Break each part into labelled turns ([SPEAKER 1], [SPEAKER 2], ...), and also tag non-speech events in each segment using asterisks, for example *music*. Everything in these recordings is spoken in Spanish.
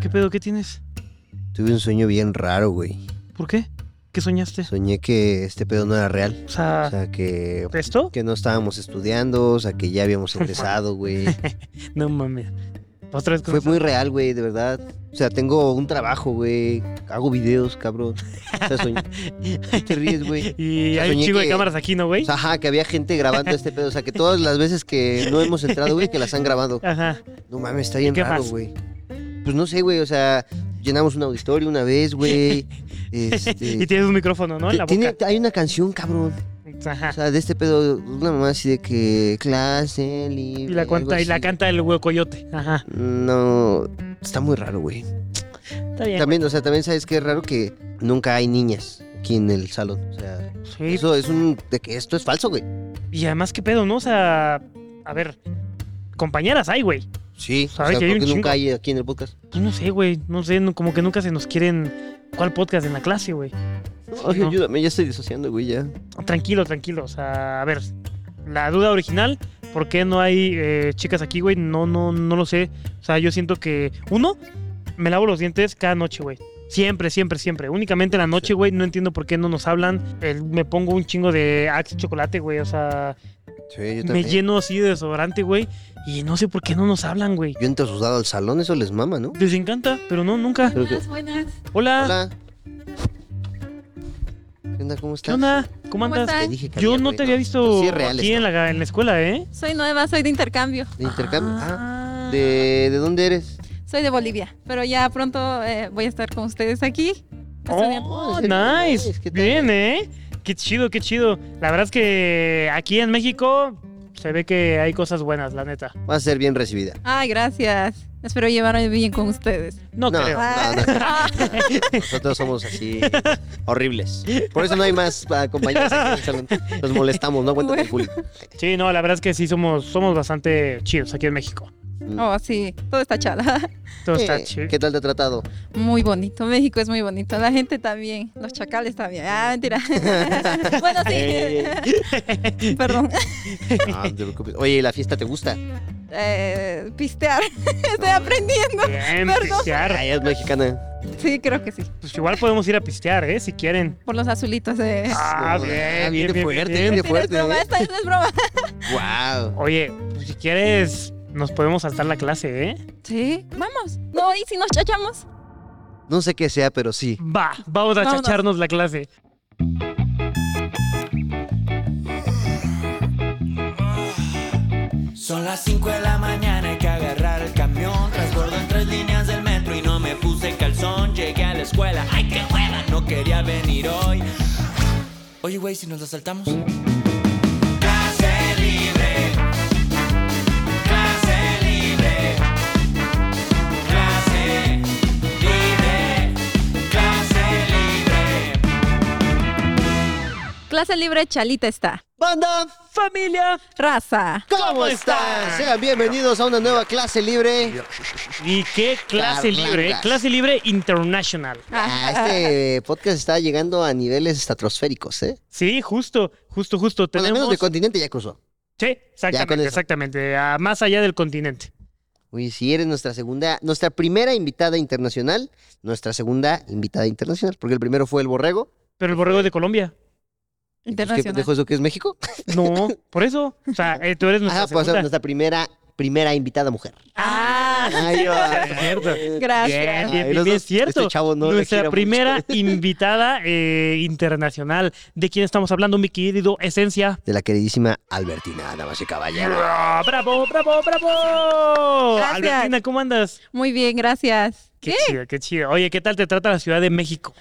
[SPEAKER 1] ¿Qué pedo? ¿Qué tienes?
[SPEAKER 2] Tuve un sueño bien raro, güey.
[SPEAKER 1] ¿Por qué? ¿Qué soñaste?
[SPEAKER 2] Soñé que este pedo no era real.
[SPEAKER 1] O sea,
[SPEAKER 2] O sea, que,
[SPEAKER 1] ¿esto?
[SPEAKER 2] que no estábamos estudiando, o sea, que ya habíamos
[SPEAKER 1] *laughs*
[SPEAKER 2] empezado, güey.
[SPEAKER 1] No mames. Otra vez con
[SPEAKER 2] Fue
[SPEAKER 1] eso.
[SPEAKER 2] muy real, güey, de verdad. O sea, tengo un trabajo, güey. Hago videos, cabrón. O sea, soñé... ¿Qué te ríes, güey?
[SPEAKER 1] Y
[SPEAKER 2] sea,
[SPEAKER 1] hay un
[SPEAKER 2] soñé
[SPEAKER 1] chico de
[SPEAKER 2] que-
[SPEAKER 1] cámaras aquí, ¿no, güey?
[SPEAKER 2] O sea, ajá, que había gente grabando este pedo. O sea, que todas las veces que no hemos entrado, güey, que las han grabado.
[SPEAKER 1] Ajá.
[SPEAKER 2] No mames, está bien
[SPEAKER 1] qué
[SPEAKER 2] raro,
[SPEAKER 1] más?
[SPEAKER 2] güey. Pues no sé, güey, o sea, llenamos un auditorio una vez, güey. Este...
[SPEAKER 1] *laughs* Y tienes un micrófono, ¿no? En la
[SPEAKER 2] Tiene-
[SPEAKER 1] boca.
[SPEAKER 2] hay una canción, cabrón. O
[SPEAKER 1] Ajá.
[SPEAKER 2] sea, de este pedo, una mamá así de que clase,
[SPEAKER 1] Y
[SPEAKER 2] libre.
[SPEAKER 1] la,
[SPEAKER 2] algo
[SPEAKER 1] cuanta, y la
[SPEAKER 2] así.
[SPEAKER 1] canta el hueco coyote. Ajá.
[SPEAKER 2] No, está muy raro, güey.
[SPEAKER 1] Está bien.
[SPEAKER 2] También, o sea, también sabes que es raro que nunca hay niñas aquí en el salón. O sea,
[SPEAKER 1] Sí,
[SPEAKER 2] eso es un. de que esto es falso, güey.
[SPEAKER 1] Y además, ¿qué pedo, no? O sea, a ver, compañeras hay, güey.
[SPEAKER 2] Sí, o sea,
[SPEAKER 1] Sabe que hay un
[SPEAKER 2] porque
[SPEAKER 1] chingo.
[SPEAKER 2] nunca hay aquí en el podcast.
[SPEAKER 1] Pues no sé, güey. No sé, no- como que nunca se nos quieren. ¿Cuál podcast en la clase, güey?
[SPEAKER 2] Ay,
[SPEAKER 1] No.
[SPEAKER 2] ayúdame, ya estoy disociando, güey, ya.
[SPEAKER 1] Tranquilo, tranquilo. O sea, a ver, la duda original, ¿por qué no hay eh, chicas aquí, güey? No, no, no lo sé. O sea, yo siento que, uno, me lavo los dientes cada noche, güey. Siempre, siempre, siempre. Únicamente en la noche,
[SPEAKER 2] Sí.
[SPEAKER 1] güey. No entiendo por qué no nos hablan. El- me pongo un chingo de Axe chocolate, güey. O sea,
[SPEAKER 2] Sí, yo
[SPEAKER 1] me
[SPEAKER 2] también.
[SPEAKER 1] lleno así de desodorante, güey. Y no sé por qué no nos hablan, güey.
[SPEAKER 2] Yo entro sudado al salón, eso les mama, ¿no?
[SPEAKER 1] Les encanta, pero no, nunca.
[SPEAKER 2] Creo que-
[SPEAKER 3] Buenas, buenas.
[SPEAKER 1] Hola,
[SPEAKER 2] Hola. ¿Qué onda?
[SPEAKER 1] ¿qué
[SPEAKER 2] ¿Cómo estás?
[SPEAKER 1] onda? ¿Cómo
[SPEAKER 3] ¿Cómo
[SPEAKER 1] andas?
[SPEAKER 3] estás?
[SPEAKER 2] Te dije que
[SPEAKER 1] Yo
[SPEAKER 2] había,
[SPEAKER 1] no
[SPEAKER 2] güey,
[SPEAKER 1] te había visto
[SPEAKER 2] Pues Sí, es real
[SPEAKER 1] aquí
[SPEAKER 2] esto.
[SPEAKER 1] en la, en la escuela, ¿eh?
[SPEAKER 3] Soy nueva, soy de intercambio.
[SPEAKER 2] De intercambio. Ah,
[SPEAKER 1] Ah.
[SPEAKER 2] ¿de, ¿De dónde eres?
[SPEAKER 3] Soy de Bolivia, pero ya pronto eh, voy a estar con ustedes aquí. estudiando.
[SPEAKER 1] Oh,
[SPEAKER 2] Oh,
[SPEAKER 1] nice.
[SPEAKER 2] nice, ¿qué tal?
[SPEAKER 1] Bien, ¿eh? Qué chido, qué chido. La verdad es que aquí en México se ve que hay cosas buenas, la neta.
[SPEAKER 2] Va a ser bien recibida.
[SPEAKER 3] Ay, gracias. Espero llevarme bien con ustedes.
[SPEAKER 1] No,
[SPEAKER 2] No,
[SPEAKER 1] creo.
[SPEAKER 2] no, no. Nosotros somos así horribles. Por eso no hay más ah, compañeros aquí en el salón. Los molestamos, no aguantan el Eh, culo.
[SPEAKER 1] *laughs* Sí, no, la verdad es que sí somos, somos bastante chidos aquí en México.
[SPEAKER 3] Oh, sí, todo está chala. *laughs*
[SPEAKER 1] Todo está
[SPEAKER 2] Eh,
[SPEAKER 1] chido.
[SPEAKER 2] ¿Qué tal te ha tratado?
[SPEAKER 3] Muy bonito, México es muy bonito. La gente también, los chacales también. Ah, mentira. bueno, sí. Perdón.
[SPEAKER 2] No, no te preocupes. Oye, ¿y ¿la fiesta te gusta?
[SPEAKER 3] Eh, pistear. *laughs* Estoy aprendiendo.
[SPEAKER 1] Bien,
[SPEAKER 3] Perdón.
[SPEAKER 1] pistear.
[SPEAKER 2] Ay, es mexicana.
[SPEAKER 3] Sí, creo que sí.
[SPEAKER 1] Pues igual podemos ir a pistear, ¿eh? Si quieren.
[SPEAKER 3] Por los azulitos. *laughs* Eh.
[SPEAKER 1] Ah,
[SPEAKER 2] No,
[SPEAKER 1] bien,
[SPEAKER 2] ah,
[SPEAKER 1] bien,
[SPEAKER 2] viene
[SPEAKER 1] bien,
[SPEAKER 2] fuerte,
[SPEAKER 1] bien.
[SPEAKER 2] viene
[SPEAKER 3] Esta no es
[SPEAKER 2] fuerte. ¿eh?
[SPEAKER 3] broma, esta no es broma.
[SPEAKER 2] Wow.
[SPEAKER 1] Oye, pues si quieres, nos podemos saltar la clase, ¿eh?
[SPEAKER 3] Sí, vamos. No, y si nos chachamos.
[SPEAKER 2] No sé qué sea, pero sí.
[SPEAKER 1] Va, vamos a
[SPEAKER 3] Vámonos.
[SPEAKER 1] chacharnos la clase.
[SPEAKER 4] Son las 5 de la mañana, hay que agarrar el camión. Transbordo en tres líneas del metro y no me puse calzón. Llegué a la escuela, ¡ay qué hueva! No quería venir hoy. Oye, güey, si nos la saltamos. Clase libre. Clase libre. Clase libre. Clase libre.
[SPEAKER 3] Clase libre chalita está.
[SPEAKER 2] ¡Banda!
[SPEAKER 1] Familia.
[SPEAKER 3] Raza.
[SPEAKER 2] ¿Cómo
[SPEAKER 1] están?
[SPEAKER 2] están? Sean bienvenidos a una nueva clase libre.
[SPEAKER 1] ¿Y qué clase
[SPEAKER 2] Carlangas.
[SPEAKER 1] libre? ¿eh? Clase libre international.
[SPEAKER 2] Ah,
[SPEAKER 1] *laughs*
[SPEAKER 2] este podcast está llegando a niveles estratosféricos, ¿eh?
[SPEAKER 1] Sí, justo, justo, justo.
[SPEAKER 2] Por lo menos
[SPEAKER 1] Tenemos.
[SPEAKER 2] de continente ya cruzó.
[SPEAKER 1] sí,
[SPEAKER 2] Ya con
[SPEAKER 1] exactamente,
[SPEAKER 2] eso.
[SPEAKER 1] exactamente. a- más allá del continente.
[SPEAKER 2] Oye, si eres nuestra segunda, nuestra primera invitada internacional, nuestra segunda invitada internacional, porque el primero fue el borrego.
[SPEAKER 1] Pero el borrego es de Colombia.
[SPEAKER 2] ¿Y pues ¿Qué
[SPEAKER 3] Internacional.
[SPEAKER 2] pendejo es lo que es México? *laughs*
[SPEAKER 1] No, por eso. O sea, eh, tú eres *laughs* nuestra
[SPEAKER 2] Ah, pues
[SPEAKER 1] segunda.
[SPEAKER 2] nuestra primera, primera invitada mujer.
[SPEAKER 1] Ah,
[SPEAKER 2] Ay,
[SPEAKER 1] es cierto.
[SPEAKER 2] Ah,
[SPEAKER 1] Bien,
[SPEAKER 3] Gracias.
[SPEAKER 1] bien, bien,
[SPEAKER 2] Ay, los
[SPEAKER 1] bien,
[SPEAKER 2] dos-
[SPEAKER 1] cierto.
[SPEAKER 2] este chavo no le
[SPEAKER 1] Nuestra
[SPEAKER 2] gira
[SPEAKER 1] primera
[SPEAKER 2] *laughs*
[SPEAKER 1] invitada eh, internacional. ¿De quién estamos hablando, mi querido Esencia?
[SPEAKER 2] De la queridísima Albertina, damas
[SPEAKER 1] *laughs*
[SPEAKER 2] y caballeros.
[SPEAKER 1] Ah, ¡Bravo, bravo, bravo!
[SPEAKER 3] Gracias.
[SPEAKER 1] Albertina, ¿cómo andas?
[SPEAKER 3] Muy bien, gracias.
[SPEAKER 1] Qué chido, qué chido. Oye, ¿qué tal te trata la Ciudad de México?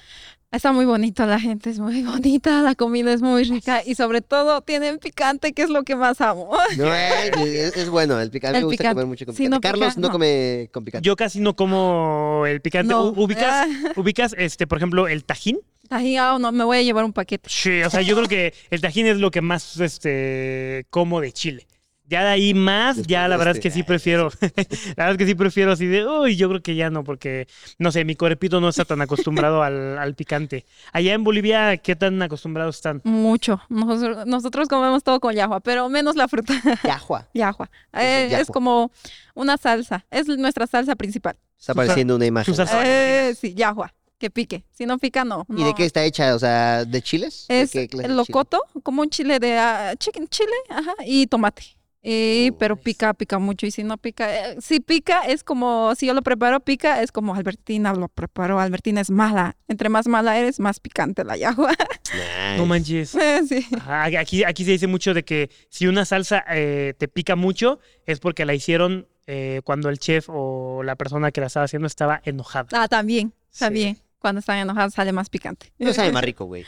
[SPEAKER 3] Está muy bonito, la gente es muy bonita, la comida es muy rica y sobre todo tienen picante, que es lo que más amo. *laughs*
[SPEAKER 2] No, eh, es, es bueno, el picante. A mí
[SPEAKER 3] El
[SPEAKER 2] me gusta
[SPEAKER 3] picante.
[SPEAKER 2] comer mucho con
[SPEAKER 3] Sí,
[SPEAKER 2] picante.
[SPEAKER 3] no,
[SPEAKER 2] Carlos
[SPEAKER 3] pica-
[SPEAKER 2] no
[SPEAKER 3] no.
[SPEAKER 2] come con picante.
[SPEAKER 1] Yo casi no como el picante.
[SPEAKER 3] No.
[SPEAKER 1] U- ¿Ubicas,
[SPEAKER 3] Ah. *laughs*
[SPEAKER 1] ubicas este, por ejemplo, el tajín?
[SPEAKER 3] Ahí, ah, no, me voy a llevar un paquete.
[SPEAKER 1] Sí, o sea, yo creo que el tajín es lo que más este, como de Chile. Ya de ahí más,
[SPEAKER 2] Después
[SPEAKER 1] ya la
[SPEAKER 2] de
[SPEAKER 1] verdad
[SPEAKER 2] este,
[SPEAKER 1] es que sí
[SPEAKER 2] ay,
[SPEAKER 1] prefiero, *laughs* la verdad es que sí prefiero así de, uy, yo creo que ya no, porque, no sé, mi cuerpito no está tan acostumbrado al, al picante. Allá en Bolivia, ¿qué tan acostumbrados están?
[SPEAKER 3] Mucho. Nosotros, nosotros comemos todo con yahua, pero menos la fruta. *laughs*
[SPEAKER 2] Yahua.
[SPEAKER 3] yahua.
[SPEAKER 2] es el
[SPEAKER 3] Eh, es
[SPEAKER 2] yahua?
[SPEAKER 3] como una salsa, es nuestra salsa principal.
[SPEAKER 2] Está apareciendo una imagen.
[SPEAKER 1] Sus arsa-
[SPEAKER 3] Eh, sí, yahua, que pique. Si no pica, no.
[SPEAKER 2] ¿Y de
[SPEAKER 3] no.
[SPEAKER 2] qué está hecha? O sea, ¿de chiles? ¿De
[SPEAKER 3] Es
[SPEAKER 2] qué clase de
[SPEAKER 3] el locoto, como un chile de ah, chicken chile, ajá, y tomate. Y, pero
[SPEAKER 2] Nice.
[SPEAKER 3] pica, pica mucho. Y si no pica, eh, si pica es como, si yo lo preparo, pica, es como Albertina lo preparó. Albertina es mala. Entre más mala eres, más picante la yahua.
[SPEAKER 2] chile?
[SPEAKER 1] No
[SPEAKER 2] Nice.
[SPEAKER 1] manches.
[SPEAKER 3] *laughs* sí.
[SPEAKER 1] Ajá, Aquí, aquí se dice mucho de que si una salsa eh, te pica mucho es porque la hicieron eh, cuando el chef o la persona que la estaba haciendo estaba enojada.
[SPEAKER 3] Ah, también,
[SPEAKER 1] Sí.
[SPEAKER 3] también. Cuando están enojadas sale más picante.
[SPEAKER 2] No sabe más rico, güey.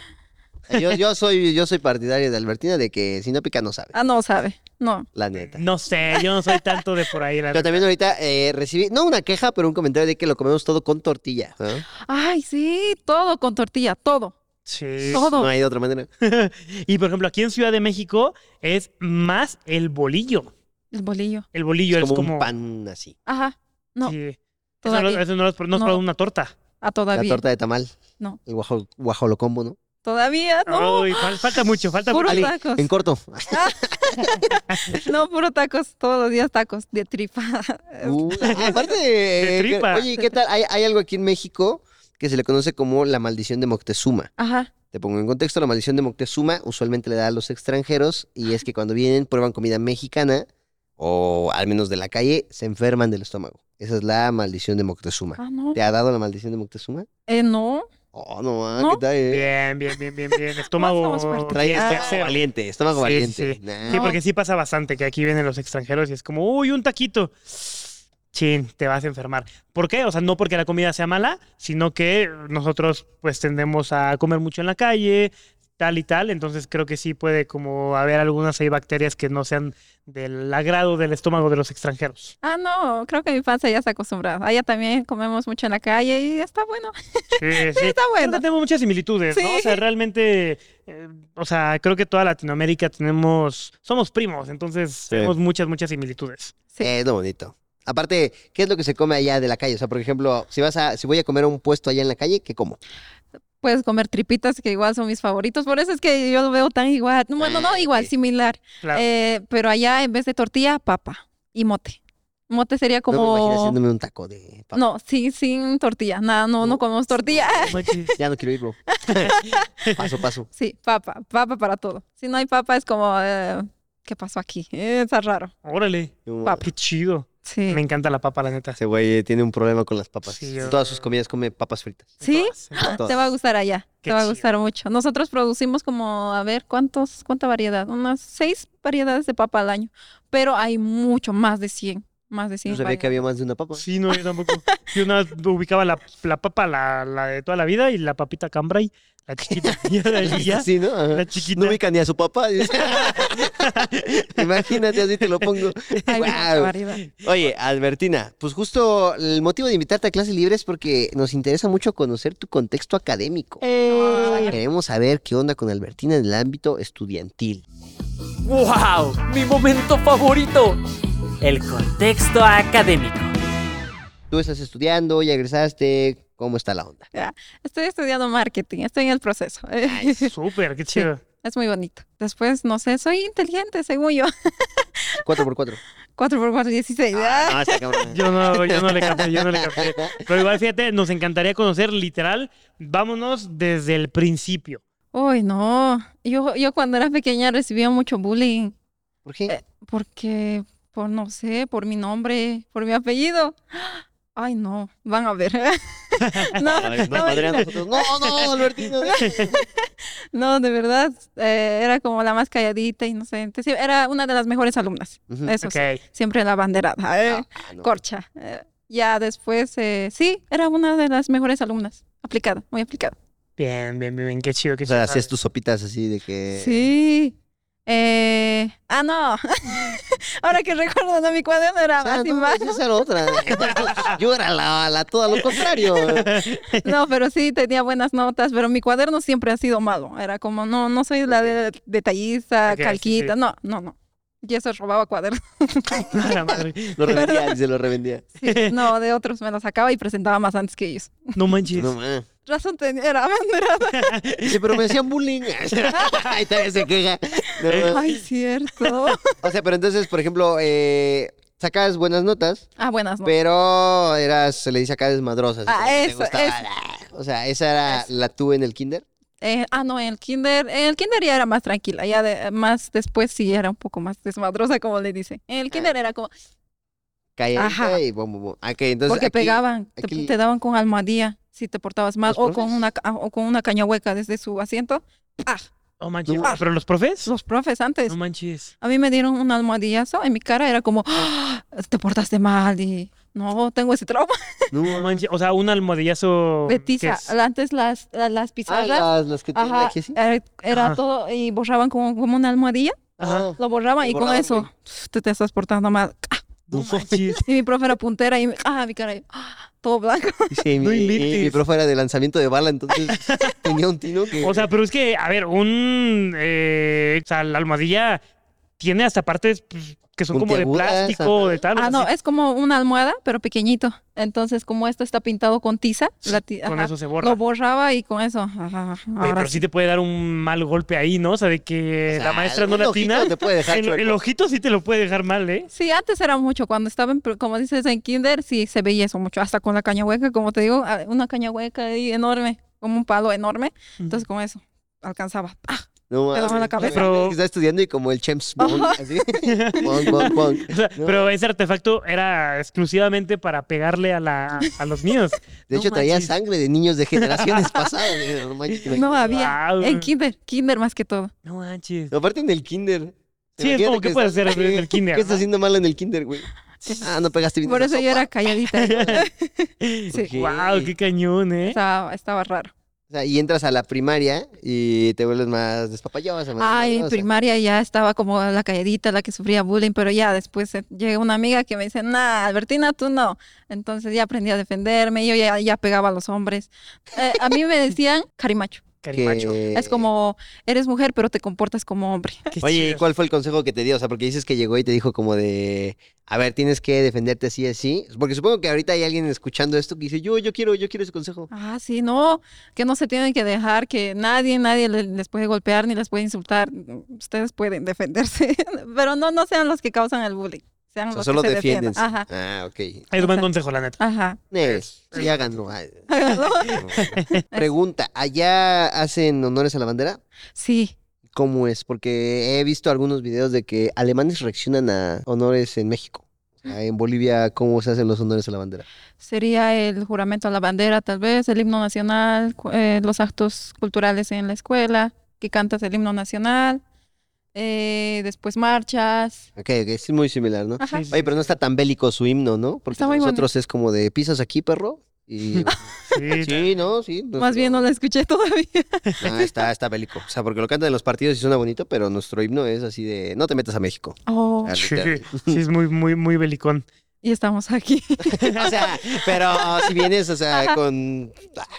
[SPEAKER 2] Yo, yo soy, yo soy partidario de Albertina de que si no pica no sabe,
[SPEAKER 3] Ah, no sabe. No.
[SPEAKER 2] la neta.
[SPEAKER 1] No sé, yo no soy tanto de por ahí. la
[SPEAKER 2] Pero
[SPEAKER 1] verdad.
[SPEAKER 2] también ahorita eh, recibí, no una queja, pero un comentario de que lo comemos todo con tortilla. ¿no?
[SPEAKER 3] Ay, sí, todo con tortilla, todo.
[SPEAKER 1] Sí.
[SPEAKER 3] Todo.
[SPEAKER 2] No hay de otra manera.
[SPEAKER 1] Y por ejemplo, aquí en Ciudad de México es más el bolillo.
[SPEAKER 3] El bolillo.
[SPEAKER 1] El bolillo
[SPEAKER 2] Es
[SPEAKER 1] es,
[SPEAKER 2] como,
[SPEAKER 1] como.
[SPEAKER 2] un pan así.
[SPEAKER 3] Ajá. No,
[SPEAKER 1] sí. Eso no,
[SPEAKER 3] todavía.
[SPEAKER 1] lo- eso no lo has- no has
[SPEAKER 3] No.
[SPEAKER 1] probado una torta.
[SPEAKER 3] Ah,
[SPEAKER 2] La
[SPEAKER 3] todavía.
[SPEAKER 2] torta de tamal.
[SPEAKER 3] No.
[SPEAKER 2] El guajol, guajolocombo, ¿no?
[SPEAKER 3] Todavía, no.
[SPEAKER 1] Ay, fal- falta mucho, falta
[SPEAKER 3] Puro
[SPEAKER 1] mucho.
[SPEAKER 2] Ali,
[SPEAKER 3] tacos.
[SPEAKER 2] en
[SPEAKER 3] *laughs*
[SPEAKER 2] corto. *laughs*
[SPEAKER 3] No, puro tacos, todos los días tacos de tripa. *laughs*
[SPEAKER 2] Uh, aparte, eh,
[SPEAKER 1] tripa.
[SPEAKER 2] oye, ¿qué tal? Hay, hay algo aquí en México que se le conoce como la maldición de Moctezuma.
[SPEAKER 3] Ajá.
[SPEAKER 2] Te pongo en contexto, la maldición de Moctezuma usualmente le da a los extranjeros y es que cuando vienen prueban comida mexicana o al menos de la calle, se enferman del estómago. Esa es la maldición de Moctezuma.
[SPEAKER 3] Ah, no.
[SPEAKER 2] ¿Te ha dado la maldición de Moctezuma?
[SPEAKER 3] Eh, no.
[SPEAKER 2] Oh, no, ah,
[SPEAKER 3] ¿No?
[SPEAKER 2] ¿qué tal? eh?
[SPEAKER 1] Bien, bien, bien, bien, bien. Estómago.
[SPEAKER 3] somos fuertes.
[SPEAKER 2] Trae este
[SPEAKER 1] bien,
[SPEAKER 2] estómago
[SPEAKER 1] tercero.
[SPEAKER 2] valiente, estómago
[SPEAKER 1] Sí,
[SPEAKER 2] valiente.
[SPEAKER 1] sí.
[SPEAKER 2] Nah.
[SPEAKER 1] Sí,
[SPEAKER 3] No.
[SPEAKER 1] porque sí pasa bastante que aquí vienen los extranjeros y es como, uy, un taquito. Chin, te vas a enfermar. ¿Por qué? O sea, no porque la comida sea mala, sino que nosotros pues tendemos a comer mucho en la calle, tal y tal. Entonces creo que sí puede como haber algunas ahí bacterias que no sean del agrado del estómago de los extranjeros.
[SPEAKER 3] Ah, no. Creo que mi panza ya está acostumbrada. Allá también comemos mucho en la calle y está bueno.
[SPEAKER 1] Sí, sí.
[SPEAKER 3] Está bueno.
[SPEAKER 1] Tenemos muchas similitudes, ¿no? O sea,
[SPEAKER 3] Sí.
[SPEAKER 1] realmente, eh, o sea, creo que toda Latinoamérica tenemos, somos primos, entonces tenemos muchas, muchas similitudes.
[SPEAKER 3] Sí.
[SPEAKER 2] Eh, es lo bonito. Aparte, ¿qué es lo que se come allá de la calle? O sea, por ejemplo, si vas a, si voy a comer a un puesto allá en la calle, ¿qué como?
[SPEAKER 3] Puedes comer tripitas que igual son mis favoritos. Por eso es que yo lo veo tan igual. Bueno, no
[SPEAKER 2] Ah,
[SPEAKER 3] igual,
[SPEAKER 2] ok.
[SPEAKER 3] similar.
[SPEAKER 1] Claro.
[SPEAKER 3] Eh, pero allá en vez de tortilla, papa y mote. Mote sería
[SPEAKER 2] No me imaginas
[SPEAKER 3] como...
[SPEAKER 2] haciéndome un taco de papa.
[SPEAKER 3] No, sí, sin tortilla. Nada, no, no comemos tortilla. *laughs*
[SPEAKER 1] Manches.
[SPEAKER 2] Ya no quiero ir, bro. paso, paso.
[SPEAKER 3] Sí, papa, papa para todo. Si no hay papa es como, eh, ¿qué pasó aquí? Eh, está raro.
[SPEAKER 1] Órale,
[SPEAKER 3] Papa.
[SPEAKER 1] qué chido.
[SPEAKER 3] Sí.
[SPEAKER 1] Me encanta la papa, la neta.
[SPEAKER 2] Ese güey eh, tiene un problema con las papas.
[SPEAKER 1] Sí,
[SPEAKER 2] En
[SPEAKER 1] yo-
[SPEAKER 2] Todas sus comidas come papas fritas.
[SPEAKER 3] ¿Sí?
[SPEAKER 1] Todas.
[SPEAKER 3] Te va a gustar allá,
[SPEAKER 1] Qué
[SPEAKER 3] te va a
[SPEAKER 1] chido.
[SPEAKER 3] gustar mucho. Nosotros producimos como, a ver, ¿cuántos, cuánta variedad? Unas seis variedades de papa al año, pero hay mucho, más de 100, más de
[SPEAKER 2] No
[SPEAKER 3] 100.
[SPEAKER 2] sabía que había más de una papa.
[SPEAKER 1] Sí, *laughs* no, yo tampoco. Yo una vez ubicaba la, la papa, la, la de toda la vida, y la papita cambray, la chiquita. *laughs* Y ya de ahí ya,
[SPEAKER 2] Sí, ¿no? Ajá.
[SPEAKER 1] la chiquita.
[SPEAKER 2] No ubica ni a su papá.
[SPEAKER 1] *laughs*
[SPEAKER 2] Imagínate, así te lo pongo.
[SPEAKER 3] Hay mucha
[SPEAKER 2] Guau.
[SPEAKER 3] variedad.
[SPEAKER 2] Oye, Albertina, pues justo el motivo de invitarte a clase libre es porque nos interesa mucho conocer tu contexto académico. Ah,
[SPEAKER 1] Eh.
[SPEAKER 2] Queremos saber qué onda con Albertina en el ámbito estudiantil.
[SPEAKER 5] ¡Wow! Mi momento favorito. El contexto académico.
[SPEAKER 2] Tú estás estudiando, ya egresaste, ¿cómo está la onda?
[SPEAKER 3] Estoy estudiando marketing, estoy en el proceso. *laughs*
[SPEAKER 1] Súper, qué chido.
[SPEAKER 3] Es muy bonito. Después, no sé, soy inteligente, según yo. *laughs*
[SPEAKER 2] 4x4.
[SPEAKER 3] 4x4, 16.
[SPEAKER 2] Ah, no, está cabrón.
[SPEAKER 1] Yo no, yo no le capté, yo no le capté. Pero igual, fíjate, nos encantaría conocer literal, vámonos desde el principio.
[SPEAKER 3] Uy, no. Yo, yo cuando era pequeña recibía mucho bullying.
[SPEAKER 2] ¿Por qué?
[SPEAKER 3] Porque, por no sé, por mi nombre, por mi apellido. Ay, no, van a ver. *laughs* no,
[SPEAKER 2] Ay, nos
[SPEAKER 3] no,
[SPEAKER 2] madrean a nosotros. No, no, Albertina.
[SPEAKER 3] *laughs* no, de verdad, eh, era como la más calladita, inocente. Sí, era una de las mejores alumnas,
[SPEAKER 2] Ujú.
[SPEAKER 3] eso
[SPEAKER 1] Ok.
[SPEAKER 3] sí, siempre la banderada, eh,
[SPEAKER 2] Mm, Ah, no.
[SPEAKER 3] corcha. eh. ya después, eh, sí, era una de las mejores alumnas, aplicada, muy aplicada.
[SPEAKER 1] Bien, bien, bien, bien, qué chido, qué
[SPEAKER 2] O
[SPEAKER 1] chido.
[SPEAKER 2] sea, hacías tus sopitas así de que.
[SPEAKER 3] Sí. Eh, ah, no. *laughs* Ahora que recuerdo, no, mi cuaderno era
[SPEAKER 2] O sea,
[SPEAKER 3] más y
[SPEAKER 2] "Ah, no,
[SPEAKER 3] más.
[SPEAKER 2] esa era otra. *laughs* Yo era la, la toda lo contrario.
[SPEAKER 3] No, pero sí tenía buenas notas, pero mi cuaderno siempre ha sido malo. Era como, no, no soy la de detallista,
[SPEAKER 1] Ok, sí,
[SPEAKER 3] calquita,
[SPEAKER 1] sí.
[SPEAKER 3] no, no, no. Y eso robaba cuadernos.
[SPEAKER 1] *laughs* *laughs* A la madre.
[SPEAKER 2] Lo revendía, se lo revendía.
[SPEAKER 3] No, de otros me los sacaba y presentaba más antes que ellos.
[SPEAKER 1] No manches.
[SPEAKER 2] No, ma.
[SPEAKER 3] Razón tenía, era abanderada.
[SPEAKER 1] *laughs*
[SPEAKER 2] Dice, pero me hacían bullying. *laughs* Ahí todavía se queja. No, ma.
[SPEAKER 3] Ay, cierto. *laughs*
[SPEAKER 2] O sea, pero entonces, por ejemplo, eh, sacabas buenas notas,
[SPEAKER 3] Ah, buenas noches.
[SPEAKER 2] pero eras, se le dice acá desmadrosa. así
[SPEAKER 3] Ah,
[SPEAKER 2] como que te
[SPEAKER 3] eso,
[SPEAKER 2] gustaba
[SPEAKER 3] eso.
[SPEAKER 2] la- O sea, esa era
[SPEAKER 3] Eso.
[SPEAKER 2] la tú en el kinder.
[SPEAKER 3] Eh, ah, no, en el kinder, en el kinder ya era más tranquila, ya de- más después sí era un poco más desmadrosa, como le dice. En el
[SPEAKER 1] Ah,
[SPEAKER 3] kinder era como,
[SPEAKER 2] Calladita
[SPEAKER 3] Ajá.
[SPEAKER 2] y bom, bom, bom. Ok, entonces
[SPEAKER 3] porque
[SPEAKER 2] aquí-
[SPEAKER 3] pegaban, te-
[SPEAKER 2] aquí-
[SPEAKER 3] te, daban con almadía si te portabas mal,
[SPEAKER 2] ¿Los
[SPEAKER 3] o con,
[SPEAKER 2] profes?
[SPEAKER 3] una, ca- o con una caña hueca desde su asiento. Ah,
[SPEAKER 1] No manches.
[SPEAKER 2] No.
[SPEAKER 1] Ah, pero los profes.
[SPEAKER 3] los profes antes,
[SPEAKER 1] No manches.
[SPEAKER 3] a mí me dieron un almadillazo en mi cara,
[SPEAKER 1] *gasps*
[SPEAKER 3] era como, "Ah, te portaste mal y no, tengo ese trauma.
[SPEAKER 1] No manches. O sea, un almohadillazo. que
[SPEAKER 3] Betiza,
[SPEAKER 1] es-
[SPEAKER 3] antes las, las, las
[SPEAKER 2] Ah,
[SPEAKER 3] pizarras,
[SPEAKER 2] las, las que tienen
[SPEAKER 3] ajá,
[SPEAKER 2] aquí, sí.
[SPEAKER 3] era, era
[SPEAKER 1] Ajá.
[SPEAKER 3] todo, y borraban como, como una almohadilla,
[SPEAKER 2] Ajá.
[SPEAKER 3] lo borraban
[SPEAKER 2] Lo
[SPEAKER 3] y con
[SPEAKER 2] borraban,
[SPEAKER 3] eso,
[SPEAKER 2] güey.
[SPEAKER 3] tú te estás portando mal. *laughs*
[SPEAKER 1] No manches.
[SPEAKER 3] Y mi profe era puntera y ah, mi cara, ah, todo blanco.
[SPEAKER 2] Sí,
[SPEAKER 1] No
[SPEAKER 2] mi, mi-
[SPEAKER 1] inventes.
[SPEAKER 2] mi profe era de lanzamiento de bala,
[SPEAKER 3] *laughs*
[SPEAKER 2] entonces tenía un tino que...
[SPEAKER 1] O sea, pero es que, a ver, un. eh, o sea, la almohadilla tiene hasta partes pues, que son como de
[SPEAKER 2] Puntiagudas,
[SPEAKER 1] plástico, de tal. o
[SPEAKER 3] Ah,
[SPEAKER 1] sea,
[SPEAKER 3] no,
[SPEAKER 1] sí,
[SPEAKER 3] es como una almohada, pero pequeñito. Entonces, como esto está pintado con tiza, la ti-
[SPEAKER 1] Con
[SPEAKER 3] eh, ajá,
[SPEAKER 1] eso se borra.
[SPEAKER 3] lo borraba y con eso. ajá,
[SPEAKER 1] Oye,
[SPEAKER 3] ahora
[SPEAKER 1] pero sí te puede dar un mal golpe ahí, ¿no? O sea, de que
[SPEAKER 2] O sea,
[SPEAKER 1] eh, la maestra no
[SPEAKER 2] un
[SPEAKER 1] la
[SPEAKER 2] ojito
[SPEAKER 1] atina.
[SPEAKER 2] Te puede dejar
[SPEAKER 1] *laughs* El, el
[SPEAKER 2] chueco.
[SPEAKER 1] ojito sí te lo puede dejar mal, ¿eh?
[SPEAKER 3] sí. Sí, antes era mucho. Cuando estaba, en pr- como dices, en kinder, sí se veía eso mucho. Hasta con la caña hueca, como te digo, ah, una caña hueca ahí enorme, como un palo enorme. Entonces, con eso alcanzaba. Ah,
[SPEAKER 2] No,
[SPEAKER 3] te daba la
[SPEAKER 2] mames,
[SPEAKER 3] cabeza.
[SPEAKER 1] Pero-
[SPEAKER 2] Está estudiando y como el James Bond, así. Bond, Bond, Bond.
[SPEAKER 1] O sea,
[SPEAKER 2] No.
[SPEAKER 1] Pero ese artefacto era exclusivamente para pegarle a, la, a los niños.
[SPEAKER 2] De
[SPEAKER 1] No
[SPEAKER 2] hecho, traía
[SPEAKER 1] manches.
[SPEAKER 2] sangre de
[SPEAKER 1] *laughs*
[SPEAKER 2] niños de generaciones pasadas. eh, No, manches, que me-
[SPEAKER 3] no había.
[SPEAKER 1] Wow.
[SPEAKER 3] En kinder, kinder más que todo.
[SPEAKER 1] No manches.
[SPEAKER 2] Aparte en el kinder.
[SPEAKER 1] Sí, es como, ¿qué puedes hacer en
[SPEAKER 2] *laughs*
[SPEAKER 1] el kinder,
[SPEAKER 2] ¿Qué estás
[SPEAKER 1] no?
[SPEAKER 2] haciendo mal en el kinder, güey? Ah, no pegaste bien.
[SPEAKER 3] Por
[SPEAKER 2] esa
[SPEAKER 3] eso yo era
[SPEAKER 2] sopa.
[SPEAKER 3] calladita. Sí.
[SPEAKER 2] Ok.
[SPEAKER 1] ¡Wow! ¡Qué cañón, eh!
[SPEAKER 3] Estaba, estaba raro.
[SPEAKER 2] O sea, y entras a la primaria y te vuelves más despapallosa. más
[SPEAKER 3] Ay, en
[SPEAKER 2] desmadrosa.
[SPEAKER 3] primaria ya estaba como la calladita, la que sufría bullying, pero ya después eh, llega una amiga que me dice, nah, Albertina, tú no. Entonces ya aprendí a defenderme, yo ya, ya pegaba a los hombres. Eh, a mí me decían carimacho.
[SPEAKER 1] Carimacho.
[SPEAKER 2] Que-
[SPEAKER 3] Es como, eres mujer, pero te comportas como hombre. *laughs*
[SPEAKER 1] Qué
[SPEAKER 2] Oye, ¿y
[SPEAKER 1] chido.
[SPEAKER 2] cuál fue el consejo que te dio? O sea, porque dices que llegó y te dijo como de, a ver, tienes que defenderte así, así. Porque supongo que ahorita hay alguien escuchando esto que dice, yo, yo quiero, yo quiero ese consejo.
[SPEAKER 3] Ah, sí, no, que no se tienen que dejar, que nadie, nadie le- les puede golpear ni les puede insultar. Ustedes pueden defenderse, *laughs* pero no, no sean los que causan el bullying. Sean
[SPEAKER 2] O sea,
[SPEAKER 3] los
[SPEAKER 2] solo
[SPEAKER 3] que se defienden.
[SPEAKER 2] defiéndense.
[SPEAKER 3] Ajá,
[SPEAKER 2] Ah, ok.
[SPEAKER 1] Es buen
[SPEAKER 3] Ajá.
[SPEAKER 1] consejo, la neta.
[SPEAKER 3] ajá. *laughs*
[SPEAKER 2] Nes, sí, háganlo. Ay,
[SPEAKER 3] Háganlo.
[SPEAKER 2] no. Pregunta, ¿allá hacen honores a la bandera?
[SPEAKER 3] Sí,
[SPEAKER 2] ¿Cómo es? Porque he visto algunos videos de que alemanes reaccionan a honores en México. O sea, en Bolivia, ¿cómo se hacen los honores a la bandera?
[SPEAKER 3] Sería el juramento a la bandera, tal vez, el himno nacional, cu- eh, los actos culturales en la escuela, que cantas el himno nacional, eh, después marchas.
[SPEAKER 2] Ok, ok, sí, muy similar, ¿no?
[SPEAKER 3] Ajá.
[SPEAKER 1] Sí, sí,
[SPEAKER 2] Oye, pero no está tan bélico su himno, ¿no? Porque
[SPEAKER 3] Está
[SPEAKER 2] para
[SPEAKER 3] muy bonito.
[SPEAKER 2] nosotros es como de pisas aquí, perro. Y
[SPEAKER 1] sí.
[SPEAKER 2] *laughs* Sí, no, sí.
[SPEAKER 3] Más bien no la escuché *laughs* todavía.
[SPEAKER 2] No, está, está bélico. O sea, porque lo cantan en los partidos y suena bonito, pero nuestro himno es así de no te metas a México. *laughs*
[SPEAKER 3] Oh,
[SPEAKER 2] Ah,
[SPEAKER 1] Sí,
[SPEAKER 2] literal.
[SPEAKER 1] sí, es muy, muy, muy
[SPEAKER 2] *laughs*
[SPEAKER 1] belicón.
[SPEAKER 3] y estamos aquí. *laughs*
[SPEAKER 2] o sea, pero si vienes, o sea, con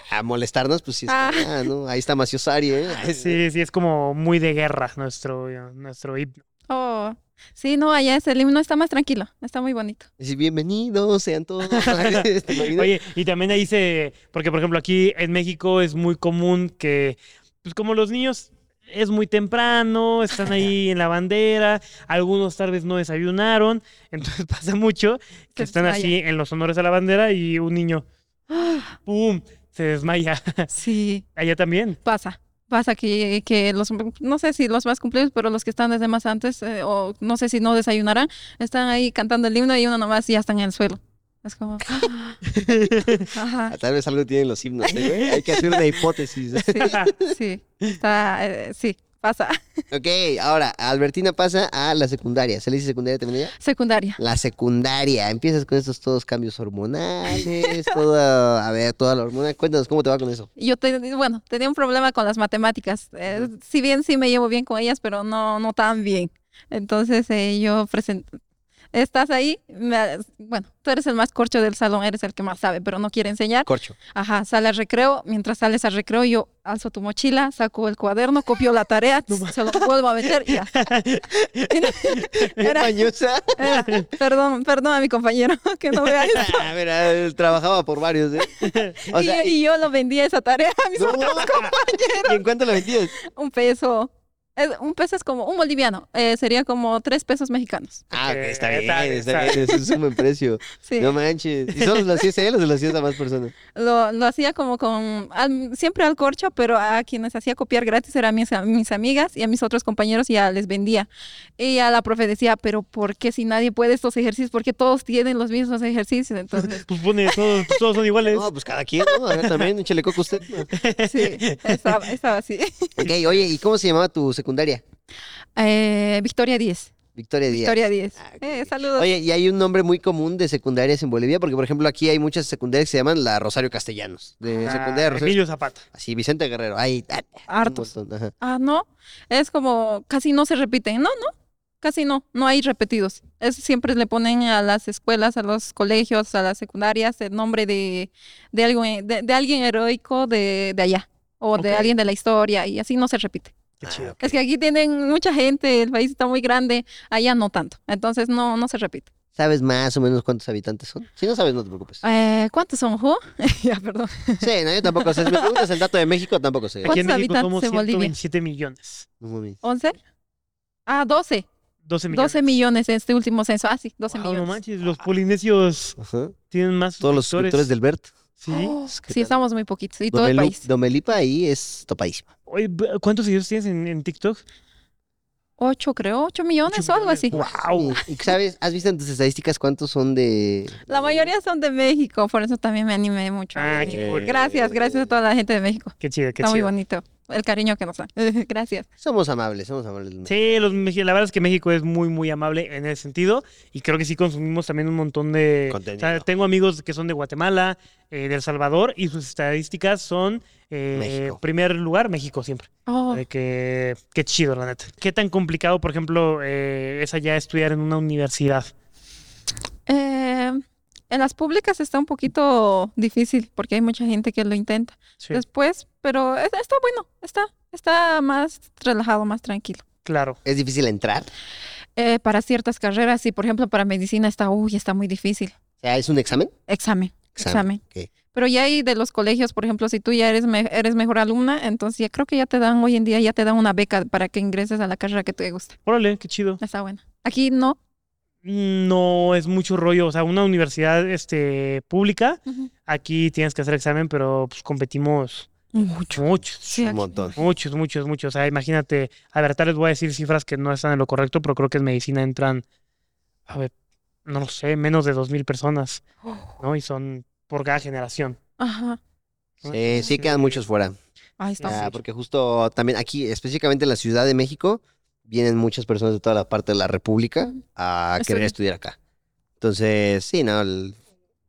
[SPEAKER 2] a molestarnos, pues sí está, ah, ¿no? Ahí está Macio Sari, ¿eh?
[SPEAKER 1] Sí, sí, es como muy de guerra nuestro, eh, nuestro himno.
[SPEAKER 3] Oh, sí, no, allá es el himno, está más tranquilo, está muy bonito.
[SPEAKER 2] Sí, bienvenidos sean todos. *laughs*
[SPEAKER 3] *laughs*
[SPEAKER 2] ¿Te imaginas?
[SPEAKER 1] Oye, y también ahí se. Porque, por ejemplo, aquí en México es muy común que. Pues como los niños. Es muy temprano, están
[SPEAKER 2] *laughs*
[SPEAKER 1] ahí en la bandera, algunos tal vez no desayunaron, entonces *laughs* pasa mucho que
[SPEAKER 3] Se
[SPEAKER 1] están así en los honores a la bandera y un niño, ¡pum!, se desmaya.
[SPEAKER 3] *laughs*
[SPEAKER 1] *laughs*
[SPEAKER 3] Sí,
[SPEAKER 1] Allá también. *laughs*
[SPEAKER 3] pasa. Pasa que, que los, no sé si los más cumplidos, pero los que están desde más antes, eh, o no sé si no desayunarán, están ahí cantando el himno y uno nomás ya está en el suelo. Es *laughs* como...
[SPEAKER 1] Pues
[SPEAKER 3] Ajá.
[SPEAKER 2] Ah, Tal vez algo tienen los himnos, ¿eh, güey? Hay que hacer una hipótesis. *laughs*
[SPEAKER 3] Sí, sí, está, eh, sí, pasa. *laughs*
[SPEAKER 2] ok, ahora, Albertina pasa a la secundaria. ¿Se le dice secundaria también allá?
[SPEAKER 3] Secundaria.
[SPEAKER 2] La secundaria. Empiezas con estos todos cambios hormonales, toda, a ver, toda la hormona. Cuéntanos, ¿cómo te va con eso?
[SPEAKER 3] Yo, te- bueno, tenía un problema con las matemáticas. Eh, si bien sí me llevo bien con ellas, pero no, no tan bien. Entonces eh, yo presento, estás ahí, me- bueno, tú eres el más corcho del salón, eres el que más sabe, pero no quiere enseñar.
[SPEAKER 2] Corcho.
[SPEAKER 3] Ajá, sale al recreo, mientras sales al recreo yo alzo tu mochila, saco el cuaderno, copio la tarea, se lo vuelvo a meter
[SPEAKER 2] *laughs*
[SPEAKER 3] y ya. Era-
[SPEAKER 2] mañosa.
[SPEAKER 3] Era- perdón, perdón a mi compañero *laughs* que
[SPEAKER 2] *laughs*
[SPEAKER 3] no vea esto.
[SPEAKER 2] A ver, él trabajaba por varios, ¿eh? O
[SPEAKER 3] y,
[SPEAKER 2] sea,
[SPEAKER 3] yo, y yo lo vendía esa tarea *laughs* a mis
[SPEAKER 2] No.
[SPEAKER 3] otros compañeros.
[SPEAKER 2] ¿y en cuánto lo vendías?
[SPEAKER 3] Un peso, Es- un peso es como un boliviano, eh, sería como tres pesos mexicanos.
[SPEAKER 2] Ah,
[SPEAKER 1] Eh,
[SPEAKER 2] ok, está bien,
[SPEAKER 1] está
[SPEAKER 2] está
[SPEAKER 1] bien,
[SPEAKER 2] bien,
[SPEAKER 1] está
[SPEAKER 2] es un buen precio.
[SPEAKER 3] Sí.
[SPEAKER 2] No manches. ¿Y solo se lo hacías a él o se lo hacías a más personas?
[SPEAKER 3] Lo, lo hacía como con, al- siempre al corcho, pero a quienes hacía copiar gratis eran mis, a mis amigas y a mis otros compañeros ya les vendía. Y a la profe decía, pero ¿por qué si nadie puede estos ejercicios? ¿Por qué todos tienen los mismos
[SPEAKER 2] *laughs*
[SPEAKER 3] ejercicios? Entonces,
[SPEAKER 1] Pues pone, todos, pues todos son iguales.
[SPEAKER 2] No, pues cada quien, ¿no? A ver, también, échale coco usted. ¿no?
[SPEAKER 3] sí, estaba, estaba así. *laughs*
[SPEAKER 2] Ok, oye, ¿y cómo se llamaba tu secundaria?
[SPEAKER 3] Eh, Victoria 10.
[SPEAKER 2] Victoria Díaz.
[SPEAKER 3] Victoria 10.
[SPEAKER 2] Ah, ok.
[SPEAKER 3] Eh, saludos.
[SPEAKER 2] Oye, y hay un nombre muy común de secundarias en Bolivia, porque por ejemplo aquí hay muchas secundarias que se llaman la Rosario Castellanos. De pues, secundaria
[SPEAKER 1] Ah,
[SPEAKER 2] Rosario.
[SPEAKER 1] Emilio Zapata.
[SPEAKER 2] Así, Vicente Guerrero. Ahí, ah, un
[SPEAKER 3] Hartos.
[SPEAKER 2] montón, ajá.
[SPEAKER 3] Ah, no. Es como casi no se repiten. No, no. Casi no. No hay repetidos. Es, siempre le ponen a las escuelas, a los colegios, a las secundarias el nombre de, de, algo, de, de alguien heroico de, de allá o de
[SPEAKER 1] Ok.
[SPEAKER 3] alguien de la historia y así no se repite.
[SPEAKER 1] Qué
[SPEAKER 2] Ah,
[SPEAKER 1] chido.
[SPEAKER 3] Es que aquí tienen mucha gente, el país está muy grande, allá no tanto. Entonces no, no se repite.
[SPEAKER 2] ¿Sabes más o menos cuántos habitantes son? Si no sabes, no te preocupes.
[SPEAKER 3] Eh, ¿Cuántos son, Jo? *laughs* ya, perdón.
[SPEAKER 2] Sí, no, yo tampoco sé. Si me preguntas el dato de México, tampoco sé.
[SPEAKER 1] Eh, Aquí en
[SPEAKER 3] ¿Cuántos
[SPEAKER 1] México
[SPEAKER 3] habitantes
[SPEAKER 1] somos
[SPEAKER 3] en Bolivia?
[SPEAKER 1] 127 millones.
[SPEAKER 2] No mames.
[SPEAKER 3] ¿11? Ah, 12.
[SPEAKER 1] 12 millones.
[SPEAKER 3] 12 millones en este último censo. Ah, sí, 12
[SPEAKER 1] Wow, no
[SPEAKER 3] millones.
[SPEAKER 1] manches, los polinesios
[SPEAKER 2] Ajá.
[SPEAKER 1] tienen más
[SPEAKER 2] Todos los suscriptores del Bert.
[SPEAKER 1] Sí.
[SPEAKER 3] Oh,
[SPEAKER 2] ¿qué
[SPEAKER 3] sí,
[SPEAKER 2] tal?
[SPEAKER 3] estamos muy poquitos. Y todo el
[SPEAKER 2] Domelu-
[SPEAKER 3] país.
[SPEAKER 2] Domelipa ahí es topadísima.
[SPEAKER 1] Oye, b- ¿cuántos seguidores tienes en, en TikTok?
[SPEAKER 3] Ocho, creo, ocho millones
[SPEAKER 1] Ocho
[SPEAKER 3] o algo
[SPEAKER 1] millones,
[SPEAKER 3] así.
[SPEAKER 1] ¡Wow!
[SPEAKER 2] ¿Y sabes? ¿Has visto en tus estadísticas cuántos son de...?
[SPEAKER 3] La mayoría son de México, por eso también me animé mucho.
[SPEAKER 1] Ah, qué
[SPEAKER 2] Eh,
[SPEAKER 1] cool.
[SPEAKER 3] Gracias, gracias a toda la gente de México.
[SPEAKER 1] Qué chido, qué
[SPEAKER 3] Está muy
[SPEAKER 1] chido.
[SPEAKER 3] bonito el cariño que nos dan. *laughs* gracias.
[SPEAKER 2] Somos amables, somos amables.
[SPEAKER 1] Sí, los, meji- la verdad es que México es muy, muy amable en ese sentido. Y creo que sí consumimos también un montón de.
[SPEAKER 2] Contenido.
[SPEAKER 1] O sea, tengo amigos que son de Guatemala, eh, de El Salvador, y sus estadísticas son. eh,
[SPEAKER 2] México.
[SPEAKER 1] primer lugar, México siempre.
[SPEAKER 3] Oh,
[SPEAKER 1] De que, qué chido, la neta. ¿Qué tan complicado, por ejemplo, eh, es allá estudiar en una universidad?
[SPEAKER 3] eh, en las públicas está un poquito difícil porque hay mucha gente que lo intenta
[SPEAKER 1] Sí,
[SPEAKER 3] después, pero es- está bueno, está, está más relajado, más tranquilo.
[SPEAKER 1] claro.
[SPEAKER 2] ¿Es difícil entrar? O
[SPEAKER 3] Eh, para ciertas carreras, y por ejemplo para medicina está, uy, está muy difícil.
[SPEAKER 2] sea, ¿es un examen?
[SPEAKER 3] Examen. examen.
[SPEAKER 2] ok.
[SPEAKER 3] Pero ya hay de los colegios, por ejemplo, si tú ya eres, me- eres mejor alumna, entonces ya creo que ya te dan, hoy en día ya te dan una beca para que ingreses a la carrera que te gusta.
[SPEAKER 1] Órale, qué chido.
[SPEAKER 3] Está buena. Aquí no.
[SPEAKER 1] No es mucho rollo. O sea, una universidad este, pública,
[SPEAKER 3] Ujú.
[SPEAKER 1] aquí tienes que hacer examen, pero pues competimos mucho. Muchos,
[SPEAKER 3] Sí,
[SPEAKER 2] Un
[SPEAKER 3] aquí-
[SPEAKER 2] montón.
[SPEAKER 1] muchos, muchos, muchos. O sea, imagínate, a ver, tal vez voy a decir cifras que no están en lo correcto, pero creo que en medicina entran, a ver, no lo sé, menos de 2.000 personas, ¿no? Y son por cada generación.
[SPEAKER 3] Ajá.
[SPEAKER 1] ¿no?
[SPEAKER 2] Sí, sí quedan muchos fuera.
[SPEAKER 3] Ahí está.
[SPEAKER 2] Ah, porque justo también aquí, específicamente en la Ciudad de México, vienen muchas personas de toda la parte de la República
[SPEAKER 3] Ujú.
[SPEAKER 2] a
[SPEAKER 3] Estudiar.
[SPEAKER 2] querer estudiar acá. Entonces, sí, no, el-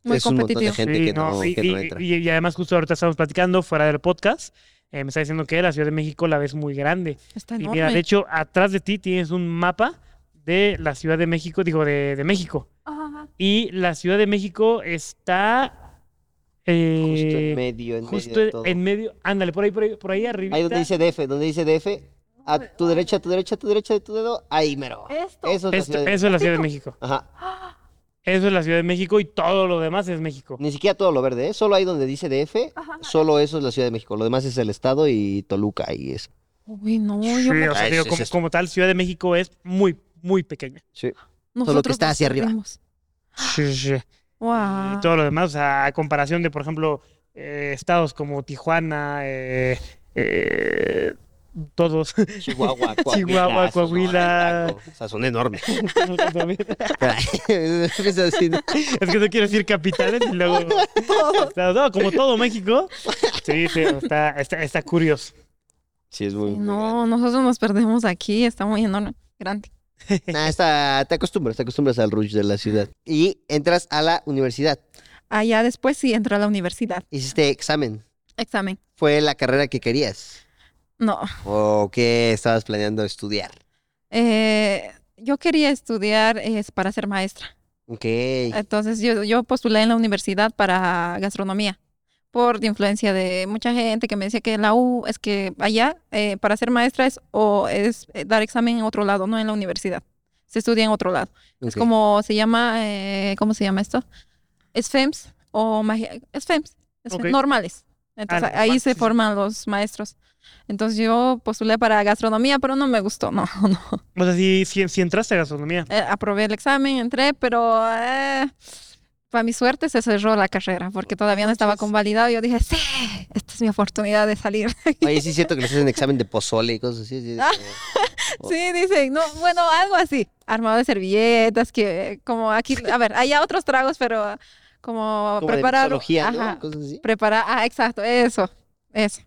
[SPEAKER 3] Muy
[SPEAKER 2] es un montón de
[SPEAKER 3] competitivo.
[SPEAKER 2] gente
[SPEAKER 1] Sí,
[SPEAKER 2] que no,
[SPEAKER 1] no, y,
[SPEAKER 2] que
[SPEAKER 1] y-
[SPEAKER 2] no entra.
[SPEAKER 1] y- y además justo ahorita estamos platicando fuera del podcast. eh, me está diciendo que la Ciudad de México la ves muy grande.
[SPEAKER 3] Está
[SPEAKER 1] Y
[SPEAKER 3] enorme.
[SPEAKER 1] mira, de hecho, atrás de ti tienes un mapa de la Ciudad de México, digo, de, de México.
[SPEAKER 3] Ajá.
[SPEAKER 1] Y la Ciudad de México está
[SPEAKER 2] justo en
[SPEAKER 1] eh,
[SPEAKER 2] medio, en
[SPEAKER 1] justo
[SPEAKER 2] medio de
[SPEAKER 1] en-
[SPEAKER 2] todo.
[SPEAKER 1] en medio. Ándale, por ahí, por ahí, por ahí arriba.
[SPEAKER 2] Ahí donde dice DF, donde dice DF, a tu derecha, a tu derecha, a tu derecha de tu dedo, ahí mero.
[SPEAKER 3] Esto.
[SPEAKER 2] Eso es la Ciudad de-
[SPEAKER 1] eso es la Ciudad de México.
[SPEAKER 2] Ajá.
[SPEAKER 1] Eso es la Ciudad de México y todo lo demás es México.
[SPEAKER 2] Ni siquiera todo lo verde, ¿eh? solo ahí donde dice DF,
[SPEAKER 3] Ajá.
[SPEAKER 2] solo eso es la Ciudad de México. Lo demás es el Estado y Toluca y eso.
[SPEAKER 3] Uy, no,
[SPEAKER 1] Sí,
[SPEAKER 3] yo me-
[SPEAKER 1] o sea,
[SPEAKER 2] Ah,
[SPEAKER 1] digo,
[SPEAKER 2] es-
[SPEAKER 1] como,
[SPEAKER 2] es-
[SPEAKER 1] como tal, Ciudad de México es muy, muy pequeña.
[SPEAKER 2] Sí.
[SPEAKER 3] nosotros
[SPEAKER 2] que está
[SPEAKER 3] nos
[SPEAKER 2] hacia arriba.
[SPEAKER 3] perdimos.
[SPEAKER 1] Sí, sí, sí.
[SPEAKER 3] Guau.
[SPEAKER 1] y todo lo demás. O sea, a comparación de, por ejemplo, eh, estados como Tijuana, eh, eh, todos. *laughs*
[SPEAKER 2] *laughs* Chihuahua,
[SPEAKER 1] Chihuahua,
[SPEAKER 2] Coahuila.
[SPEAKER 1] Coahuila.
[SPEAKER 2] Sonora, Hidalgo. O sea, son
[SPEAKER 3] *laughs*
[SPEAKER 2] enormes.
[SPEAKER 1] es
[SPEAKER 2] *laughs* Es así, ¿no?
[SPEAKER 1] que no quiero decir capitales y luego. estados. No, como todo México. Sí, sí, está, está, está curioso.
[SPEAKER 2] Sí, es muy.
[SPEAKER 3] Sí,
[SPEAKER 2] muy
[SPEAKER 3] No, nosotros nos perdemos aquí, está muy enorme.
[SPEAKER 2] grande.
[SPEAKER 3] Grande.
[SPEAKER 2] *laughs* Nah, está- te acostumbras, te acostumbras al rush de la ciudad. Y entras a la universidad.
[SPEAKER 3] Allá después sí entró a la universidad.
[SPEAKER 2] Hiciste examen.
[SPEAKER 3] Examen.
[SPEAKER 2] ¿Fue la carrera que querías?
[SPEAKER 3] No.
[SPEAKER 2] ¿O qué estabas planeando estudiar?
[SPEAKER 3] Eh, yo quería estudiar eh, para ser maestra.
[SPEAKER 2] Ok.
[SPEAKER 3] Entonces yo, yo postulé en la universidad para gastronomía por influencia de mucha gente que me decía que la U es que allá eh, para ser maestra es o es eh, dar examen en otro lado, no en la universidad. Se estudia en otro lado. Es
[SPEAKER 2] ok.
[SPEAKER 3] como *laughs* se llama, eh, ¿cómo se llama esto? SFEMS o magi- SFEMS,
[SPEAKER 1] Ok.
[SPEAKER 3] SFEMS, normales. Entonces
[SPEAKER 1] Ah, no,
[SPEAKER 3] ahí
[SPEAKER 1] mames,
[SPEAKER 3] se
[SPEAKER 1] sí, sí.
[SPEAKER 3] forman los maestros. Entonces yo postulé para gastronomía, pero no me gustó, no, *laughs* no.
[SPEAKER 1] O sea, si, si, si entraste a gastronomía.
[SPEAKER 3] Eh, aprobé el examen, entré, pero eh, para mi suerte se cerró la carrera porque todavía no estaba convalidado. Yo dije, sí, esta es mi oportunidad de salir.
[SPEAKER 2] Oye, sí es cierto que les hacen examen de pozole y cosas así. así de-
[SPEAKER 3] Ah.
[SPEAKER 2] Oh.
[SPEAKER 3] Sí, dicen, no, bueno, algo así, armado de servilletas, que eh, como aquí, a ver, hay otros tragos, pero ah, como,
[SPEAKER 2] como de
[SPEAKER 3] preparar,
[SPEAKER 2] mixología, ¿no?
[SPEAKER 3] ajá,
[SPEAKER 2] Cosas así.
[SPEAKER 3] preparar, ah, exacto, eso, eso.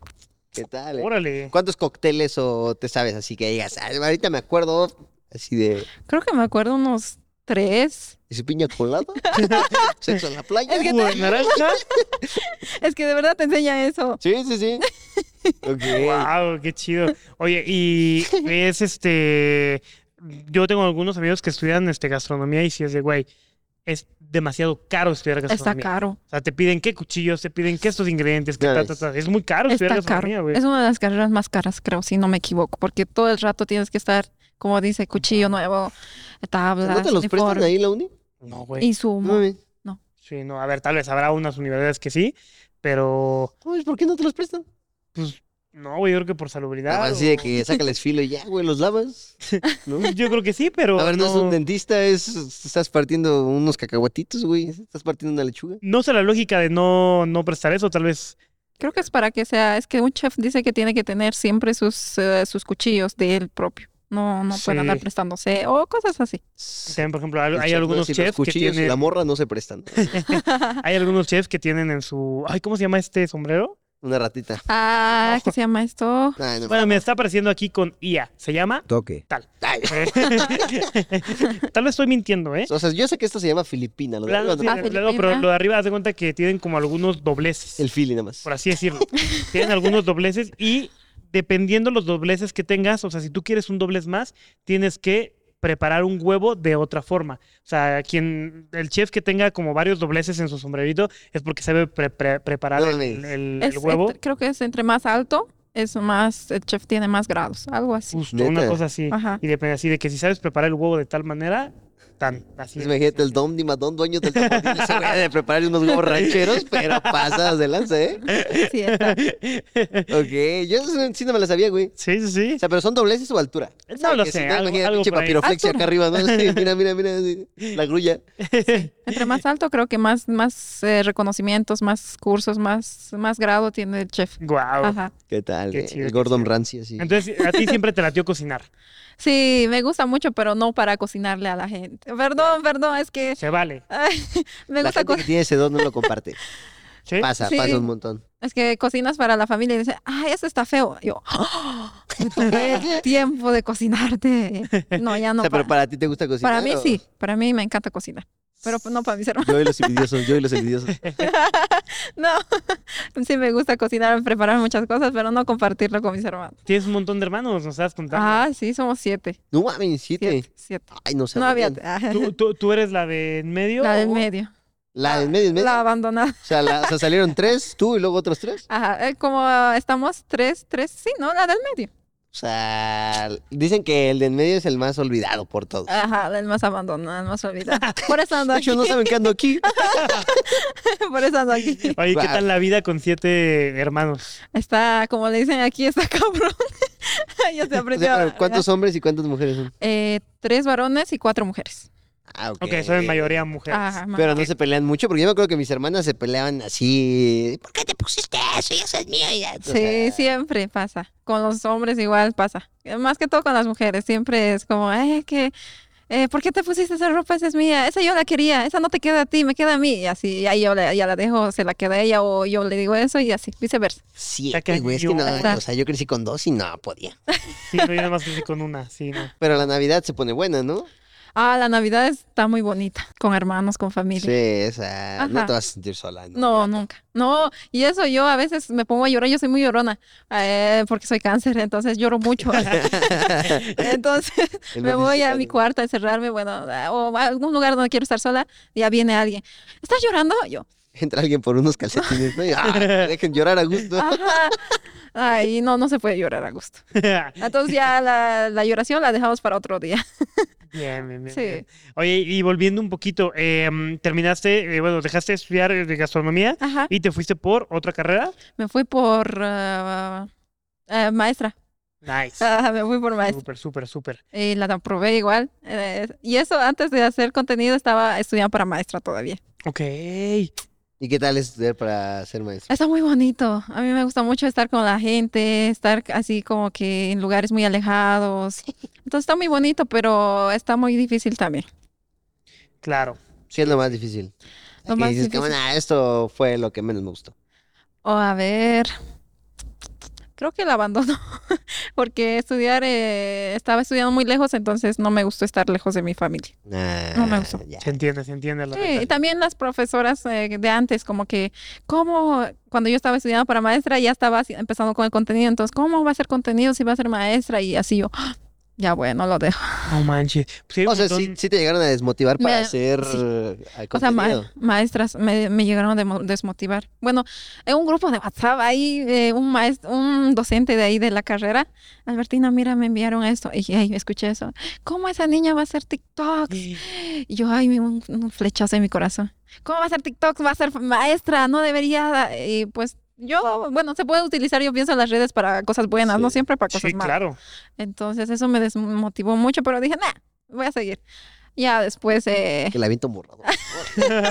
[SPEAKER 2] ¿Qué tal? eh?
[SPEAKER 1] Órale.
[SPEAKER 2] ¿Cuántos cócteles o te sabes? Así que digas, "Ah, ahorita me acuerdo así de...
[SPEAKER 3] Creo que me acuerdo unos tres.
[SPEAKER 2] ¿Y su piña
[SPEAKER 1] *laughs*
[SPEAKER 2] colada? ¿Sexo en la playa?
[SPEAKER 3] Es que
[SPEAKER 1] Jugo de naranja.
[SPEAKER 3] Es que de verdad te enseña eso.
[SPEAKER 2] Sí, sí, sí.
[SPEAKER 1] *laughs*
[SPEAKER 2] Ok.
[SPEAKER 1] Wow, qué chido. Oye, y es este. Yo tengo algunos amigos que estudian este, gastronomía y si es de güey, es demasiado caro estudiar
[SPEAKER 3] Está
[SPEAKER 1] gastronomía.
[SPEAKER 3] caro,
[SPEAKER 1] O sea, te piden qué cuchillos, te piden qué estos ingredientes, qué
[SPEAKER 2] Ya
[SPEAKER 1] ta,
[SPEAKER 2] ves.
[SPEAKER 1] ta, ta. Es muy caro estudiar
[SPEAKER 3] está
[SPEAKER 1] gastronomía,
[SPEAKER 3] caro.
[SPEAKER 1] güey.
[SPEAKER 3] Es una de las carreras más caras, creo, si no me equivoco, porque todo el rato tienes que estar, como dice, cuchillo nuevo, tablas,
[SPEAKER 2] ¿No te los prestan
[SPEAKER 3] uniforme,
[SPEAKER 2] ahí en la uni?
[SPEAKER 1] No, güey.
[SPEAKER 3] y
[SPEAKER 2] No
[SPEAKER 3] sumo.
[SPEAKER 2] mames.
[SPEAKER 1] Sí, no, a ver, tal vez habrá unas universidades que sí, pero
[SPEAKER 2] No mames, ¿Por qué no te los prestan?
[SPEAKER 1] no, güey, yo creo que por salubridad.
[SPEAKER 2] Nada más así Ah, de
[SPEAKER 1] o-
[SPEAKER 2] que sácales filo y ya, güey, los lavas. ¿no?
[SPEAKER 1] Yo creo que sí, pero.
[SPEAKER 2] A ver, no es un
[SPEAKER 1] no,
[SPEAKER 2] dentista, es estás partiendo unos cacahuatitos, güey. Estás partiendo una lechuga.
[SPEAKER 1] no sé la lógica de no, no prestar eso, tal vez.
[SPEAKER 3] Creo que es para que sea, es que un chef dice que tiene que tener siempre sus, eh, sus cuchillos de él propio. No, no puede andar
[SPEAKER 1] Sí.
[SPEAKER 3] prestándose o cosas
[SPEAKER 1] *laughs*
[SPEAKER 3] así.
[SPEAKER 1] También, por ejemplo, hay,
[SPEAKER 2] El
[SPEAKER 1] hay
[SPEAKER 2] chef, ¿no?
[SPEAKER 1] algunos
[SPEAKER 2] Si los
[SPEAKER 1] chefs que
[SPEAKER 2] cuchillos y
[SPEAKER 1] tienen.
[SPEAKER 2] La morra no se prestan.
[SPEAKER 1] Hay algunos chefs que tienen en su. Ay, ¿cómo se llama este sombrero? *laughs*
[SPEAKER 2] Una ratita.
[SPEAKER 3] Ah, ¿qué se llama esto?
[SPEAKER 2] Ay, no.
[SPEAKER 1] Bueno, me está apareciendo aquí con IA. Se
[SPEAKER 2] *laughs*
[SPEAKER 1] llama.
[SPEAKER 6] Toque.
[SPEAKER 2] Ay.
[SPEAKER 1] Tal vez estoy mintiendo, ¿eh?
[SPEAKER 2] O sea, yo sé que esto se llama Filipina. Lo de
[SPEAKER 1] Claro,
[SPEAKER 2] arriba,
[SPEAKER 1] sí,
[SPEAKER 2] ¿no?
[SPEAKER 3] Ah, Filipina.
[SPEAKER 1] claro, pero lo de arriba, haz de cuenta que tienen como algunos dobleces,
[SPEAKER 2] El fili nada más.
[SPEAKER 1] por así decirlo. tienen algunos dobleces y dependiendo los dobleces que tengas, o sea, si tú quieres un doblez más, tienes que preparar un huevo de otra forma. O sea, quien el chef que tenga como varios dobleces en su sombrerito es porque sabe pre- pre- preparar
[SPEAKER 2] No
[SPEAKER 1] el,
[SPEAKER 2] mames.
[SPEAKER 1] el- el
[SPEAKER 3] Es
[SPEAKER 1] huevo.
[SPEAKER 3] entre- creo que es entre más alto, es más, el chef tiene más grados, algo así.
[SPEAKER 1] Justo, una
[SPEAKER 2] Neta.
[SPEAKER 1] cosa así.
[SPEAKER 3] Ajá.
[SPEAKER 1] Y depende así de que si sabes preparar el huevo de tal manera, tan así.
[SPEAKER 2] Pues imagínate el Dom Di Madón, dueño del tamboril, ese güey ha de prepararle unos huevos rancheros, pero pasadas de lanza, ¿eh?
[SPEAKER 3] Sí, está.
[SPEAKER 2] Ok, yo eso sí no me la sabía, güey.
[SPEAKER 1] Sí, sí, sí.
[SPEAKER 2] O sea, pero son dobleces o altura.
[SPEAKER 1] No lo
[SPEAKER 2] Que
[SPEAKER 1] sé.
[SPEAKER 2] si
[SPEAKER 1] algo-
[SPEAKER 2] imagínate,
[SPEAKER 1] algo
[SPEAKER 2] pinche
[SPEAKER 1] por ahí. Ah,
[SPEAKER 2] papiroflexia acá
[SPEAKER 3] Altura.
[SPEAKER 2] arriba, ¿no? Sí, mira, mira, mira, sí, la grulla.
[SPEAKER 3] Entre más alto, creo que más, más eh, reconocimientos, más cursos, más, más grado tiene el chef.
[SPEAKER 1] Guau.
[SPEAKER 3] Ajá.
[SPEAKER 2] ¿Qué tal?
[SPEAKER 1] Qué
[SPEAKER 2] eh?
[SPEAKER 1] chido,
[SPEAKER 2] el
[SPEAKER 1] qué
[SPEAKER 2] Gordon
[SPEAKER 1] chido.
[SPEAKER 2] Ramsay, así.
[SPEAKER 1] Entonces, a ti siempre te latió cocinar.
[SPEAKER 3] Sí, me gusta mucho, pero no para cocinarle a la gente. Perdón, perdón, es que
[SPEAKER 1] Se vale.
[SPEAKER 2] la gente
[SPEAKER 3] me gusta
[SPEAKER 2] que
[SPEAKER 3] cocinar.
[SPEAKER 2] tiene ese don no lo comparte.
[SPEAKER 1] ¿Sí?
[SPEAKER 2] Pasa,
[SPEAKER 3] Sí.
[SPEAKER 2] pasa un montón.
[SPEAKER 3] Es que cocinas para la familia y dicen, ay, ese está feo. Yo, "Ah, me
[SPEAKER 2] *laughs*
[SPEAKER 3] tomé tiempo de cocinarte. No, ya no.
[SPEAKER 2] o sea, *laughs* pero
[SPEAKER 3] para,
[SPEAKER 2] para ti te gusta cocinar.
[SPEAKER 3] para mí
[SPEAKER 2] o-
[SPEAKER 3] sí, para mí me encanta cocinar. Pero pues no para mis hermanos. *laughs*
[SPEAKER 2] Yo y los envidiosos, yo y los envidiosos.
[SPEAKER 3] No, sí me gusta cocinar, preparar muchas cosas, pero no compartirlo con mis hermanos.
[SPEAKER 1] Tienes un montón de hermanos, nos estás contando.
[SPEAKER 3] Ah, sí, somos siete.
[SPEAKER 2] No mames, siete.
[SPEAKER 3] Siete, siete.
[SPEAKER 2] Ay, no sé.
[SPEAKER 3] No había. ah,
[SPEAKER 1] ¿Tú, tú, tú eres la de en medio?
[SPEAKER 3] La del
[SPEAKER 1] o-
[SPEAKER 3] medio.
[SPEAKER 2] La del medio, en medio.
[SPEAKER 3] La abandonada.
[SPEAKER 2] O, sea, la- o sea, salieron tres, tú y luego otros tres.
[SPEAKER 3] Ajá, eh, como ah, estamos tres, tres, sí, ¿no? La del medio.
[SPEAKER 2] O sea, dicen que el de en medio es el más olvidado por todos.
[SPEAKER 3] Ajá, la del más abandonada, el más olvidado.
[SPEAKER 2] *laughs*
[SPEAKER 3] Por eso ando
[SPEAKER 2] De
[SPEAKER 3] aquí,
[SPEAKER 2] hecho, no saben que ando *laughs* aquí.
[SPEAKER 3] *laughs* por eso ando aquí.
[SPEAKER 1] Oye, ¿qué
[SPEAKER 2] Guau.
[SPEAKER 1] tal la vida con siete hermanos?
[SPEAKER 3] Está, como le dicen aquí, está cabrón. *laughs* ya
[SPEAKER 2] *laughs*
[SPEAKER 3] se
[SPEAKER 2] O
[SPEAKER 3] aprendió.
[SPEAKER 2] sea, pero ¿Cuántos hombres y cuántas mujeres son?
[SPEAKER 3] Eh, tres varones y cuatro mujeres.
[SPEAKER 2] Ah, ok.
[SPEAKER 1] Ok, son en mayoría mujeres.
[SPEAKER 3] Ajá, ma-
[SPEAKER 2] Pero no se pelean mucho, porque yo me acuerdo que mis hermanas se peleaban así. ¿Por qué te pusiste eso? Y eso es mío. Y ya, o
[SPEAKER 3] Sí,
[SPEAKER 2] sea,
[SPEAKER 3] siempre pasa. Con los hombres igual pasa. Eh, Más que todo con las mujeres. Siempre es como, eh, que, eh, ¿por qué te pusiste esa ropa? Esa es mía. Esa yo la quería. Esa no te queda a ti, me queda a mí. Y así, y ahí yo la- ya la dejo, se la queda a ella o yo le digo eso y así, viceversa.
[SPEAKER 2] Siete, güey. Es que
[SPEAKER 1] Está
[SPEAKER 2] no, o sea, yo crecí con dos y no podía.
[SPEAKER 1] Sí, no, yo nada más crecí con una, sí,
[SPEAKER 3] *laughs*
[SPEAKER 1] no.
[SPEAKER 2] Pero la Navidad se pone buena, ¿no?
[SPEAKER 3] Ah, la Navidad está muy bonita. Con hermanos, con familia.
[SPEAKER 2] Sí, o sea, no
[SPEAKER 3] Ajá.
[SPEAKER 2] te vas a sentir sola. ¿no?
[SPEAKER 3] No, nunca. No, y eso yo a veces me pongo a llorar, yo soy muy llorona, eh, porque soy cáncer, entonces lloro
[SPEAKER 2] *laughs*
[SPEAKER 3] mucho. entonces
[SPEAKER 2] *laughs* El
[SPEAKER 3] me voy a
[SPEAKER 2] Francisco,
[SPEAKER 3] mi
[SPEAKER 2] ¿no?
[SPEAKER 3] cuarto a encerrarme, bueno, o a algún lugar donde quiero estar sola, ya viene alguien. ¿Estás llorando? Yo.
[SPEAKER 2] Entra alguien por unos calcetines, ¿no? Y,
[SPEAKER 3] *laughs*
[SPEAKER 2] ah, te dejen llorar a gusto.
[SPEAKER 3] Ajá. Ay, no, no se puede llorar a gusto. Entonces ya la, la lloración la dejamos para otro día.
[SPEAKER 1] Bien, bien, bien,
[SPEAKER 3] Sí.
[SPEAKER 1] bien. Oye, y volviendo un poquito, em, terminaste, eh, bueno, dejaste de estudiar eh, de gastronomía
[SPEAKER 3] Ajá.
[SPEAKER 1] y te fuiste por otra carrera.
[SPEAKER 3] Me fui por ah, ah, maestra.
[SPEAKER 1] Nice.
[SPEAKER 3] Ajá, me fui por maestra.
[SPEAKER 1] Súper, súper, súper.
[SPEAKER 3] Y la aprobé igual. eh, y eso antes de hacer contenido estaba estudiando para maestra todavía.
[SPEAKER 1] Ok.
[SPEAKER 2] ¿Y qué tal estudiar para ser maestro?
[SPEAKER 3] Está muy bonito. A mí me gusta mucho estar con la gente, estar así como que en lugares muy
[SPEAKER 1] *laughs*
[SPEAKER 3] alejados. Entonces está muy bonito, pero está muy difícil también.
[SPEAKER 1] Claro.
[SPEAKER 2] Sí, es lo más difícil.
[SPEAKER 3] Lo
[SPEAKER 2] Que
[SPEAKER 3] más
[SPEAKER 2] dices, como,
[SPEAKER 3] difícil.
[SPEAKER 2] "Nah, esto fue lo que menos me gustó.
[SPEAKER 3] O a ver, creo que la abandono *laughs* porque estudiar, eh, estaba estudiando muy lejos, entonces no me gustó estar lejos de mi familia. No me gustó.
[SPEAKER 2] Ah, ya.
[SPEAKER 1] Se entiende, se entiende. La
[SPEAKER 3] Sí,
[SPEAKER 1] neta.
[SPEAKER 3] y también las profesoras eh, de antes, como que, ¿cómo? Cuando yo estaba estudiando para maestra, ya estaba así- empezando con el contenido, entonces, ¿cómo va a ser contenido si va a ser maestra? Y así yo, *gasps* "Ah, ya bueno, lo dejo.
[SPEAKER 1] No manches. Pues sí, hay un
[SPEAKER 2] O sea, sí,
[SPEAKER 1] montón-
[SPEAKER 2] sí te llegaron a desmotivar para
[SPEAKER 3] Me-
[SPEAKER 2] hacer
[SPEAKER 3] sí.
[SPEAKER 2] eh,
[SPEAKER 3] O sea, ma-
[SPEAKER 2] contenido.
[SPEAKER 3] maestras me, me llegaron a demo- desmotivar. Bueno, en un grupo de WhatsApp ahí, eh, un maestro, un docente de ahí de la carrera, Albertina, mira, me enviaron esto. Y ahí escuché eso. ¿Cómo esa niña va a hacer TikToks? Y yo, ay, me- un, un flechazo en mi corazón. ¿Cómo va a ser TikTok? Va a ser maestra, no debería. Y pues yo, bueno, se puede utilizar, yo pienso, las redes para cosas buenas,
[SPEAKER 2] Sí.
[SPEAKER 3] no siempre para cosas
[SPEAKER 1] Sí,
[SPEAKER 3] malas.
[SPEAKER 1] claro.
[SPEAKER 3] Entonces eso me desmotivó mucho, pero dije, nah, voy a seguir. Ya después, eh,
[SPEAKER 2] Que la aviento un
[SPEAKER 3] *laughs*
[SPEAKER 2] borrador.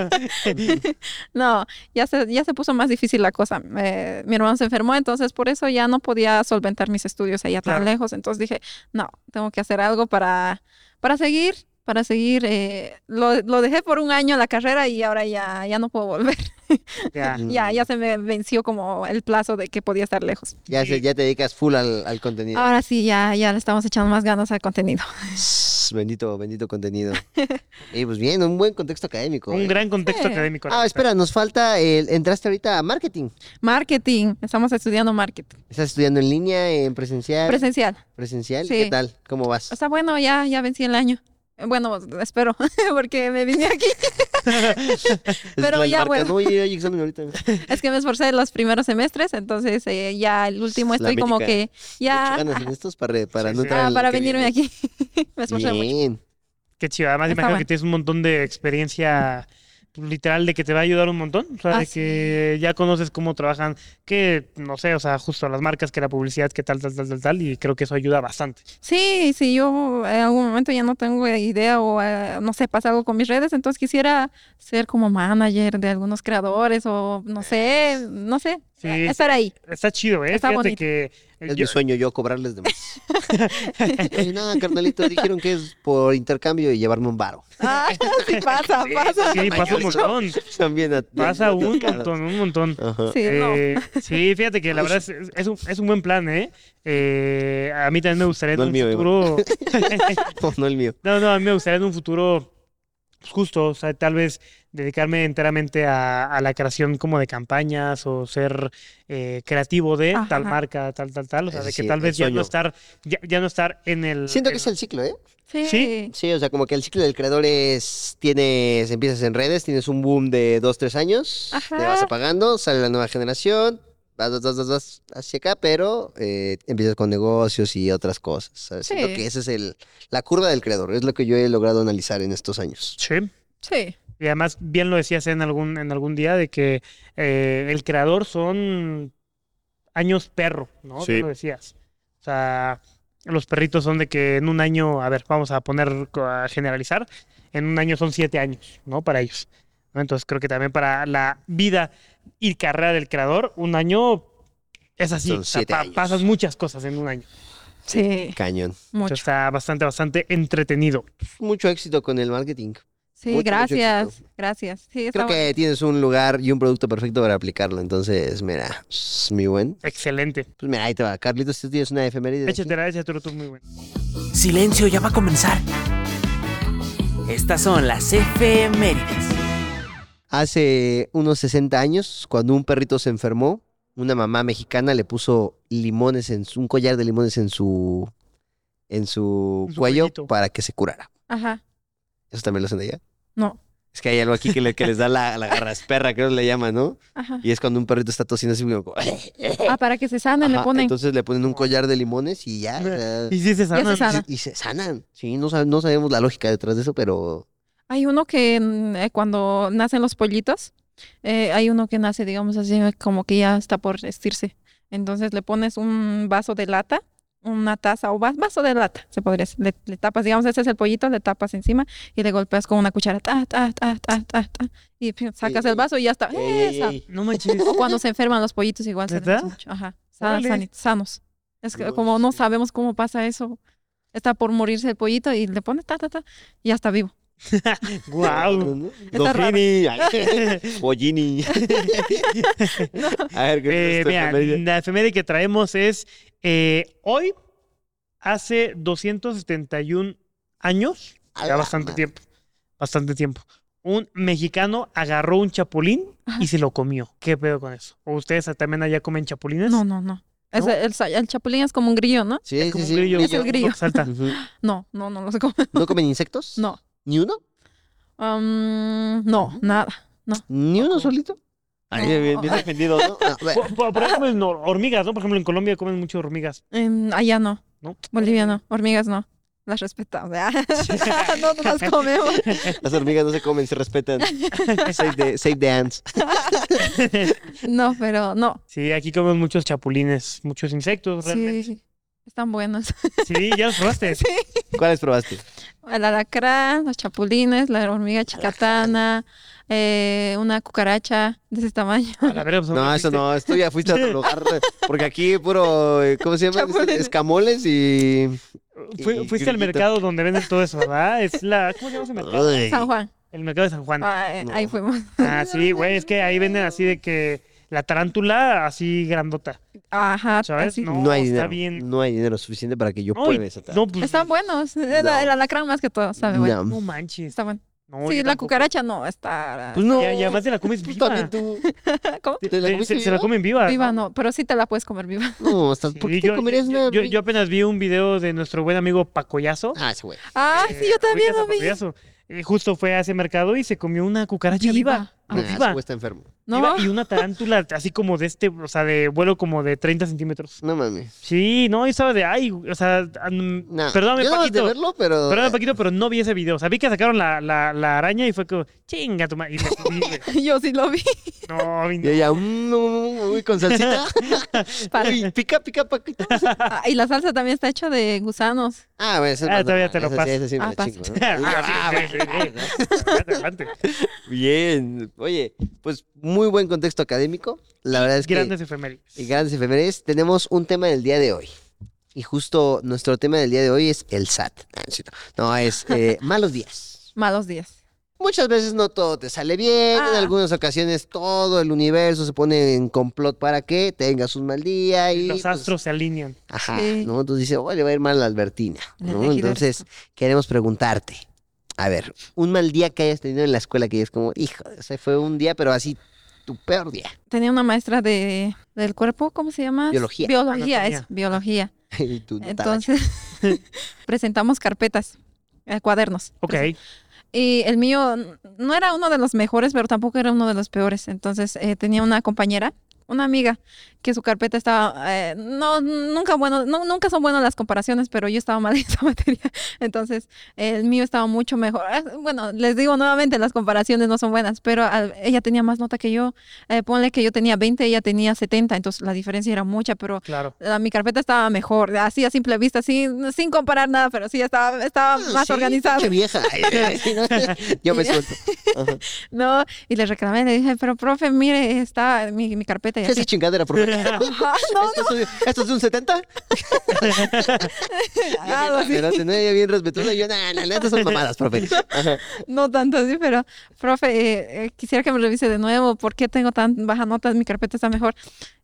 [SPEAKER 2] *laughs*
[SPEAKER 3] no, ya se, ya se puso más difícil la cosa. Eh, mi hermano se enfermó, entonces por eso ya no podía solventar mis estudios allá tan
[SPEAKER 1] Claro.
[SPEAKER 3] lejos. Entonces dije, no, tengo que hacer algo para, para seguir, para seguir. eh, lo, lo dejé por un año la carrera y ahora ya, ya no puedo volver.
[SPEAKER 1] *laughs*
[SPEAKER 3] *laughs*
[SPEAKER 1] Ya.
[SPEAKER 3] ya, ya se me venció como el plazo de que podía estar lejos.
[SPEAKER 2] Ya, se- ya te dedicas full al, al contenido.
[SPEAKER 3] Ahora sí, ya, ya le estamos echando más ganas al contenido. *laughs*
[SPEAKER 2] Sss, Bendito, bendito contenido. Y pues bien, un buen contexto académico.
[SPEAKER 1] Un
[SPEAKER 2] eh.
[SPEAKER 1] gran contexto
[SPEAKER 3] Sí.
[SPEAKER 1] académico. la
[SPEAKER 2] Ah,
[SPEAKER 1] neta.
[SPEAKER 2] espera, nos falta el... Entraste ahorita a marketing.
[SPEAKER 3] Marketing, estamos estudiando marketing.
[SPEAKER 2] ¿Estás estudiando en línea, en presencial?
[SPEAKER 3] Presencial.
[SPEAKER 2] ¿Presencial?
[SPEAKER 3] Sí.
[SPEAKER 2] ¿Qué tal? ¿Cómo vas?
[SPEAKER 3] O sea, bueno, ya, ya vencí el año. Bueno, espero, *laughs* porque me vine aquí. pero
[SPEAKER 2] Las
[SPEAKER 3] ya,
[SPEAKER 2] marcas,
[SPEAKER 3] bueno.
[SPEAKER 2] "Oye, hay examen ahorita.
[SPEAKER 3] Es que me esforcé los primeros semestres, entonces eh, ya el último
[SPEAKER 2] Pues, La
[SPEAKER 3] estoy como que
[SPEAKER 2] América.
[SPEAKER 3] *laughs* ya
[SPEAKER 2] Mucho ganas en estos para, re- para
[SPEAKER 1] Sí,
[SPEAKER 2] no
[SPEAKER 1] sí.
[SPEAKER 2] entrar
[SPEAKER 3] ah,
[SPEAKER 2] al
[SPEAKER 3] para
[SPEAKER 2] que
[SPEAKER 3] venirme
[SPEAKER 2] viene.
[SPEAKER 3] aquí. *laughs* me esforcé mucho.
[SPEAKER 2] Bien.
[SPEAKER 1] Qué chido. Además,
[SPEAKER 3] Está
[SPEAKER 1] imagino que
[SPEAKER 3] bueno.
[SPEAKER 1] tienes un montón de experiencia pues, literal de que te va a ayudar un montón. O sea,
[SPEAKER 3] Ah,
[SPEAKER 1] de que ya conoces cómo trabajan, que no sé, o sea, justo las marcas, que la publicidad, que tal, tal, tal, tal, tal. Y creo que eso ayuda bastante.
[SPEAKER 3] Sí, si yo eh, en algún momento ya no tengo idea o eh, no sé, pasa algo con mis redes, entonces quisiera ser como manager de algunos creadores o no sé, no sé,
[SPEAKER 1] Sí.
[SPEAKER 3] eh,
[SPEAKER 1] *laughs*
[SPEAKER 3] estar ahí.
[SPEAKER 1] Está chido, ¿eh?
[SPEAKER 3] Está
[SPEAKER 1] Fíjate
[SPEAKER 3] bonito.
[SPEAKER 1] que. eh,
[SPEAKER 2] Es
[SPEAKER 1] yo-
[SPEAKER 2] mi sueño yo cobrarles de *laughs* más. Oye, nada, carnalito, dijeron que es por intercambio y llevarme un varo. *laughs*
[SPEAKER 3] Ah, *laughs* sí pasa, pasa.
[SPEAKER 1] sí, pasa un montón.
[SPEAKER 2] También a-
[SPEAKER 1] Pasa un
[SPEAKER 2] Claro.
[SPEAKER 1] montón, un montón.
[SPEAKER 2] Ajá. *laughs*
[SPEAKER 3] Sí, no.
[SPEAKER 1] Eh, sí, fíjate que la verdad es, es un, es un buen plan, ¿eh? Eh, A mí también me gustaría en
[SPEAKER 2] No el
[SPEAKER 1] un
[SPEAKER 2] mío,
[SPEAKER 1] futuro.
[SPEAKER 2] No, no el mío.
[SPEAKER 1] No, no, a mí me gustaría en un futuro pues, justo, o sea, tal vez dedicarme enteramente a, a la creación como de campañas o ser eh, creativo de tal
[SPEAKER 3] Ajá.
[SPEAKER 1] marca, tal, tal, tal. O sea,
[SPEAKER 2] Ese
[SPEAKER 1] de que
[SPEAKER 2] sí,
[SPEAKER 1] tal
[SPEAKER 2] el
[SPEAKER 1] vez ya no
[SPEAKER 2] sueño.
[SPEAKER 1] estar, ya, ya no estar en el.
[SPEAKER 2] Siento que
[SPEAKER 1] en-
[SPEAKER 2] es el ciclo, ¿eh?
[SPEAKER 3] Sí.
[SPEAKER 1] sí.
[SPEAKER 2] Sí, o sea, como que el ciclo del creador es, tienes, empiezas en redes, tienes un boom de dos, tres años, te vas
[SPEAKER 3] Ajá.
[SPEAKER 2] apagando, sale la nueva generación, vas, vas, vas, vas, vas hacia acá, pero eh, empiezas con negocios y otras cosas. ¿sabes?
[SPEAKER 3] Sí.
[SPEAKER 2] Siento que esa es el, la curva del creador, es lo que yo he logrado analizar en estos años.
[SPEAKER 1] Sí.
[SPEAKER 3] Sí.
[SPEAKER 1] Y además, bien lo decías en algún, en algún día, de que eh, el creador son años perro, ¿no? Tú
[SPEAKER 2] Sí.
[SPEAKER 1] lo decías. O sea, los perritos son de que en un año, a ver, vamos a poner, co- a generalizar, en un año son siete años, ¿no? Para ellos. ¿no? Entonces creo que también para la vida y carrera del creador, un año es así.
[SPEAKER 2] Son
[SPEAKER 1] o sea,
[SPEAKER 2] siete
[SPEAKER 1] pa-
[SPEAKER 2] años.
[SPEAKER 1] pasas muchas cosas en un año.
[SPEAKER 3] Sí,
[SPEAKER 2] Cañón.
[SPEAKER 1] O sea,
[SPEAKER 3] mucho.
[SPEAKER 1] está bastante, bastante entretenido.
[SPEAKER 2] Mucho éxito con el marketing.
[SPEAKER 3] Sí,
[SPEAKER 2] mucho, mucho
[SPEAKER 3] gracias,
[SPEAKER 2] éxito.
[SPEAKER 3] gracias. Sí, está
[SPEAKER 2] Creo que tienes un lugar y un producto perfecto para aplicarlo, entonces, mira, es muy buen.
[SPEAKER 1] Excelente.
[SPEAKER 2] Pues mira, ahí te va. Carlitos, tú tienes una efeméride. aquí?
[SPEAKER 1] Échatela, échatela tú, muy bueno.
[SPEAKER 5] Silencio, ya va a comenzar. Estas son las efemérides.
[SPEAKER 2] Hace unos 60 años, cuando un perrito se enfermó, una mamá mexicana le puso limones en su, un collar de limones en su en su,
[SPEAKER 1] En su
[SPEAKER 2] cuello
[SPEAKER 1] cuellito.
[SPEAKER 2] para que se curara.
[SPEAKER 3] Ajá.
[SPEAKER 2] Eso también lo hacen allá.
[SPEAKER 3] No.
[SPEAKER 2] Es que hay algo aquí que, le- que les da la, la garrasperra, creo que le llaman, ¿no?
[SPEAKER 3] Ajá.
[SPEAKER 2] Y es cuando un perrito está tosiendo así como...
[SPEAKER 3] Ah, para que se sanen le
[SPEAKER 2] Ajá,
[SPEAKER 3] ponen.
[SPEAKER 2] Entonces le ponen un collar de limones y ya. o sea,
[SPEAKER 1] Y sí se
[SPEAKER 3] Ya
[SPEAKER 1] sanan.
[SPEAKER 3] se sana.
[SPEAKER 2] y, y se sanan. Sí, no, sab- no sabemos la lógica detrás de eso, pero...
[SPEAKER 3] Hay uno que mm, eh, cuando nacen los pollitos, eh, hay uno que nace, digamos así, eh, como que ya está por vestirse. Entonces le pones un vaso de lata, una taza o va- vaso de lata, se podría decir. Le, le tapas, digamos, ese es el pollito, le tapas encima y le golpeas con una cuchara. Ta, ta, ta, ta, ta, ta, y pim, sacas
[SPEAKER 2] ey.
[SPEAKER 3] el vaso y ya está.
[SPEAKER 2] Ey, ey,
[SPEAKER 3] Esa.
[SPEAKER 2] ey.
[SPEAKER 3] *laughs*
[SPEAKER 1] No manches.
[SPEAKER 3] O cuando se enferman los pollitos igual se les
[SPEAKER 1] ¿Neta?
[SPEAKER 3] hace mucho. Ajá. San-
[SPEAKER 1] Órale.
[SPEAKER 3] sani- sanos. Es que
[SPEAKER 2] No,
[SPEAKER 3] como no
[SPEAKER 2] sí.
[SPEAKER 3] sabemos cómo pasa eso, está por morirse el pollito y le pones ta, ta, ta, y ya está vivo.
[SPEAKER 1] Wow.
[SPEAKER 2] ¿No?
[SPEAKER 3] Está raro.
[SPEAKER 2] Dojini,
[SPEAKER 3] *laughs*
[SPEAKER 2] ay, Bollini. *laughs* A ver, ¿qué
[SPEAKER 1] Eh,
[SPEAKER 2] es
[SPEAKER 1] mira, la efeméride que traemos es eh, hoy, hace 271 años,
[SPEAKER 2] A
[SPEAKER 1] ya
[SPEAKER 2] la
[SPEAKER 1] bastante
[SPEAKER 2] madre.
[SPEAKER 1] tiempo, bastante tiempo, un mexicano agarró un chapulín y
[SPEAKER 3] Ajá.
[SPEAKER 1] se lo comió. ¿Qué pedo con eso? ¿O ustedes también allá comen chapulines?
[SPEAKER 3] No, no, no. Es
[SPEAKER 1] ¿No?
[SPEAKER 3] el, el sa- el chapulín es como un grillo, ¿no?
[SPEAKER 2] Sí, sí,
[SPEAKER 1] Como un
[SPEAKER 2] sí,
[SPEAKER 1] grillo.
[SPEAKER 3] Es el grillo.
[SPEAKER 1] que
[SPEAKER 2] *laughs*
[SPEAKER 1] Salta. *laughs*
[SPEAKER 2] Ujú.
[SPEAKER 3] No, no, no los como.
[SPEAKER 2] *laughs* ¿No comen insectos?
[SPEAKER 3] No.
[SPEAKER 2] ¿Ni uno?
[SPEAKER 3] Am, no, nada.
[SPEAKER 2] ¿Ni uno solito? Ahí,
[SPEAKER 3] No.
[SPEAKER 2] bien, bien defendido,
[SPEAKER 3] *laughs*
[SPEAKER 2] ¿no? No, bueno,
[SPEAKER 1] Por, por- por ejemplo, en hor- hormigas, ¿no? Por ejemplo, en Colombia comen mucho hormigas.
[SPEAKER 3] En- allá no.
[SPEAKER 1] ¿No?
[SPEAKER 3] Bolivia no. Hormigas no. Las respetamos. *laughs* no, no las comemos.
[SPEAKER 2] las hormigas no se comen, se
[SPEAKER 3] *laughs*
[SPEAKER 2] respetan. Save the, save the ants.
[SPEAKER 3] No,
[SPEAKER 1] *laughs*
[SPEAKER 3] pero no.
[SPEAKER 1] Sí, aquí comemos muchos chapulines, muchos insectos, realmente.
[SPEAKER 3] Sí, están buenos. *laughs*
[SPEAKER 1] Sí, ya los
[SPEAKER 2] *laughs*
[SPEAKER 1] probaste.
[SPEAKER 2] ¿Cuáles probaste?
[SPEAKER 3] El alacrán, los chapulines, la hormiga chicatana, eh, una cucaracha de ese tamaño.
[SPEAKER 1] A la verga, pues,
[SPEAKER 2] No, eso no, esto ya fuiste a otro lugar. Porque aquí puro, eh, ¿cómo se llama?
[SPEAKER 3] Chapoles.
[SPEAKER 2] Escamoles y...
[SPEAKER 1] Fui-
[SPEAKER 2] Y
[SPEAKER 1] fuiste al
[SPEAKER 2] grillito.
[SPEAKER 1] mercado donde venden todo eso, ¿verdad? Es la. ¿Cómo se llama ese mercado?
[SPEAKER 2] Ay.
[SPEAKER 3] *laughs* San Juan.
[SPEAKER 1] El mercado de San Juan.
[SPEAKER 3] Ah, eh, Ahí
[SPEAKER 2] No.
[SPEAKER 3] fuimos.
[SPEAKER 1] Ah, sí, güey, es que ahí venden así de que la tarántula así grandota,
[SPEAKER 3] Ajá.
[SPEAKER 1] ¿sabes?
[SPEAKER 3] así.
[SPEAKER 1] No,
[SPEAKER 2] No, hay
[SPEAKER 1] está
[SPEAKER 2] dinero.
[SPEAKER 1] bien.
[SPEAKER 2] No hay dinero suficiente para que yo
[SPEAKER 1] No,
[SPEAKER 2] pruebe
[SPEAKER 1] y-
[SPEAKER 2] esa tarde.
[SPEAKER 1] No, pues,
[SPEAKER 3] Están buenos. El, el
[SPEAKER 2] No.
[SPEAKER 3] alacrán más que todo, sabe bueno.
[SPEAKER 1] no
[SPEAKER 2] No.
[SPEAKER 1] manches.
[SPEAKER 3] Está bueno.
[SPEAKER 1] No,
[SPEAKER 3] sí,
[SPEAKER 1] yo
[SPEAKER 3] la
[SPEAKER 1] tampoco.
[SPEAKER 3] cucaracha no, está... ¿eh?
[SPEAKER 2] Pues no.
[SPEAKER 1] Y, y además te la comes
[SPEAKER 2] Pues
[SPEAKER 1] viva.
[SPEAKER 2] también tú.
[SPEAKER 1] *laughs*
[SPEAKER 3] ¿Cómo?
[SPEAKER 2] ¿Te la
[SPEAKER 1] Se-
[SPEAKER 2] comiste
[SPEAKER 1] se, se la
[SPEAKER 2] viva?
[SPEAKER 1] comen viva.
[SPEAKER 3] Viva no, pero sí te la puedes comer viva.
[SPEAKER 1] *laughs*
[SPEAKER 2] No, hasta
[SPEAKER 1] Sí,
[SPEAKER 2] ¿por qué te
[SPEAKER 1] yo,
[SPEAKER 2] comerías
[SPEAKER 1] yo-
[SPEAKER 2] una?
[SPEAKER 1] yo- yo apenas vi un video de nuestro buen amigo Pacoyazo. Eh,
[SPEAKER 2] Ah, ese güey.
[SPEAKER 3] Ah, sí, yo también
[SPEAKER 1] ubicas a
[SPEAKER 3] lo
[SPEAKER 1] Pacoyazo.
[SPEAKER 3] vi.
[SPEAKER 1] Eh, justo fue a ese mercado y se comió una cucaracha viva.
[SPEAKER 3] Viva.
[SPEAKER 2] Ah,
[SPEAKER 1] No,
[SPEAKER 2] ese
[SPEAKER 1] viva.
[SPEAKER 2] güey está enfermo.
[SPEAKER 1] Viva
[SPEAKER 3] No,
[SPEAKER 1] Y una tarántula así como de este, o sea, de vuelo como de 30 centímetros.
[SPEAKER 2] No mames.
[SPEAKER 1] Sí, no, yo estaba de, ay, o sea, mm,
[SPEAKER 2] No.
[SPEAKER 1] perdóname,
[SPEAKER 2] yo nada más de
[SPEAKER 1] Paquito.
[SPEAKER 2] verlo, eh. pero.
[SPEAKER 1] Perdóname, Paquito, pero no vi ese video. O sea, vi que sacaron la, la, la araña y fue como, chinga tu madre. Y me subí, güey.
[SPEAKER 3] *laughs* yo sí lo vi.
[SPEAKER 1] No, vi-
[SPEAKER 2] *laughs* Y ella, mm, no, no, uy,
[SPEAKER 1] *laughs*
[SPEAKER 2] con salsita.
[SPEAKER 3] Para-
[SPEAKER 2] Uy, pica, pica, Paquito.
[SPEAKER 3] Ah, y la salsa también está hecha de gusanos.
[SPEAKER 2] Ah, bueno, ese es
[SPEAKER 1] Ah,
[SPEAKER 2] más
[SPEAKER 1] todavía
[SPEAKER 2] normal.
[SPEAKER 1] te lo
[SPEAKER 2] Ese sí,
[SPEAKER 1] paso.
[SPEAKER 2] ese sí me
[SPEAKER 3] Ah,
[SPEAKER 2] la chingo,
[SPEAKER 3] pasa.
[SPEAKER 2] ¿no?
[SPEAKER 1] *laughs* Ah, sí,
[SPEAKER 2] *laughs*
[SPEAKER 1] sí, sí, sí. Adelante, adelante.
[SPEAKER 2] Bien. Oye, pues muy buen contexto académico. La verdad es que.
[SPEAKER 1] Grandes efemérides.
[SPEAKER 2] Y grandes efemérides, tenemos un tema del día de hoy. Y justo nuestro tema del día de hoy es el SAT. Ah, no es cierto. No, es
[SPEAKER 3] *laughs*
[SPEAKER 2] eh, malos días.
[SPEAKER 3] Malos días.
[SPEAKER 2] Muchas veces no todo te sale bien, en
[SPEAKER 3] Ah.
[SPEAKER 2] algunas ocasiones todo el universo se pone en complot para que tengas un mal día y...
[SPEAKER 1] Los
[SPEAKER 2] pues,
[SPEAKER 1] astros se alinean.
[SPEAKER 2] Ajá,
[SPEAKER 3] Sí.
[SPEAKER 2] ¿no? Entonces dice, oh, le va a ir mal a la Albertina,
[SPEAKER 3] El
[SPEAKER 2] ¿no?
[SPEAKER 3] elegidor.
[SPEAKER 2] Entonces queremos preguntarte, a ver, un mal día que hayas tenido en la escuela que es como, hijo, ese fue un día, pero así, tu peor día. *laughs*
[SPEAKER 3] Tenía una maestra de, del cuerpo, ¿cómo se llama?
[SPEAKER 2] Biología.
[SPEAKER 3] Biología, es
[SPEAKER 1] Anatomía.
[SPEAKER 3] biología.
[SPEAKER 2] Y tu talacha.
[SPEAKER 3] Entonces, *laughs* presentamos carpetas, eh, cuadernos.
[SPEAKER 2] Pues
[SPEAKER 1] Ok.
[SPEAKER 3] Y el mío n- no era uno de los mejores, pero tampoco era uno de los peores. Entonces eh, tenía una compañera, una amiga, que su carpeta estaba, eh, no, nunca bueno, no, nunca son buenas las comparaciones, pero yo estaba mal en esa *laughs* materia. Entonces el mío estaba mucho mejor. Ah, Bueno, les digo nuevamente, las comparaciones no son buenas, pero al- ella tenía más nota que yo. Eh, ponle que yo tenía 20, ella tenía 70, entonces la diferencia era mucha, pero
[SPEAKER 1] Claro.
[SPEAKER 2] *laughs*
[SPEAKER 3] la- mi carpeta estaba mejor, así a simple vista, sin, sin comparar nada, pero sí estaba, estaba
[SPEAKER 2] Ah,
[SPEAKER 3] más
[SPEAKER 2] sí,
[SPEAKER 3] organizada.
[SPEAKER 2] pinche
[SPEAKER 3] *laughs*
[SPEAKER 2] vieja. Yo me suelto. Ajá.
[SPEAKER 3] No, y le reclamé, le dije, pero profe, mire, está mi, mi carpeta
[SPEAKER 2] ¿Qué
[SPEAKER 3] y
[SPEAKER 2] es
[SPEAKER 3] así. *laughs*
[SPEAKER 2] esa chingadera, profe?
[SPEAKER 3] Ajá, no,
[SPEAKER 2] ¿Esto, Es, un- esto es de un 70?
[SPEAKER 3] algo
[SPEAKER 2] *laughs*
[SPEAKER 3] así.
[SPEAKER 2] Pero tenía ella bien respetuosa. Y yo, nah, nah, nah, estas son mamadas, profe. Ajá.
[SPEAKER 3] no tanto así, pero profe, eh, eh, quisiera que me revise de nuevo, ¿por qué tengo tan baja nota? Mi carpeta está mejor.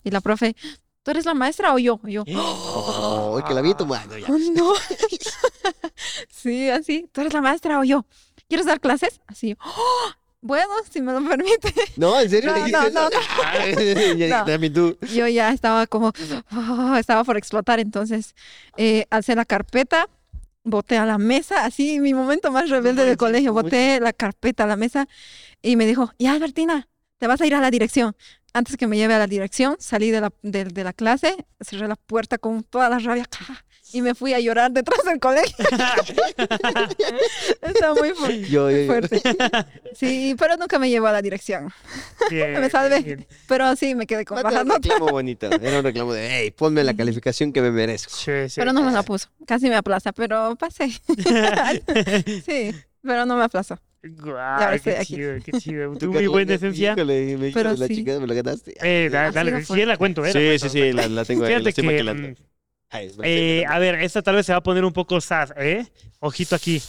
[SPEAKER 3] Y la profe, ¿tú eres la maestra o yo? Y yo,
[SPEAKER 2] Oh, que la vi tomando ya.
[SPEAKER 3] "Oh, no. *laughs* sí, así, ¿tú eres la maestra o yo? ¿Quieres dar clases? Así, "Oh, bueno, si me lo permite.
[SPEAKER 2] No, ¿en serio?
[SPEAKER 3] No,
[SPEAKER 2] le
[SPEAKER 3] no,
[SPEAKER 2] dijiste
[SPEAKER 3] no,
[SPEAKER 2] eso? Ay, *laughs* ya dije,
[SPEAKER 3] No.
[SPEAKER 2] También tú.
[SPEAKER 3] yo ya estaba como, "Oh", estaba por explotar, entonces eh, alcé la carpeta boté a la mesa, así mi momento más rebelde del
[SPEAKER 2] manches,
[SPEAKER 3] colegio,
[SPEAKER 2] no
[SPEAKER 3] boté la carpeta a la mesa y me dijo, ya Albertina, te vas a ir a la dirección. Antes que me lleve a la dirección, salí de la, de, de la clase, cerré la puerta con toda la rabia ¡ca! y me fui a llorar detrás del colegio. *laughs* Está muy fu-
[SPEAKER 2] Yo, yo, yo.
[SPEAKER 3] fuerte.
[SPEAKER 2] *laughs*
[SPEAKER 3] Sí, pero nunca me llevó a la dirección.
[SPEAKER 1] *laughs* Bien,
[SPEAKER 3] Me salvé.
[SPEAKER 1] bien.
[SPEAKER 3] Pero sí, me quedé con
[SPEAKER 2] Era
[SPEAKER 3] bajas
[SPEAKER 2] un
[SPEAKER 3] notas,
[SPEAKER 2] reclamo bonito. Era un reclamo de, hey, ponme la calificación que me merezco.
[SPEAKER 1] Sí, sí.
[SPEAKER 3] Pero no me la puso. Casi me aplaza, pero pasé. sí, pero no me aplazó.
[SPEAKER 1] *laughs* Guau,
[SPEAKER 3] Ya estoy
[SPEAKER 1] qué
[SPEAKER 3] aquí.
[SPEAKER 1] chido, qué
[SPEAKER 2] *laughs*
[SPEAKER 1] chido.
[SPEAKER 2] Tu
[SPEAKER 1] Tú muy buena
[SPEAKER 2] Carlita,
[SPEAKER 1] esencia.
[SPEAKER 2] híjole, me
[SPEAKER 3] Pero
[SPEAKER 2] hijo de la
[SPEAKER 3] sí.
[SPEAKER 2] chingada, me lo ganaste.
[SPEAKER 1] Eh, da-
[SPEAKER 3] Ha
[SPEAKER 1] dale,
[SPEAKER 3] sido
[SPEAKER 1] sí, la cuento, ¿eh? la
[SPEAKER 6] Sí, sí,
[SPEAKER 1] cuento, la
[SPEAKER 6] sí,
[SPEAKER 1] cuento.
[SPEAKER 6] la, la tengo ahí, la
[SPEAKER 1] Fíjate
[SPEAKER 6] estoy
[SPEAKER 1] que,
[SPEAKER 6] maquilando.
[SPEAKER 1] mm,
[SPEAKER 2] Ay, es
[SPEAKER 1] eh, a ver, esta tal vez se va a poner un poco sad, ¿eh? Ojito aquí.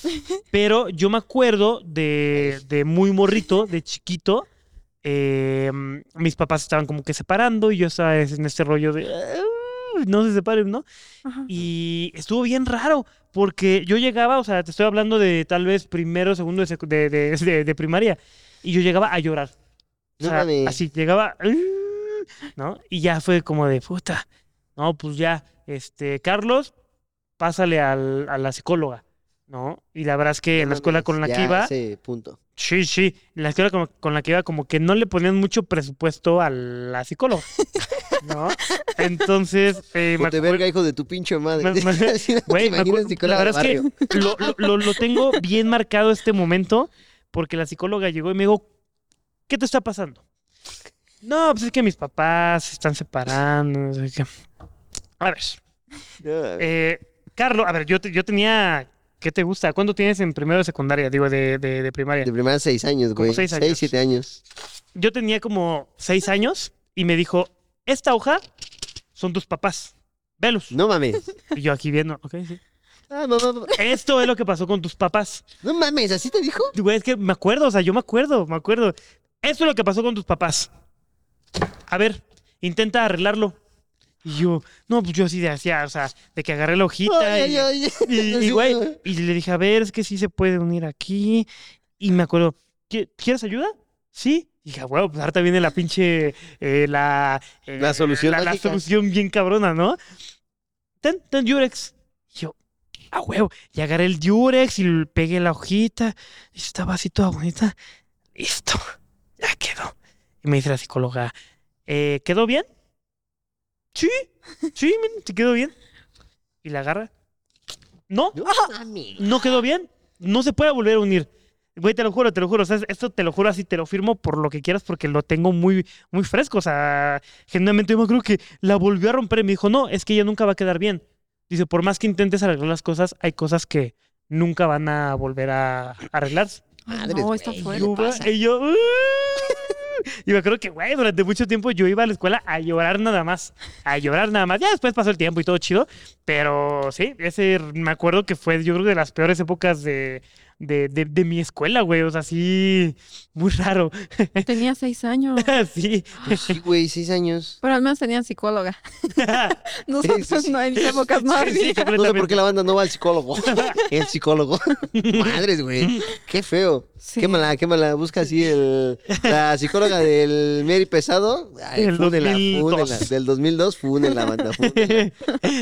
[SPEAKER 1] Pero yo me acuerdo de, de muy morrito, de chiquito. eh, mm, mis papás estaban como que separando y yo estaba en este rollo de... "Ah, No se separen, ¿no?
[SPEAKER 3] Ajá.
[SPEAKER 1] Y estuvo bien raro, porque yo llegaba, o sea, te estoy hablando de tal vez primero, segundo de, secu- de, de- *laughs* de- de primaria, y yo llegaba a llorar. O
[SPEAKER 2] No
[SPEAKER 1] sea,
[SPEAKER 2] mames.
[SPEAKER 1] así, llegaba, *laughs* "Ugh", ¿no? Y ya fue como de, puta, no, pues ya, este, Carlos, pásale al- a la psicóloga, ¿no? Y la verdad es que en la escuela con la
[SPEAKER 2] Ya,
[SPEAKER 1] que iba,
[SPEAKER 2] Sí, punto.
[SPEAKER 1] sí, sí, en la escuela con, con la que iba como que no le ponían mucho presupuesto a la psicóloga, *laughs* ¿no? Entonces, eh, me
[SPEAKER 2] Ponte verga, hijo de tu pinche madre. *laughs*
[SPEAKER 1] Me- me-
[SPEAKER 2] Así, ¿te
[SPEAKER 1] *laughs* Güey, me acu-
[SPEAKER 2] imaginas, Nicolás
[SPEAKER 1] la verdad es
[SPEAKER 2] Barrio?
[SPEAKER 1] que lo, lo- lo- lo tengo bien marcado este momento porque la psicóloga llegó y me dijo, ¿qué te está pasando? No, pues es que mis papás se están separando. no sé qué. A ver,
[SPEAKER 2] No,
[SPEAKER 1] eh, Carlos, a ver, yo, te- yo tenía, ¿qué te gusta? ¿Cuándo tienes en primero de secundaria? Digo, de, de- de primaria.
[SPEAKER 2] De primera seis años,
[SPEAKER 1] como
[SPEAKER 2] güey.
[SPEAKER 1] seis
[SPEAKER 2] Seis,
[SPEAKER 1] años.
[SPEAKER 2] siete años.
[SPEAKER 1] Yo tenía como seis años y me dijo, esta hoja son tus papás. Velos.
[SPEAKER 2] No mames.
[SPEAKER 1] *laughs* Y yo aquí viendo, ok, sí.
[SPEAKER 2] Ah, mamá, mamá.
[SPEAKER 1] Esto es lo que pasó con tus papás.
[SPEAKER 2] No mames, ¿así te dijo?
[SPEAKER 1] Güey, es que me acuerdo, o sea, yo me acuerdo, me acuerdo. Eso es lo que pasó con tus papás. A ver, intenta arreglarlo. Y yo, no, pues yo así de hacía, o sea, de que agarré la hojita
[SPEAKER 2] Ay,
[SPEAKER 1] y, *laughs*
[SPEAKER 2] ay, ay. *laughs*
[SPEAKER 1] y- y, güey, y le dije, a ver, es que sí se puede unir aquí. Y me acuerdo, "¿Qui- ¿quieres ayuda? Sí. Y dije, bueno, pues ahorita viene la pinche, eh, la, eh,
[SPEAKER 6] La solución
[SPEAKER 1] la, la
[SPEAKER 6] mágica.
[SPEAKER 1] solución bien cabrona, ¿no? Ten, ten Durex. Y yo, a huevo. Y agarré el Durex y l- pegué la hojita. Y estaba así toda bonita. Listo, ya quedó. Y me dice la psicóloga, "Eh, ¿quedó bien? Sí, sí, men, te quedó bien. Y la agarra. No,
[SPEAKER 2] No mames.
[SPEAKER 1] no quedó bien. No se puede volver a unir. Güey, te lo juro, te lo juro. O sea, es- esto te lo juro así, te lo firmo por lo que quieras porque lo tengo muy, muy fresco. O sea, genuinamente yo me creo que la volvió a romper y me dijo, no, es que ella nunca va a quedar bien. Dice, por más que intentes arreglar las cosas, hay cosas que nunca van a volver a arreglarse.
[SPEAKER 3] Ay,
[SPEAKER 2] Madres,
[SPEAKER 3] no, está
[SPEAKER 2] güey,
[SPEAKER 3] fuerte.
[SPEAKER 2] ¿qué
[SPEAKER 1] Yo,
[SPEAKER 2] le pasa?
[SPEAKER 1] Y yo... "Uh". Y me acuerdo que, güey, durante mucho tiempo yo iba a la escuela a llorar nada más. A llorar nada más. Ya después pasó el tiempo y todo chido. Pero sí, ese me acuerdo que fue, yo creo, de las peores épocas de, de, de- de mi escuela, güey. O sea, sí, muy raro. *laughs*
[SPEAKER 3] Tenía seis años.
[SPEAKER 1] sí.
[SPEAKER 2] Pues sí, güey, seis años.
[SPEAKER 3] Pero al menos tenían psicóloga. *laughs* Nosotros
[SPEAKER 2] Sí, sí, sí.
[SPEAKER 3] no, en mis épocas no
[SPEAKER 1] *laughs*
[SPEAKER 3] había.
[SPEAKER 1] Sí,
[SPEAKER 2] No sé por qué
[SPEAKER 1] completamente.
[SPEAKER 2] la banda no va
[SPEAKER 1] *laughs*
[SPEAKER 2] al psicólogo. El psicólogo. Madres, güey. Qué feo.
[SPEAKER 3] Sí.
[SPEAKER 2] Quémala, quémala. Busca así el, la psicóloga del Mary Pesado. Ay,
[SPEAKER 1] Del
[SPEAKER 2] fúnela,
[SPEAKER 1] 2002.
[SPEAKER 2] fúnela. Del 2002, fúnela,
[SPEAKER 1] *laughs*
[SPEAKER 2] banda, fúnela.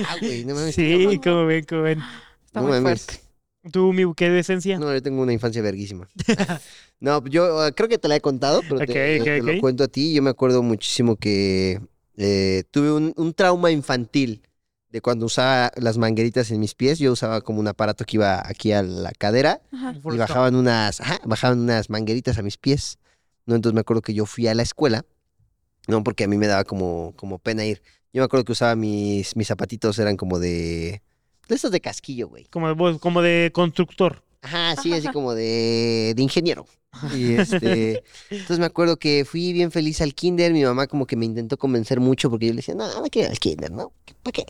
[SPEAKER 2] Ah, güey, no mames.
[SPEAKER 1] Sí, como ven, como ven.
[SPEAKER 3] Está
[SPEAKER 2] No
[SPEAKER 3] muy
[SPEAKER 2] mames.
[SPEAKER 3] fuerte.
[SPEAKER 1] ¿Tú, mi buque de *laughs* esencia?
[SPEAKER 2] No, yo tengo una infancia verguísima. *laughs* no, yo eh, creo que te la he contado, pero te-
[SPEAKER 1] Ok,
[SPEAKER 2] te,
[SPEAKER 1] ok,
[SPEAKER 2] te
[SPEAKER 1] ok.
[SPEAKER 2] lo cuento a ti. Yo me acuerdo muchísimo que eh, tuve un, un trauma infantil de cuando usaba las mangueritas en mis pies. Yo usaba como un aparato que iba aquí a la cadera
[SPEAKER 3] Ajá.
[SPEAKER 1] Forrest
[SPEAKER 2] y
[SPEAKER 1] Gump.
[SPEAKER 2] bajaban unas, ajá, bajaban unas mangueritas a mis pies. No, entonces me acuerdo que yo fui a la escuela, no porque a mí me daba como, como pena ir. Yo me acuerdo que usaba mis, mis zapatitos eran como de de estos de casquillo, güey.
[SPEAKER 1] Como, de- como de constructor.
[SPEAKER 2] Ajá, sí, así como de, de ingeniero. Y este, entonces me acuerdo que fui bien feliz al kinder, mi mamá como que me intentó convencer mucho porque yo le decía, no, no quiero ir al kinder, ¿no? ¿Para qué?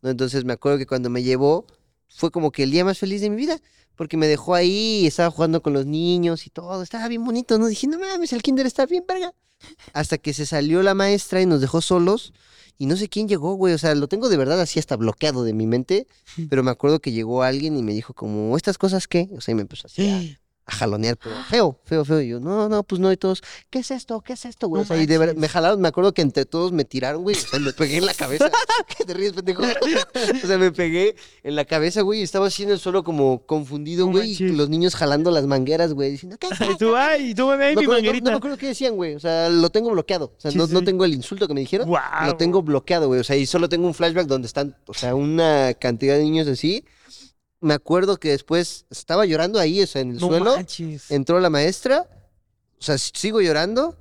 [SPEAKER 2] No, entonces me acuerdo que cuando me llevó fue como que el día más feliz de mi vida porque me dejó ahí, estaba jugando con los niños y todo, estaba bien bonito, ¿no? Dije, no mames, el kinder está bien, verga. Hasta que se salió la maestra y nos dejó solos y no sé quién llegó, güey, o sea, lo tengo de verdad así hasta bloqueado
[SPEAKER 1] ¡Eh!
[SPEAKER 2] de mi mente, pero me acuerdo que llegó alguien y me dijo como, ¿estas cosas qué? O sea, y me empezó así a, a jalonear, pero feo, feo, feo. Y yo, no, no, pues no. Y todos, ¿qué es esto? ¿Qué es esto, güey?
[SPEAKER 1] No
[SPEAKER 2] o sea, y de verdad,
[SPEAKER 1] manches.
[SPEAKER 2] me jalaron, me acuerdo que entre todos me tiraron, güey. O sea, me pegué en
[SPEAKER 1] *laughs*
[SPEAKER 2] la cabeza. ¿Qué te ríes, pendejo? o sea, me pegué en la cabeza, güey. Y estaba así en el suelo como confundido,
[SPEAKER 1] No
[SPEAKER 2] güey.
[SPEAKER 1] manches.
[SPEAKER 2] y los niños jalando las mangueras, güey. Diciendo, ¿qué es
[SPEAKER 1] Y tú, ay, y tú, bebé,
[SPEAKER 2] no,
[SPEAKER 1] mi
[SPEAKER 2] me acuerdo- no- no
[SPEAKER 1] manguerita.
[SPEAKER 2] me acuerdo qué decían, güey. O sea, lo tengo bloqueado. O sea,
[SPEAKER 1] Sí,
[SPEAKER 2] no, no
[SPEAKER 1] sí.
[SPEAKER 2] tengo el insulto que me dijeron.
[SPEAKER 1] Guau.
[SPEAKER 2] Lo tengo bloqueado, güey. O sea, y solo tengo un flashback donde están, o sea, una cantidad de niños así. Me acuerdo que después estaba llorando ahí, o sea, en el
[SPEAKER 1] No
[SPEAKER 2] suelo.
[SPEAKER 1] manches.
[SPEAKER 2] Entró la maestra. O sea, s- sigo llorando.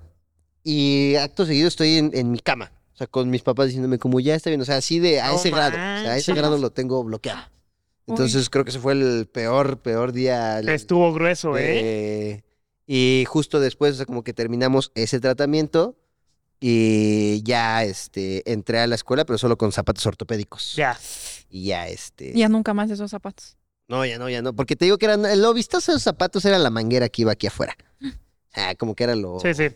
[SPEAKER 2] Y acto seguido estoy en, en mi cama. O sea, con mis papás diciéndome como ya está bien. O sea, así de a
[SPEAKER 1] No
[SPEAKER 2] ese grado. O sea, a ese
[SPEAKER 1] manches.
[SPEAKER 2] grado lo tengo bloqueado.
[SPEAKER 3] Uy.
[SPEAKER 2] Entonces creo que ese fue el peor, peor día.
[SPEAKER 1] Estuvo grueso, ¿eh?
[SPEAKER 2] Eh, y justo después, o sea, como que terminamos ese tratamiento y ya este, entré a la escuela, pero solo con zapatos ortopédicos.
[SPEAKER 1] Ya.
[SPEAKER 2] Y ya este.
[SPEAKER 3] Ya nunca más esos zapatos.
[SPEAKER 2] No, ya no, ya no. Porque te digo que eran. Lo vistoso de los zapatos era la manguera que iba aquí
[SPEAKER 3] *laughs*
[SPEAKER 2] afuera. Ah, como que era lo,
[SPEAKER 1] Sí, sí.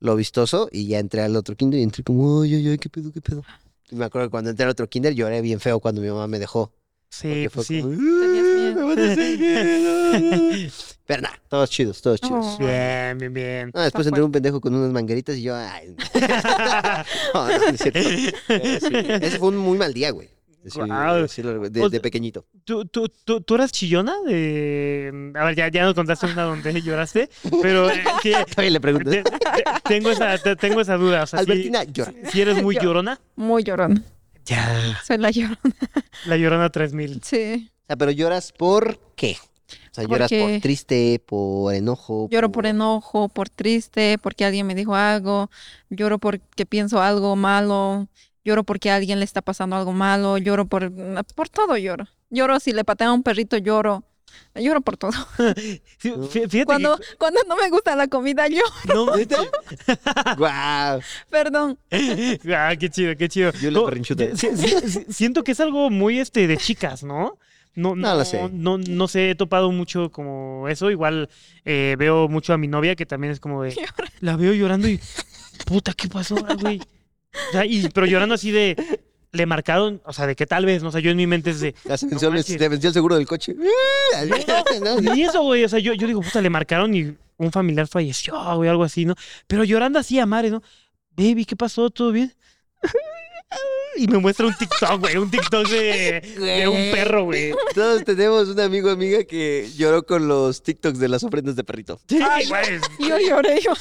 [SPEAKER 2] lo vistoso. Y ya entré al otro kinder y entré como, ay, ay, ay, qué pedo, qué pedo. Y me acuerdo que cuando entré al otro kinder lloré bien feo cuando mi mamá me dejó.
[SPEAKER 1] Sí,
[SPEAKER 2] que
[SPEAKER 1] pues
[SPEAKER 2] fue
[SPEAKER 1] sí.
[SPEAKER 2] como,
[SPEAKER 3] Tenías
[SPEAKER 2] "Ah,
[SPEAKER 3] miedo.
[SPEAKER 2] me van
[SPEAKER 1] *laughs*
[SPEAKER 2] a seguir". Pero nada, todos chidos, todos chidos.
[SPEAKER 3] Oh.
[SPEAKER 1] Bien, bien, bien.
[SPEAKER 2] Ah, después
[SPEAKER 3] Está
[SPEAKER 2] entró un pendejo con unas mangueritas y yo, ay, no. No, *laughs* no, no
[SPEAKER 1] *laughs*
[SPEAKER 2] es cierto. Pero *laughs* sí,
[SPEAKER 1] Eh,
[SPEAKER 2] Ese fue un muy mal día, güey. Sí,
[SPEAKER 1] Guau. Pues,
[SPEAKER 2] sí, lo- de,
[SPEAKER 1] O-
[SPEAKER 2] de pequeñito.
[SPEAKER 1] ¿Tú, tú, tú, tú eras chillona de... A ver, ya, ya nos contaste una donde *laughs* lloraste, pero eh, que-
[SPEAKER 2] Oye, le pregunté.
[SPEAKER 1] te- te- tengo, esa, te- tengo esa duda. O sea, si,
[SPEAKER 2] Albertina llora.
[SPEAKER 1] si eres muy
[SPEAKER 3] Yo-
[SPEAKER 1] llorona,
[SPEAKER 3] Muy llorón.
[SPEAKER 1] ya.
[SPEAKER 3] Soy la *laughs* llorona.
[SPEAKER 1] La llorona 3000.
[SPEAKER 3] Sí.
[SPEAKER 2] O sea, pero lloras por qué? O sea, lloras
[SPEAKER 3] Porque-
[SPEAKER 2] por triste, por enojo.
[SPEAKER 3] Lloro por enojo, por triste, porque alguien me dijo algo. Lloro porque pienso algo malo. Lloro porque a alguien le está pasando algo malo. Lloro por... mm, Por todo lloro. Lloro si le patea a un perrito, lloro. Lloro por todo.
[SPEAKER 1] Sí, fí- fíjate
[SPEAKER 3] Cuando,
[SPEAKER 1] que...
[SPEAKER 3] cuando no me gusta la comida, yo... *laughs*
[SPEAKER 1] No,
[SPEAKER 2] *laughs* Guau.
[SPEAKER 3] Perdón.
[SPEAKER 1] *laughs* ah, qué chido, qué chido.
[SPEAKER 2] Yo la
[SPEAKER 1] No,
[SPEAKER 2] berrinchuda.
[SPEAKER 1] sí, sí, sí, Siento que es algo muy este de chicas, ¿no? No,
[SPEAKER 2] No lo sé.
[SPEAKER 1] No, no sé, he topado mucho como eso. Igual eh, veo mucho a mi novia que también es como de... La veo llorando y... Puta, ¿qué pasó, ahora, güey? O sea, y- pero llorando así de... Le marcaron, o sea, de que tal vez, no sé, yo en mi mente es de...
[SPEAKER 2] Ya se venció, el-
[SPEAKER 1] manches.
[SPEAKER 2] se venció el seguro del *laughs* coche. No,
[SPEAKER 1] Ni eso, güey. O sea, yo, yo digo, puta, le marcaron y un familiar falleció, güey, algo así, ¿no? Pero llorando así a mares, ¿no? Baby, ¿qué pasó? ¿Todo bien? *laughs* Y me muestra un TikTok, güey, un TikTok de, de un perro, güey.
[SPEAKER 2] Todos tenemos un amigo o amiga que lloró con los TikToks de las ofrendas de perrito.
[SPEAKER 1] Ay, güey.
[SPEAKER 3] Yo lloré. yo-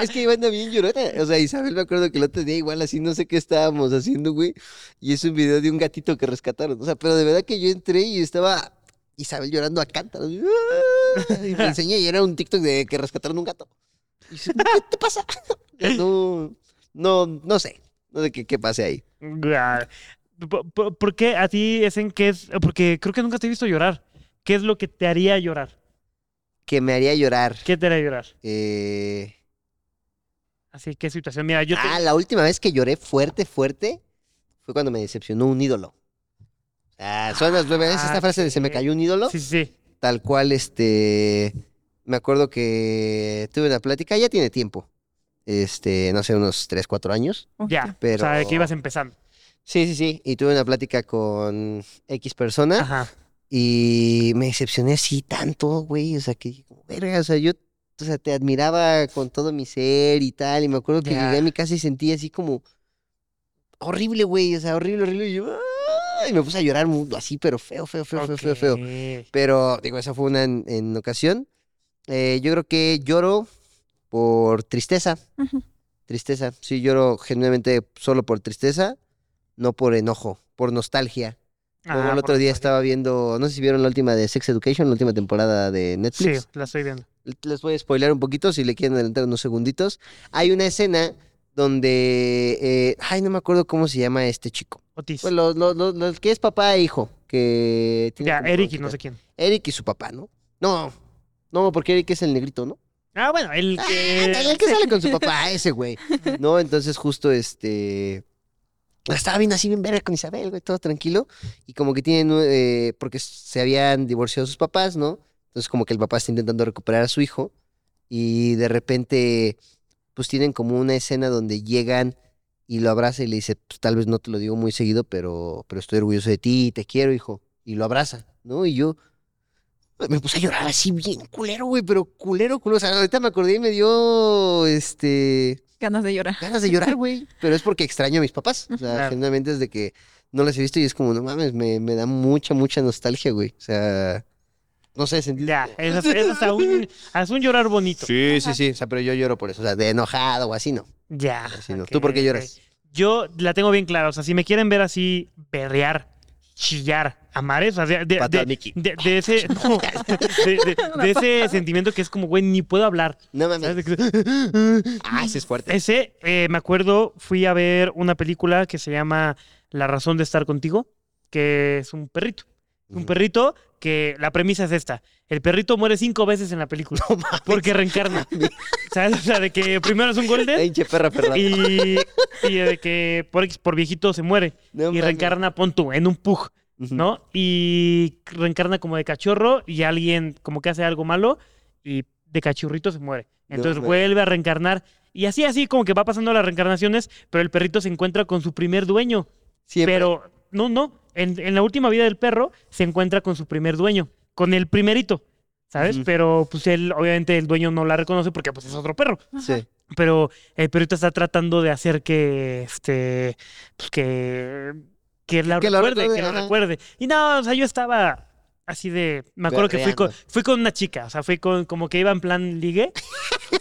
[SPEAKER 2] *laughs* Es que Iván también llorona. O sea, Isabel me acuerdo que el otro día igual así no sé qué estábamos haciendo, güey. Y es un video de un gatito que rescataron. O sea, pero de verdad que yo entré y estaba Isabel llorando a cántaros. Y me enseñé y era un TikTok de que rescataron un gato. Y dice, ¿qué te pasa? *laughs* No, no, no sé. No sé qué, qué pase ahí.
[SPEAKER 1] Guau. ¿Por- ¿Por, por qué a ti es en qué es? Porque creo que nunca te he visto llorar. ¿Qué es lo que te haría llorar?
[SPEAKER 2] Que me haría llorar.
[SPEAKER 1] ¿Qué te haría llorar?
[SPEAKER 2] Eh,
[SPEAKER 1] Así, ¿qué situación? Mira, yo te-
[SPEAKER 2] Ah, la última vez que lloré fuerte, fuerte, fue cuando me decepcionó un ídolo. Ah, son las nueve veces
[SPEAKER 1] Ah,
[SPEAKER 2] esta frase de se me
[SPEAKER 1] sí.
[SPEAKER 2] cayó un ídolo.
[SPEAKER 1] Sí, sí, sí.
[SPEAKER 2] tal cual, este, me acuerdo que tuve una plática, ya tiene tiempo, este, no sé, unos 3, 4 años.
[SPEAKER 1] Ya. O
[SPEAKER 2] Pero-
[SPEAKER 1] sea, que ibas empezando.
[SPEAKER 2] Sí, sí, sí, y tuve una plática con X persona
[SPEAKER 1] Ajá.
[SPEAKER 2] y me decepcioné así tanto, güey, o sea, que, dije como, verga, o sea, yo, o sea, te admiraba con todo mi ser y tal, y me acuerdo que
[SPEAKER 1] Ya.
[SPEAKER 2] llegué a mi casa y sentí así como horrible, güey, o sea, horrible, horrible, y yo, "Ah", y me puse a llorar mu- así, pero feo, feo, feo, feo, feo, feo.
[SPEAKER 1] Ok.
[SPEAKER 2] Pero, digo, esa fue una en, en ocasión. Eh, yo creo que lloro por tristeza.
[SPEAKER 3] Ujú.
[SPEAKER 2] Tristeza. Sí, lloro genuinamente solo por tristeza, no por enojo, por nostalgia. Luego
[SPEAKER 1] Ah,
[SPEAKER 2] el otro
[SPEAKER 1] por
[SPEAKER 2] día
[SPEAKER 1] supuesto.
[SPEAKER 2] estaba viendo, no sé si vieron la última de Sex Education, la última temporada de
[SPEAKER 1] Sí,
[SPEAKER 2] Netflix.
[SPEAKER 1] la estoy viendo.
[SPEAKER 2] Les voy a spoilear un poquito si le quieren adelantar unos segunditos. Hay una escena donde, eh, ay, no me acuerdo cómo se llama este chico.
[SPEAKER 1] Otis.
[SPEAKER 2] Pues los, los- los- los que es papá e hijo, que tiene
[SPEAKER 1] ya,
[SPEAKER 2] como
[SPEAKER 1] Eric y no
[SPEAKER 2] bronquita.
[SPEAKER 1] sé quién.
[SPEAKER 2] Eric y su papá, ¿no? No, no, porque Eric es el negrito, ¿no?
[SPEAKER 1] Ah, bueno, el que.
[SPEAKER 2] El que sale con su papá, ese güey. No, entonces justo este... Estaba bien así, bien verga con Isabel, güey, todo tranquilo. Y como que tienen, eh, porque se habían divorciado sus papás, ¿no? Entonces como que el papá está intentando recuperar a su hijo. Y de repente, pues tienen como una escena donde llegan y lo abraza y le dice, "Pues, tal vez no te lo digo muy seguido, pero, pero estoy orgulloso de ti, te quiero, hijo. Y lo abraza, ¿no? Y yo, Me puse a llorar así bien culero, güey, pero culero, culero. O sea, ahorita me acordé y me dio, este,
[SPEAKER 3] Ganas de llorar.
[SPEAKER 2] ganas de
[SPEAKER 1] *laughs*
[SPEAKER 2] llorar, güey. Pero es porque extraño a mis papás. O sea,
[SPEAKER 1] Claro.
[SPEAKER 2] generalmente desde que no los he visto y es como, no mames, me, me da mucha, mucha nostalgia, güey. O sea, no sé, sentí... Ah,
[SPEAKER 1] Ya, es hasta, es hasta un, hasta un llorar bonito.
[SPEAKER 2] Sí, sí, sí. O sea, pero yo lloro por eso. O sea, de enojado o así no.
[SPEAKER 1] Ya.
[SPEAKER 2] Así no.
[SPEAKER 1] ok,
[SPEAKER 2] ¿Tú por qué lloras?
[SPEAKER 1] ok. Yo la tengo bien clara. O sea, si me quieren ver así, berrear, chillar, amar eso. o sea, de,
[SPEAKER 2] Patada
[SPEAKER 1] de- *laughs*
[SPEAKER 2] Mickey.
[SPEAKER 1] de- de ese, no, de, de- de *laughs* ese sentimiento que es como, güey, ni puedo hablar.
[SPEAKER 2] No
[SPEAKER 1] ¿sabes?
[SPEAKER 2] mames. *laughs*
[SPEAKER 1] De que-
[SPEAKER 2] Ah, sí es fuerte.
[SPEAKER 1] Ese, eh, me acuerdo, fui a ver una película que se llama La razón de estar contigo, que es un perrito. Un
[SPEAKER 2] Ujú.
[SPEAKER 1] perrito que la premisa es esta. El perrito muere cinco veces en la
[SPEAKER 2] *laughs*
[SPEAKER 1] película porque reencarna. ¿Sabes? O sea, de que primero es un golden
[SPEAKER 2] Pinche perra, perdón.
[SPEAKER 1] *laughs* y, y de que por, X- por viejito se muere
[SPEAKER 2] No
[SPEAKER 1] y
[SPEAKER 2] mames.
[SPEAKER 1] reencarna, pon tú, en un pug,
[SPEAKER 2] Ujú.
[SPEAKER 1] ¿no? Y reencarna como de cachorro y alguien como que hace algo malo y de cachorrito se muere.
[SPEAKER 2] No
[SPEAKER 1] Entonces
[SPEAKER 2] mames.
[SPEAKER 1] vuelve a reencarnar y así, así como que va pasando las reencarnaciones, pero el perrito se encuentra con su primer dueño.
[SPEAKER 2] Siempre.
[SPEAKER 1] Pero no, no. En, en la última vida del perro se encuentra con su primer dueño, con el primerito, ¿sabes?
[SPEAKER 2] Ujú.
[SPEAKER 1] Pero pues él, obviamente el dueño no la reconoce porque pues es otro perro *laughs*
[SPEAKER 2] Sí.
[SPEAKER 1] pero el perrito está tratando de hacer que este pues que que la
[SPEAKER 2] Que lo
[SPEAKER 1] recuerde,
[SPEAKER 2] recuerde,
[SPEAKER 1] que lo
[SPEAKER 2] ajá.
[SPEAKER 1] recuerde. Y no, o sea, yo estaba así de me acuerdo que fui con, fui con una chica, o sea, fui con como que iba en plan ligue.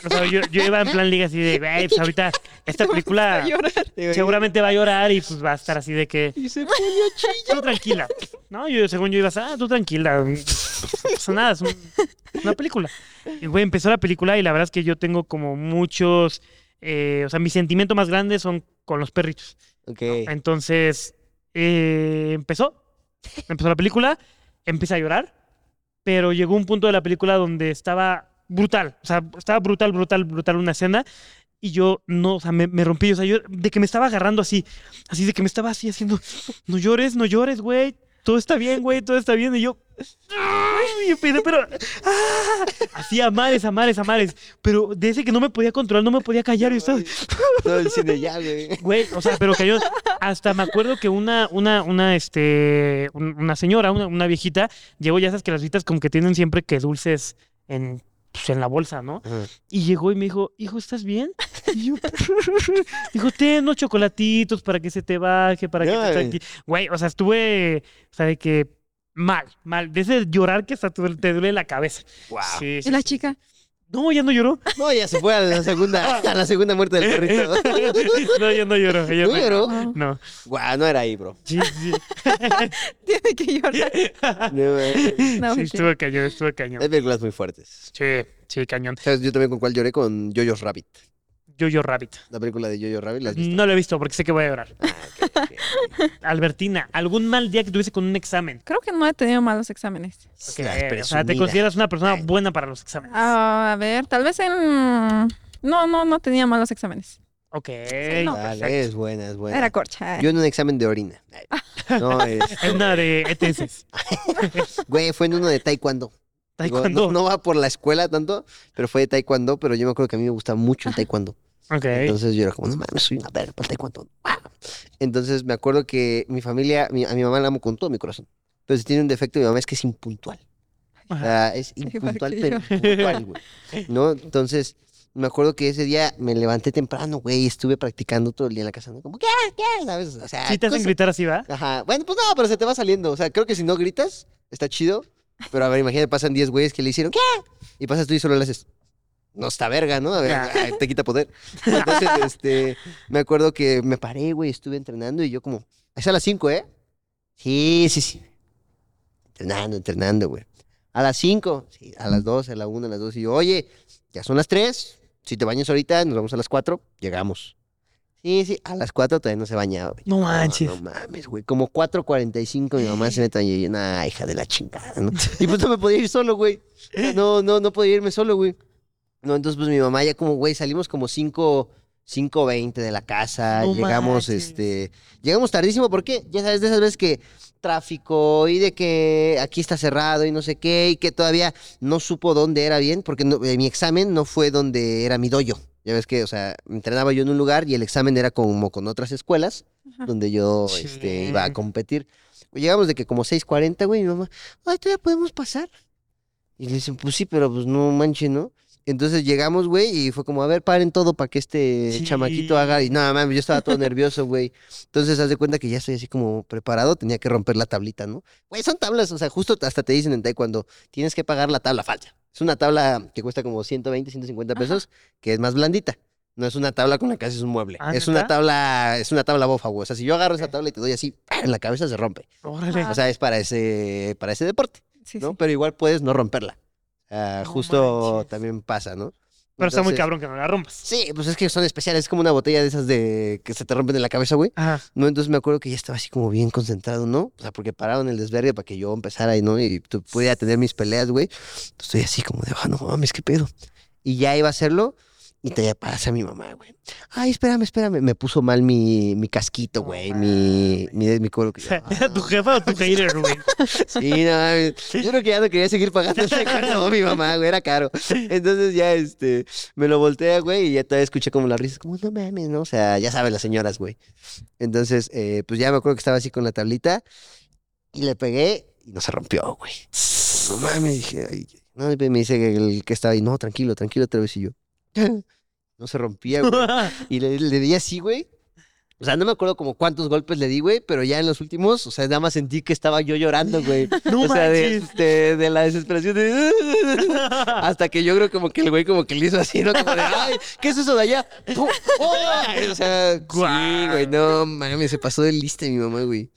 [SPEAKER 1] O sea, yo, yo iba en plan ligue así de, "Güey, pues ahorita
[SPEAKER 2] *laughs*
[SPEAKER 1] esta película
[SPEAKER 3] A *laughs* llorar.
[SPEAKER 1] seguramente va a llorar y pues va a estar así de que
[SPEAKER 2] Y se-
[SPEAKER 1] tú tranquila. No, yo según yo iba a ah, tú tranquila. *laughs* No pasa nada, es un- una película. Y güey, empezó la película y la verdad es que yo tengo como muchos, eh, o sea, mis sentimientos más grandes son con los perritos.
[SPEAKER 2] Ok.
[SPEAKER 1] Entonces, eh, empezó, empezó la película, empecé a llorar, pero llegó un punto de la película donde estaba brutal, o sea, estaba brutal, brutal, brutal una escena y yo no, o sea, me, me rompí, o sea, yo de que me estaba agarrando así, así de que me estaba así haciendo, no llores, no llores, güey. Todo está bien, güey, todo está bien. Y yo. "Ay", y pero. pero ah, así a mares, a mares, a mares. Pero de ese que no me podía controlar, no me podía callar. Y yo estaba.
[SPEAKER 2] Todo el cine ya,
[SPEAKER 1] *laughs*
[SPEAKER 2] güey.
[SPEAKER 1] Güey, o sea, pero cayó. Hasta me acuerdo que una, una, una, este, un- una señora, una, una viejita, llegó, ya sabes que las viejitas como que tienen siempre que dulces en, pues, en la bolsa, ¿no?
[SPEAKER 2] Ajá.
[SPEAKER 1] Y llegó y me dijo, hijo, ¿estás bien? Y yo, *laughs* dijo, ten unos chocolatitos para que se te baje, para que
[SPEAKER 2] No,
[SPEAKER 1] te
[SPEAKER 2] güey.
[SPEAKER 1] tranqui-". Güey, o sea, estuve, o sea, de que mal, mal. De ese llorar que hasta te duele- te duele la cabeza.
[SPEAKER 2] Wow.
[SPEAKER 1] Sí, sí,
[SPEAKER 3] Y la
[SPEAKER 1] sí.
[SPEAKER 3] chica,
[SPEAKER 1] No, ya no lloró. *laughs*
[SPEAKER 2] No, ya se fue a la segunda, a la segunda muerte del perrito.
[SPEAKER 1] *laughs* no, ya no lloró. ya
[SPEAKER 2] ¿No
[SPEAKER 1] no,
[SPEAKER 2] lloró?
[SPEAKER 3] "Wow, *laughs*
[SPEAKER 1] No,
[SPEAKER 2] Guau, no era ahí, bro.
[SPEAKER 1] sí, sí.
[SPEAKER 3] tiene
[SPEAKER 2] *laughs*
[SPEAKER 3] que llorar.
[SPEAKER 2] No, eh,
[SPEAKER 3] No,
[SPEAKER 1] sí,
[SPEAKER 3] mentira.
[SPEAKER 1] estuvo cañón, estuvo cañón.
[SPEAKER 2] hay películas muy fuertes.
[SPEAKER 1] Sí, sí, cañón.
[SPEAKER 2] ¿Sabes? Yo también con cuál lloré con Jojo's Rabbit.
[SPEAKER 1] Jojo Rabbit.
[SPEAKER 2] La película de Jojo Rabbit, ¿la has visto? Ah,
[SPEAKER 1] No lo he visto porque sé que voy a llorar.
[SPEAKER 2] Ok, ok.
[SPEAKER 1] Albertina, ¿algún mal día que tuviste con un examen?
[SPEAKER 3] Creo que no he tenido malos exámenes.
[SPEAKER 1] Que,
[SPEAKER 2] Las
[SPEAKER 1] eh, o sea, te
[SPEAKER 2] presumidas.
[SPEAKER 1] consideras una persona
[SPEAKER 2] Ay.
[SPEAKER 1] buena para los exámenes.
[SPEAKER 3] Ah, a ver, tal vez en... No, no, no tenía malos exámenes.
[SPEAKER 1] Ok.
[SPEAKER 3] no.
[SPEAKER 2] Dale,
[SPEAKER 1] perfecto.
[SPEAKER 2] es buena, es buena.
[SPEAKER 3] Era corcha. eh.
[SPEAKER 2] Yo en un examen
[SPEAKER 1] *laughs*
[SPEAKER 2] de orina. No, es-
[SPEAKER 1] Es una de E
[SPEAKER 2] *laughs*
[SPEAKER 1] ETS.
[SPEAKER 2] güey, fue en uno de taekwondo. Digo,
[SPEAKER 1] Taekwondo.
[SPEAKER 2] No, no va por la escuela tanto, pero fue de taekwondo, pero yo me acuerdo que a mí me gustaba
[SPEAKER 1] *laughs*
[SPEAKER 2] mucho el taekwondo.
[SPEAKER 1] Ok.
[SPEAKER 2] Entonces yo era como, no mames, soy una verga para el taekwondo. ¡Ah! Entonces me acuerdo que mi familia, mi- a mi mamá la amo con todo mi corazón. Pero si tiene un defecto, mi mamá es que es impuntual. O sea,
[SPEAKER 1] Ah,
[SPEAKER 2] es
[SPEAKER 3] Igual
[SPEAKER 2] impuntual,
[SPEAKER 3] que
[SPEAKER 2] pero
[SPEAKER 3] yo.
[SPEAKER 2] impuntual, güey. ¿No? Entonces, me acuerdo que ese día me levanté temprano, güey, y estuve practicando todo el día en la casa. ¿no? Como, ¿qué? ¿Qué? ¿Sabes? O sea,
[SPEAKER 1] Sí te hacen
[SPEAKER 2] cosas-
[SPEAKER 1] gritar así, ¿va?
[SPEAKER 2] Ajá. Bueno, pues no, pero se te va saliendo. O sea, creo que si no gritas, está chido. Pero a ver, imagínate, pasan 10 güeyes que le hicieron, ¿qué? Y pasas tú y solo le haces. No está verga, ¿no? A ver,
[SPEAKER 1] Ya.
[SPEAKER 2] ay, te quita poder. *laughs* Entonces, este, me acuerdo que me paré, güey, estuve entrenando y yo como, es a las 5, ¿eh? Sí, sí, sí. Entrenando, entrenando, güey. A las 5, sí, a las 2, a la 1, a las 2. Y yo, oye, ya son las 3. Si te bañas ahorita, nos vamos a las 4. Llegamos. Sí, sí, a las 4 todavía no se bañaba, güey.
[SPEAKER 1] No manches.
[SPEAKER 2] No, mames, güey. Como 4.45 mi
[SPEAKER 1] *laughs*
[SPEAKER 2] mamá se me traía y yo, nah, hija de la chingada, ¿no? Y pues no me podía ir solo, güey. No, no, no podía irme solo, güey. No, entonces pues mi mamá ya como, güey, salimos como 5, 5.20 de la casa.
[SPEAKER 1] No
[SPEAKER 2] llegamos,
[SPEAKER 1] manches.
[SPEAKER 2] este, llegamos tardísimo porque, ya sabes, de esas veces que tráfico y de que aquí está cerrado y no sé qué y que todavía no supo dónde era bien porque no- eh, mi examen no fue donde era mi doyo. Ya ves que, o sea, entrenaba yo en un lugar y el examen era como con otras escuelas
[SPEAKER 3] Ajá.
[SPEAKER 2] donde yo este, iba a
[SPEAKER 1] Chin.
[SPEAKER 2] competir. Llegamos de que como 6.40, güey, mi mamá, ay, todavía podemos pasar. Y le dicen, pues sí, pero pues no manchen, ¿no? Entonces llegamos, güey, y fue como, a ver, paren todo para que este
[SPEAKER 1] Sí.
[SPEAKER 2] chamaquito haga. Y nada, mames, yo estaba todo nervioso, güey. Entonces, haz de cuenta que ya estoy así como preparado, tenía que romper la tablita, ¿no? Güey, son tablas, o sea, justo hasta te dicen en taekwondo, tienes que pagar la tabla falsa. Es una tabla que cuesta como 120, 150 pesos, que es más blandita. No es una tabla con la que haces un mueble.
[SPEAKER 1] Ah,
[SPEAKER 2] es una
[SPEAKER 1] ¿neta?
[SPEAKER 2] tabla, es una tabla bofa, güey. O sea, si yo agarro esa
[SPEAKER 1] Ok.
[SPEAKER 2] tabla y te doy así, ¡pah! en la cabeza se rompe.
[SPEAKER 3] Ah.
[SPEAKER 1] Órale.
[SPEAKER 2] O sea, es para ese, para ese deporte.
[SPEAKER 3] Sí,
[SPEAKER 2] ¿no?
[SPEAKER 3] sí.
[SPEAKER 2] Pero igual puedes no romperla. Ah,
[SPEAKER 1] No
[SPEAKER 2] justo
[SPEAKER 1] manches.
[SPEAKER 2] también pasa, ¿no?
[SPEAKER 1] pero está muy
[SPEAKER 2] Entonces,
[SPEAKER 1] cabrón que no la rompas.
[SPEAKER 2] Sí, pues es que son especiales, es como una botella de esas de que se te rompen en la cabeza, güey.
[SPEAKER 1] Ajá.
[SPEAKER 2] No, entonces me acuerdo que ya estaba así como bien concentrado, ¿no? O sea, porque pararon el desvergue para que yo empezara y no y tú pudiera tener mis peleas, güey. Entonces, Estoy así como de, ah, no mames, qué pedo. Y ya iba a hacerlo y te pasa mi mamá, güey. Ay, espérame, espérame. Me puso mal mi, mi casquito,
[SPEAKER 1] No
[SPEAKER 2] güey, mi, mi, mi cuero.
[SPEAKER 1] O sea,
[SPEAKER 2] Ah.
[SPEAKER 1] ¿era *laughs* tu jefa o tu hater,
[SPEAKER 2] *laughs*
[SPEAKER 1] güey?
[SPEAKER 2] Sí, no mames. Yo creo que ya no quería seguir pagando ese cuando mi mamá, güey, era caro. Entonces ya, este, me lo voltea, güey, y ya todavía escuché como las risas, como, no mames, ¿no? O sea, ya saben las señoras, güey. Entonces, eh, pues ya me acuerdo que estaba así con la tablita y le pegué y no se rompió, güey. No mames, dije, ay, no, y me dice el que estaba ahí, no, tranquilo, tranquilo, otra vez, y yo, *laughs* no se rompía, güey. Y le, le di así, güey. O sea, no me acuerdo como cuántos golpes le di, güey, pero ya en los últimos, o sea, nada más sentí que estaba yo llorando, güey.
[SPEAKER 1] *laughs* No
[SPEAKER 2] o sea, de, este,
[SPEAKER 1] manches.
[SPEAKER 2] de- de la desesperación. de- *laughs* Hasta que yo creo como que el güey como que le hizo así, ¿no? Como de, ay, ¿qué es eso de allá? ¡Pum! ¡Ay! O sea, sí, güey, no, mames, se pasó de lista mi mamá, güey.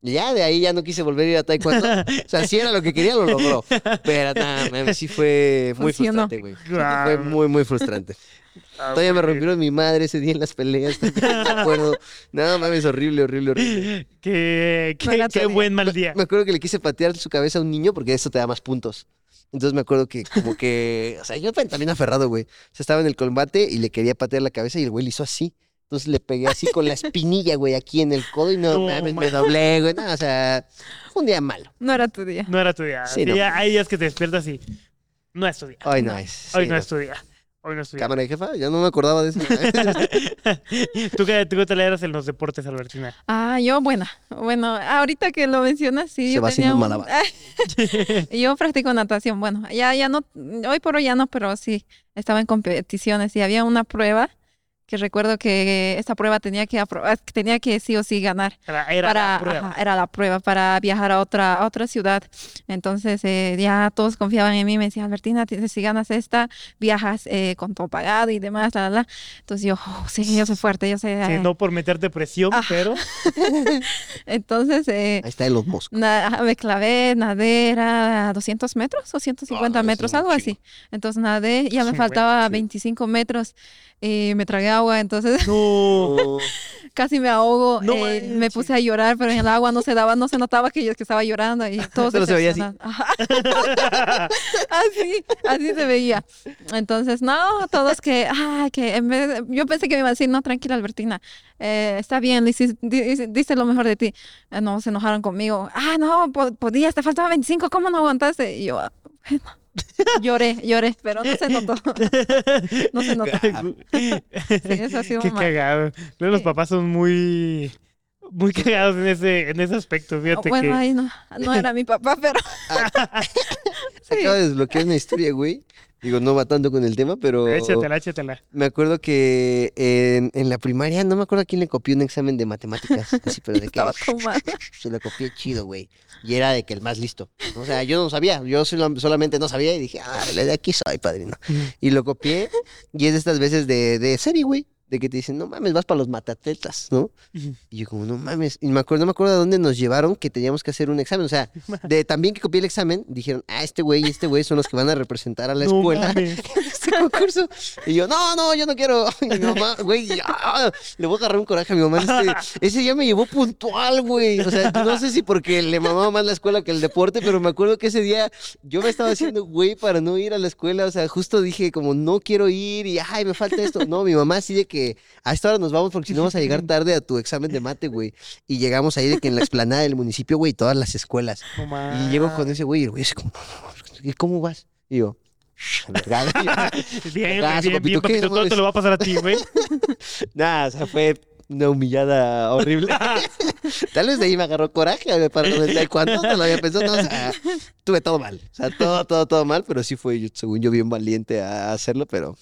[SPEAKER 2] Y ya de ahí ya no quise volver a ir a Taekwondo. O sea, si era lo que quería, lo logró. Pero nada, mames, sí fue muy
[SPEAKER 3] Funcionó.
[SPEAKER 2] frustrante, güey.
[SPEAKER 1] *laughs* Guau.
[SPEAKER 2] Fue muy, muy frustrante.
[SPEAKER 1] Ah,
[SPEAKER 2] Todavía me
[SPEAKER 1] güey.
[SPEAKER 2] rompieron mi madre ese día en las peleas. también, me acuerdo. No, mames, horrible, horrible, horrible.
[SPEAKER 1] Qué,
[SPEAKER 3] No
[SPEAKER 1] qué,
[SPEAKER 3] era tu
[SPEAKER 1] qué
[SPEAKER 3] día.
[SPEAKER 1] buen mal día.
[SPEAKER 2] Me acuerdo que le quise patear su cabeza a un niño porque eso te da más puntos. Entonces me acuerdo que como que... O sea, yo también aferrado, güey. O sea, estaba en el combate y le quería patear la cabeza y el güey le hizo así. Entonces le pegué así con la espinilla, güey, aquí en el codo y no,
[SPEAKER 1] No,
[SPEAKER 2] mames, me
[SPEAKER 1] mames.
[SPEAKER 2] doblé, güey. No, o sea, fue un día malo.
[SPEAKER 3] No era tu día.
[SPEAKER 1] No era tu día.
[SPEAKER 2] Sí,
[SPEAKER 1] Sí,
[SPEAKER 2] no.
[SPEAKER 1] ya hay días que te despiertas y no es tu día.
[SPEAKER 2] Ay, no es.
[SPEAKER 1] Hoy
[SPEAKER 2] sí,
[SPEAKER 1] no, es tu día. Hoy no es tu día.
[SPEAKER 2] Cámara de jefa, ya no me
[SPEAKER 1] *laughs*
[SPEAKER 2] acordaba de eso.
[SPEAKER 1] ¿Tú qué, ¿Tú qué tal eras en los deportes, Albertina?
[SPEAKER 3] Ah, yo buena. Bueno, ahorita que lo mencionas, sí.
[SPEAKER 2] Se
[SPEAKER 3] yo
[SPEAKER 2] va haciendo
[SPEAKER 3] tenía
[SPEAKER 2] malabar.
[SPEAKER 3] *laughs* yo practico natación. Bueno, ya, ya no, hoy por hoy ya no, pero sí, estaba en competiciones y había una prueba que recuerdo que esta prueba tenía que aprobar, tenía que sí o sí ganar.
[SPEAKER 1] Era, era
[SPEAKER 3] para,
[SPEAKER 1] la prueba.
[SPEAKER 3] ajá, era la prueba para viajar a otra, a otra ciudad. Entonces eh, ya todos confiaban en mí, me decían, Albertina, ti- si ganas esta, viajas eh, con todo pagado y demás, la, la, la". Entonces yo, "Oh, sí, yo soy fuerte, yo sé.
[SPEAKER 1] Sí,
[SPEAKER 3] eh".
[SPEAKER 1] no por meterte presión,
[SPEAKER 3] Ah. *laughs*
[SPEAKER 1] pero
[SPEAKER 3] Entonces eh,
[SPEAKER 2] Ahí está Elon Musk.
[SPEAKER 3] na- ajá, me clavé, nadé, era 200 metros o 150
[SPEAKER 2] Ah, es
[SPEAKER 3] metros,
[SPEAKER 2] un
[SPEAKER 3] algo
[SPEAKER 2] chingo.
[SPEAKER 3] así. Entonces nadé, ya
[SPEAKER 1] Es
[SPEAKER 3] me
[SPEAKER 1] un buen
[SPEAKER 3] faltaba
[SPEAKER 1] chingo.
[SPEAKER 3] 25 metros y me tragué agua, entonces
[SPEAKER 1] no.
[SPEAKER 3] *laughs* casi me ahogo.
[SPEAKER 1] No
[SPEAKER 3] eh, me
[SPEAKER 1] manches.
[SPEAKER 3] puse a llorar, pero en el agua no se daba, no se notaba que yo que estaba
[SPEAKER 2] *laughs*
[SPEAKER 3] llorando y todos
[SPEAKER 2] Solo se veía así.
[SPEAKER 3] decepcionados. *laughs* Ajá. así, así se veía. Entonces, no, todos que, ay, que en vez de- yo pensé que me iban a decir, no, tranquila, Albertina, eh, está bien, lo hiciste- di- diste lo mejor de ti. Eh, no, se enojaron conmigo. Ah, no, po- podías, te faltaba 25, ¿cómo no aguantaste? Y yo, "Ah,
[SPEAKER 2] *laughs*
[SPEAKER 3] bueno". Lloré, lloré, pero no se notó. No se notó. eso ha sido
[SPEAKER 1] Qué
[SPEAKER 3] mal.
[SPEAKER 1] cagado. Luego los
[SPEAKER 3] Sí.
[SPEAKER 1] papás son muy, muy cagados en ese, en ese aspecto. *laughs* Fíjate
[SPEAKER 3] bueno,
[SPEAKER 1] que.
[SPEAKER 3] ahí no, no era mi papá, pero... Sí.
[SPEAKER 2] Acaba de desbloquear una historia, güey. Digo, no va tanto con el tema, pero...
[SPEAKER 1] Échatela, échatela.
[SPEAKER 2] Me acuerdo que en, en la primaria, no me acuerdo a quién le copié un examen de matemáticas, así, pero de que
[SPEAKER 3] *laughs* Estaba traumada.
[SPEAKER 2] se lo copié chido, güey. Y era de que el más listo. O sea, yo no sabía, yo solo- solamente no sabía y dije, ah, de aquí soy, padrino. Y lo copié y es de estas veces de, de serie, güey, de que te dicen, no mames, vas para los matatletas, ¿no?
[SPEAKER 1] Ujú.
[SPEAKER 2] Y yo como, no mames. Y me acuerdo, no me acuerdo a dónde nos llevaron que teníamos que hacer un examen.
[SPEAKER 1] *laughs*
[SPEAKER 2] O sea, de también que copié el examen, dijeron, ah, este güey y este güey son los que van a representar a la
[SPEAKER 1] No
[SPEAKER 2] escuela
[SPEAKER 1] mames.
[SPEAKER 2] *laughs* este concurso. Y yo, no, no, yo no quiero. *laughs* Y mi mamá, güey, ya, le voy a agarrar un coraje a mi mamá. Este- ese día me llevó puntual, güey. O sea, no sé si porque le mamaba más la escuela que el deporte, pero me acuerdo que ese día yo me estaba haciendo güey para no ir a la escuela. O sea, justo dije como, no quiero ir y, ay, me falta esto. No, mi mamá así de que a esta hora nos vamos porque si no vamos a llegar tarde a tu examen de mate, güey. Y llegamos ahí de que en la explanada del municipio, güey, todas las escuelas.
[SPEAKER 1] No
[SPEAKER 2] Y
[SPEAKER 1] mames.
[SPEAKER 2] llego con ese güey y el güey así como, ¿y cómo vas? Y yo, "Vergada".
[SPEAKER 1] Bien,
[SPEAKER 2] *laughs* Ah, su
[SPEAKER 1] bien, bien,
[SPEAKER 2] papito, ¿qué?
[SPEAKER 1] papito, todo te lo va a pasar a ti, güey.
[SPEAKER 2] Nada, o sea, fue Una humillada horrible. *laughs* Tal vez de ahí me agarró coraje para el cuánto no lo había pensado. No, o sea, tuve todo mal. O sea, todo, todo, todo mal, pero sí fue, según yo, bien valiente a hacerlo, pero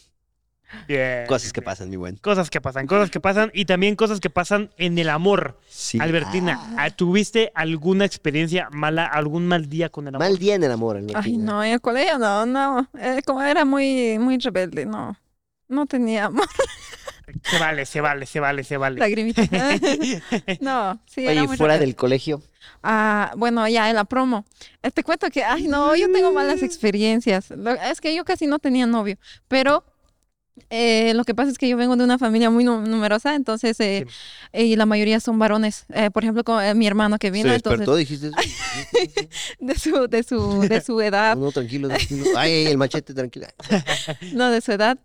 [SPEAKER 1] Bien.
[SPEAKER 2] *laughs* cosas que pasan, mi buen.
[SPEAKER 1] Cosas que pasan, cosas que pasan y también cosas que pasan en el amor.
[SPEAKER 2] Sí.
[SPEAKER 1] Albertina, ¿ah, ¿tuviste alguna experiencia mala, algún mal día con el amor?
[SPEAKER 2] Mal día en el amor, ¿eh?
[SPEAKER 3] Ay,
[SPEAKER 2] Albertina.
[SPEAKER 3] no, en el colegio no, no. Eh, como era muy, muy rebelde, no. No tenía amor.
[SPEAKER 1] Se vale, se vale, se vale, se vale.
[SPEAKER 2] *laughs*
[SPEAKER 3] Lagrimita. no, sí,
[SPEAKER 2] Oye,
[SPEAKER 3] era
[SPEAKER 2] ¿y
[SPEAKER 3] muy
[SPEAKER 2] fuera
[SPEAKER 3] rebelde.
[SPEAKER 2] del colegio.
[SPEAKER 3] Ah, bueno, ya en la promo. Eh, Te cuento que, ay, no, yo tengo malas
[SPEAKER 2] Mm.
[SPEAKER 3] experiencias. Lo- Es que yo casi no tenía novio, pero eh, lo que pasa es que yo vengo de una familia muy nu- numerosa, entonces, eh, eh, y la mayoría son varones. Eh, por ejemplo, con, eh, mi hermano que vino,
[SPEAKER 2] Se
[SPEAKER 3] entonces,
[SPEAKER 2] despertó, dijiste.
[SPEAKER 3] de su, de su, de
[SPEAKER 2] *laughs*
[SPEAKER 3] su edad,
[SPEAKER 2] No, tranquilo, tranquilo. Ay, el machete, tranquilo.
[SPEAKER 3] *laughs* no, de su edad,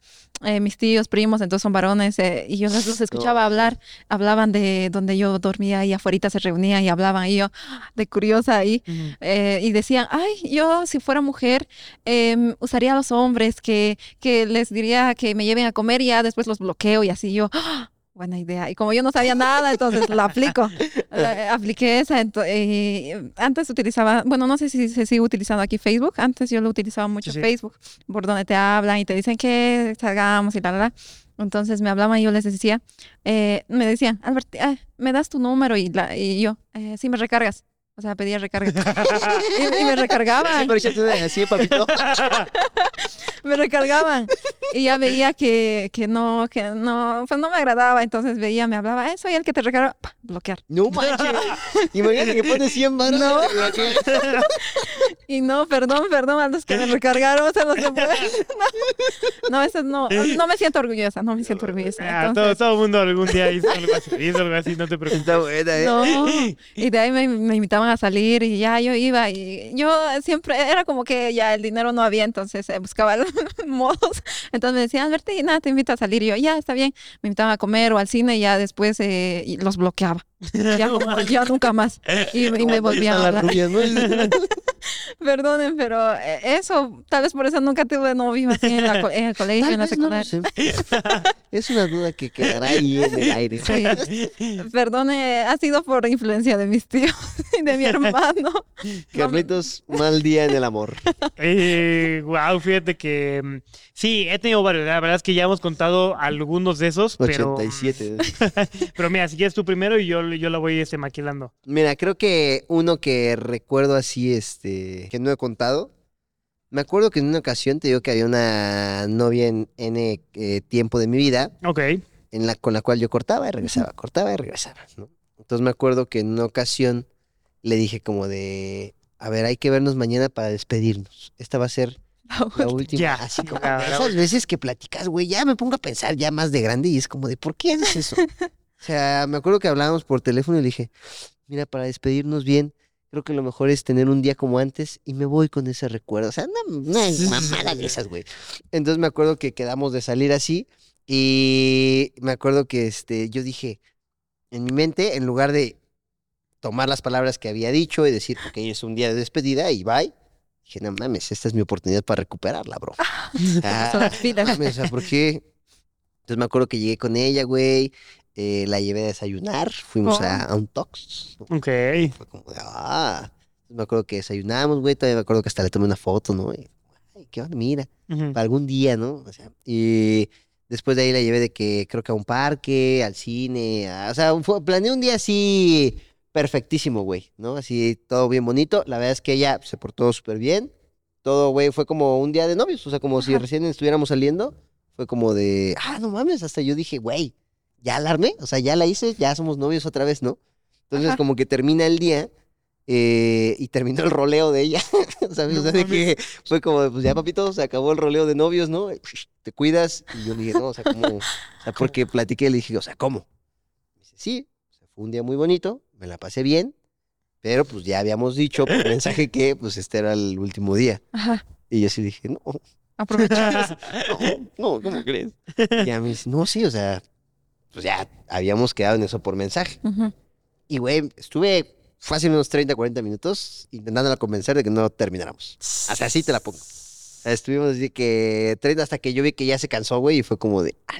[SPEAKER 3] eh, mis tíos, primos, entonces son varones, eh, y yo los, los escuchaba hablar, hablaban de donde yo dormía y afuera se reunían y hablaban, y yo, de curiosa ahí.
[SPEAKER 1] Ujú.
[SPEAKER 3] eh, y decían, ay, yo si fuera mujer em, usaría a los hombres que, que les diría que me lleven a comer y ya después los bloqueo y así yo, "Ah, buena idea. Y como yo no sabía nada, entonces
[SPEAKER 1] *laughs*
[SPEAKER 3] la aplico. La- eh, apliqué esa. ento- eh, antes utilizaba, bueno, no sé si se sigue utilizando aquí Facebook, antes yo lo utilizaba mucho
[SPEAKER 1] Sí, sí.
[SPEAKER 3] Facebook, por donde te hablan y te dicen que salgamos y la, la, la. Entonces me hablaban y yo les decía, eh, me decían, Albert, ah, me das tu número y, la, y yo, eh, sí me recargas. O sea,
[SPEAKER 1] *laughs*
[SPEAKER 3] pedía recarga. y, y me recargaban,
[SPEAKER 2] Pero ya te ven así, papito.
[SPEAKER 3] me recargaban. Y ya veía que, que no, que no, pues no me agradaba. Entonces veía, me hablaba, "Eh, soy el que te recarga, pa, bloquear.
[SPEAKER 2] No manches. Imagínate que pones 100 varos.
[SPEAKER 3] No.
[SPEAKER 2] Bloquea.
[SPEAKER 3] Y no, perdón, perdón, a los que me recargaron, o sea, los que pueden. *laughs* No, no, eso no, no me siento orgullosa, no me siento orgullosa.
[SPEAKER 1] Ah,
[SPEAKER 3] Entonces,
[SPEAKER 1] todo, todo mundo algún día hizo algo así, hizo algo así, no te preocupes.
[SPEAKER 2] Está buena, ¿eh?
[SPEAKER 3] No,
[SPEAKER 2] *laughs*
[SPEAKER 3] y de ahí me, me invitaban a salir y ya yo iba y yo siempre era como que ya el dinero no había, entonces eh, buscaba *laughs* los modos. Entonces me decían, Albertina, te invito a salir. Y yo, ya, está bien. Me invitaban a comer o al cine y ya después eh, y
[SPEAKER 2] *laughs*
[SPEAKER 3] los bloqueaba. Ya, como- ya nunca más. Y, y me volvían a hablar.
[SPEAKER 2] Rubias, ¿no?
[SPEAKER 3] Perdonen, pero eh, eso, tal vez por eso nunca tuve novio así en, la co-
[SPEAKER 2] *laughs*
[SPEAKER 3] en el colegio,
[SPEAKER 2] Tal
[SPEAKER 3] en la
[SPEAKER 2] vez no lo
[SPEAKER 3] secundaria.
[SPEAKER 2] sé. Es una duda que quedará ahí en el aire.
[SPEAKER 3] Sí. Perdone, ha sido por influencia de mis tíos *laughs* y
[SPEAKER 2] *laughs*
[SPEAKER 3] de mi hermano.
[SPEAKER 2] *laughs*
[SPEAKER 3] *laughs*
[SPEAKER 2] Carlitos, mal día en el amor.
[SPEAKER 1] Eh, wow, fíjate que mm, sí, he tenido varios. La verdad es que ya hemos contado algunos de esos, pero,
[SPEAKER 2] 87.
[SPEAKER 1] pero mira, si quieres tú primero y yo, yo la voy este, maquilando.
[SPEAKER 2] Mira, creo que uno que recuerdo así, este, que no he contado. Me acuerdo que en una ocasión te digo que había una novia en N eh, tiempo de mi vida.
[SPEAKER 1] Ok.
[SPEAKER 2] en la, con la cual yo cortaba y regresaba, cortaba y regresaba, ¿no? Entonces me acuerdo que en una ocasión le dije como de, a ver, hay que vernos mañana para despedirnos. Esta va a ser
[SPEAKER 3] *laughs*
[SPEAKER 2] la última.
[SPEAKER 1] Ya,
[SPEAKER 2] Así como
[SPEAKER 1] la-
[SPEAKER 2] de
[SPEAKER 1] la-
[SPEAKER 2] esas veces que platicas, güey, ya me pongo a pensar ya más de grande y es como de, ¿por qué haces eso? O sea, me acuerdo que hablábamos por teléfono y le dije, mira, para despedirnos bien, creo que lo mejor es tener un día como antes y me voy con ese recuerdo. O sea, una, una mamada de esas, güey. Entonces me acuerdo que quedamos de salir así y me acuerdo que este, yo dije, en mi mente, en lugar de tomar las palabras que había dicho y decir, ok, es un día de despedida y bye, dije, no mames, esta es mi oportunidad para recuperarla, bro. Ah,
[SPEAKER 3] Son las pilas.
[SPEAKER 2] mames, o sea, ¿por qué? Entonces me acuerdo que llegué con ella, güey, eh, la llevé a desayunar, fuimos a, a un tox,
[SPEAKER 1] Ok.
[SPEAKER 2] *laughs* fue como de, ah. Me acuerdo que desayunamos, güey. Todavía me acuerdo que hasta le tomé una foto, ¿no? Y, ay, qué onda, mira.
[SPEAKER 1] Ujú. *laughs*
[SPEAKER 2] Para algún día, ¿no? O sea, y después de ahí la llevé de que creo que a un parque, al cine. a- o sea, fue- planeé un día así perfectísimo, güey, ¿no? Así todo bien bonito. La verdad es que ella se portó súper bien. Todo, güey, fue como un día de novios. O sea, como si
[SPEAKER 3] Ajá.
[SPEAKER 2] recién estuviéramos saliendo. Fue como de, ah, no mames. Hasta yo dije, güey, ya alarmé. O sea, ya la hice, ya somos novios otra vez, ¿no? Entonces,
[SPEAKER 3] Ajá.
[SPEAKER 2] como que termina el día eh, y terminó el roleo de ella. *laughs* ¿Sabes?
[SPEAKER 1] No
[SPEAKER 2] o sea, de
[SPEAKER 1] mames.
[SPEAKER 2] que fue como, de, pues ya, papito, se acabó el roleo de novios, ¿no? Te cuidas. Y yo le dije, no, o sea, como, o
[SPEAKER 1] *laughs*
[SPEAKER 2] sea, porque platiqué, le dije, o sea, ¿cómo? Me dice, sí, o sea, fue un día muy bonito, me la pasé bien, pero pues ya habíamos
[SPEAKER 1] *laughs*
[SPEAKER 2] dicho por mensaje que pues este era el último día.
[SPEAKER 3] Ajá,
[SPEAKER 2] Y yo sí dije, no,
[SPEAKER 3] *laughs* aprovechamos.
[SPEAKER 2] no, no, ¿cómo crees? Y ya me dice, no, sí, o sea, pues ya habíamos quedado en eso por mensaje.
[SPEAKER 3] Ujú.
[SPEAKER 2] Y, güey, estuve fácil unos 30, 40 minutos intentándola convencer de que no termináramos. Hasta así te la pongo. O sea, Estuvimos así que 30 hasta que yo vi que ya se cansó, güey, y fue como de, ah,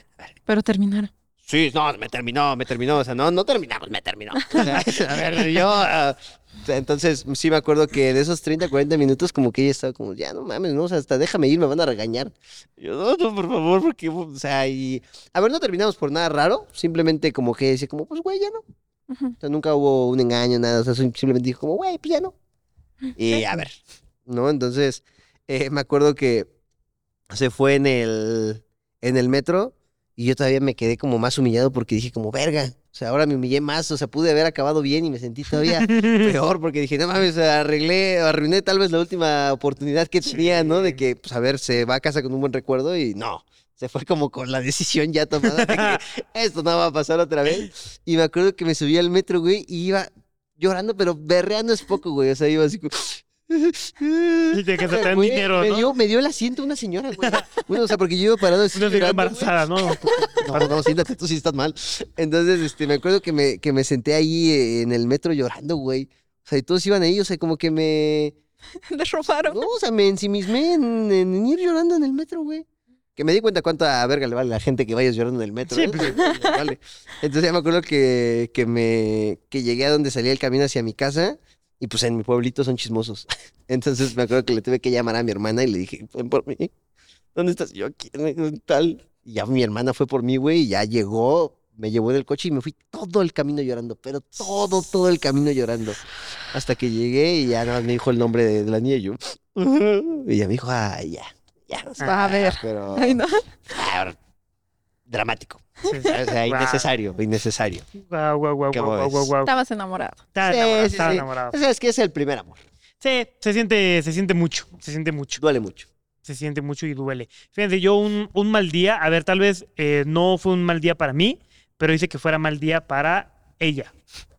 [SPEAKER 3] Pero terminaron.
[SPEAKER 2] Sí, no, me terminó, me terminó. O sea, no, no terminamos, me terminó. *laughs* O sea, a ver, yo. ah, o sea, entonces, sí me acuerdo que de esos 30, 40 minutos, como que ella estaba como, ya no mames, no, o sea, hasta déjame ir, me van a regañar. Yo, no, no, por favor, porque, o sea, y. A ver, no terminamos por nada raro, simplemente como que decía, como, pues, güey, ya no.
[SPEAKER 3] *laughs* Ujú.
[SPEAKER 2] O sea, nunca hubo un engaño, nada. O sea, sim- simplemente dijo como, güey, pues ya no. Y a ver, ¿no? Entonces, eh, me acuerdo que se fue en el, en el metro y yo todavía me quedé como más humillado porque dije como, verga. O sea, ahora me humillé más. O sea, pude haber acabado bien y me sentí todavía
[SPEAKER 1] *laughs*
[SPEAKER 2] peor porque dije, no mames, arreglé, arruiné tal vez la última oportunidad que tenía, ¿no? De que, pues a ver, se va a casa con un buen recuerdo y no. Se fue como con la decisión ya tomada de
[SPEAKER 1] *laughs*
[SPEAKER 2] que esto no va a pasar otra vez. Y me acuerdo que me subí al metro, güey, y iba llorando, pero berreando es poco, güey. O sea, iba así como...
[SPEAKER 1] Y de que se te dan
[SPEAKER 2] Güey,
[SPEAKER 1] dinero,
[SPEAKER 2] me,
[SPEAKER 1] ¿no?
[SPEAKER 2] dio, me dio el asiento una señora, güey. Bueno, o sea, porque yo iba parado así
[SPEAKER 1] Una señora
[SPEAKER 2] llorando, güey.
[SPEAKER 1] embarazada, ¿no?
[SPEAKER 2] *laughs* No, no, siéntate, tú sí estás mal. Entonces, este, me acuerdo que me, que me senté ahí eh, en el metro llorando, güey. O sea, y todos iban ahí, o sea, como que me...
[SPEAKER 3] Le robaron.
[SPEAKER 2] No, o sea, me ensimismé en, en ir llorando en el metro, güey. Que me di cuenta cuánta verga le vale a la gente que vayas llorando en el metro.
[SPEAKER 1] Sí,
[SPEAKER 2] ¿eh?
[SPEAKER 1] pues.
[SPEAKER 2] Le *laughs* vale. Entonces ya me acuerdo que, que me que llegué a donde salía el camino hacia mi casa y pues en mi pueblito son chismosos. *laughs* Entonces me acuerdo que le tuve que llamar a mi hermana y le dije, ven por mí. ¿Dónde estás? Yo aquí, en tal. Y ya mi hermana fue por mí, güey, y ya llegó, me llevó en el coche y me fui todo el camino llorando, pero todo, todo el camino llorando. Hasta que llegué y ya nada más me dijo el nombre de, de la niña y yo. *laughs* Y ya me dijo, ah, ya, ya. o sea,
[SPEAKER 3] Va a ver.
[SPEAKER 1] *laughs*
[SPEAKER 2] Pero.
[SPEAKER 3] Ay, no.
[SPEAKER 2] ah, dramático.
[SPEAKER 1] Sí, sí.
[SPEAKER 2] O sea,
[SPEAKER 1] Wow.
[SPEAKER 2] innecesario, innecesario.
[SPEAKER 1] Guau, guau, guau,
[SPEAKER 2] ¿Qué
[SPEAKER 1] guau, guau,
[SPEAKER 2] ves?
[SPEAKER 1] guau, guau.
[SPEAKER 3] Estabas enamorado.
[SPEAKER 1] Estaba
[SPEAKER 2] Sí,
[SPEAKER 1] enamorado,
[SPEAKER 2] sí,
[SPEAKER 1] estaba
[SPEAKER 2] sí.
[SPEAKER 1] enamorado.
[SPEAKER 2] O sea, es que es el primer amor.
[SPEAKER 1] Sí, se siente, se siente mucho, se siente mucho,
[SPEAKER 2] Duele mucho.
[SPEAKER 1] se siente mucho y duele. Fíjense, yo un, un mal día, a ver, tal vez eh, no fue un mal día para mí, pero hice que fuera mal día para ella,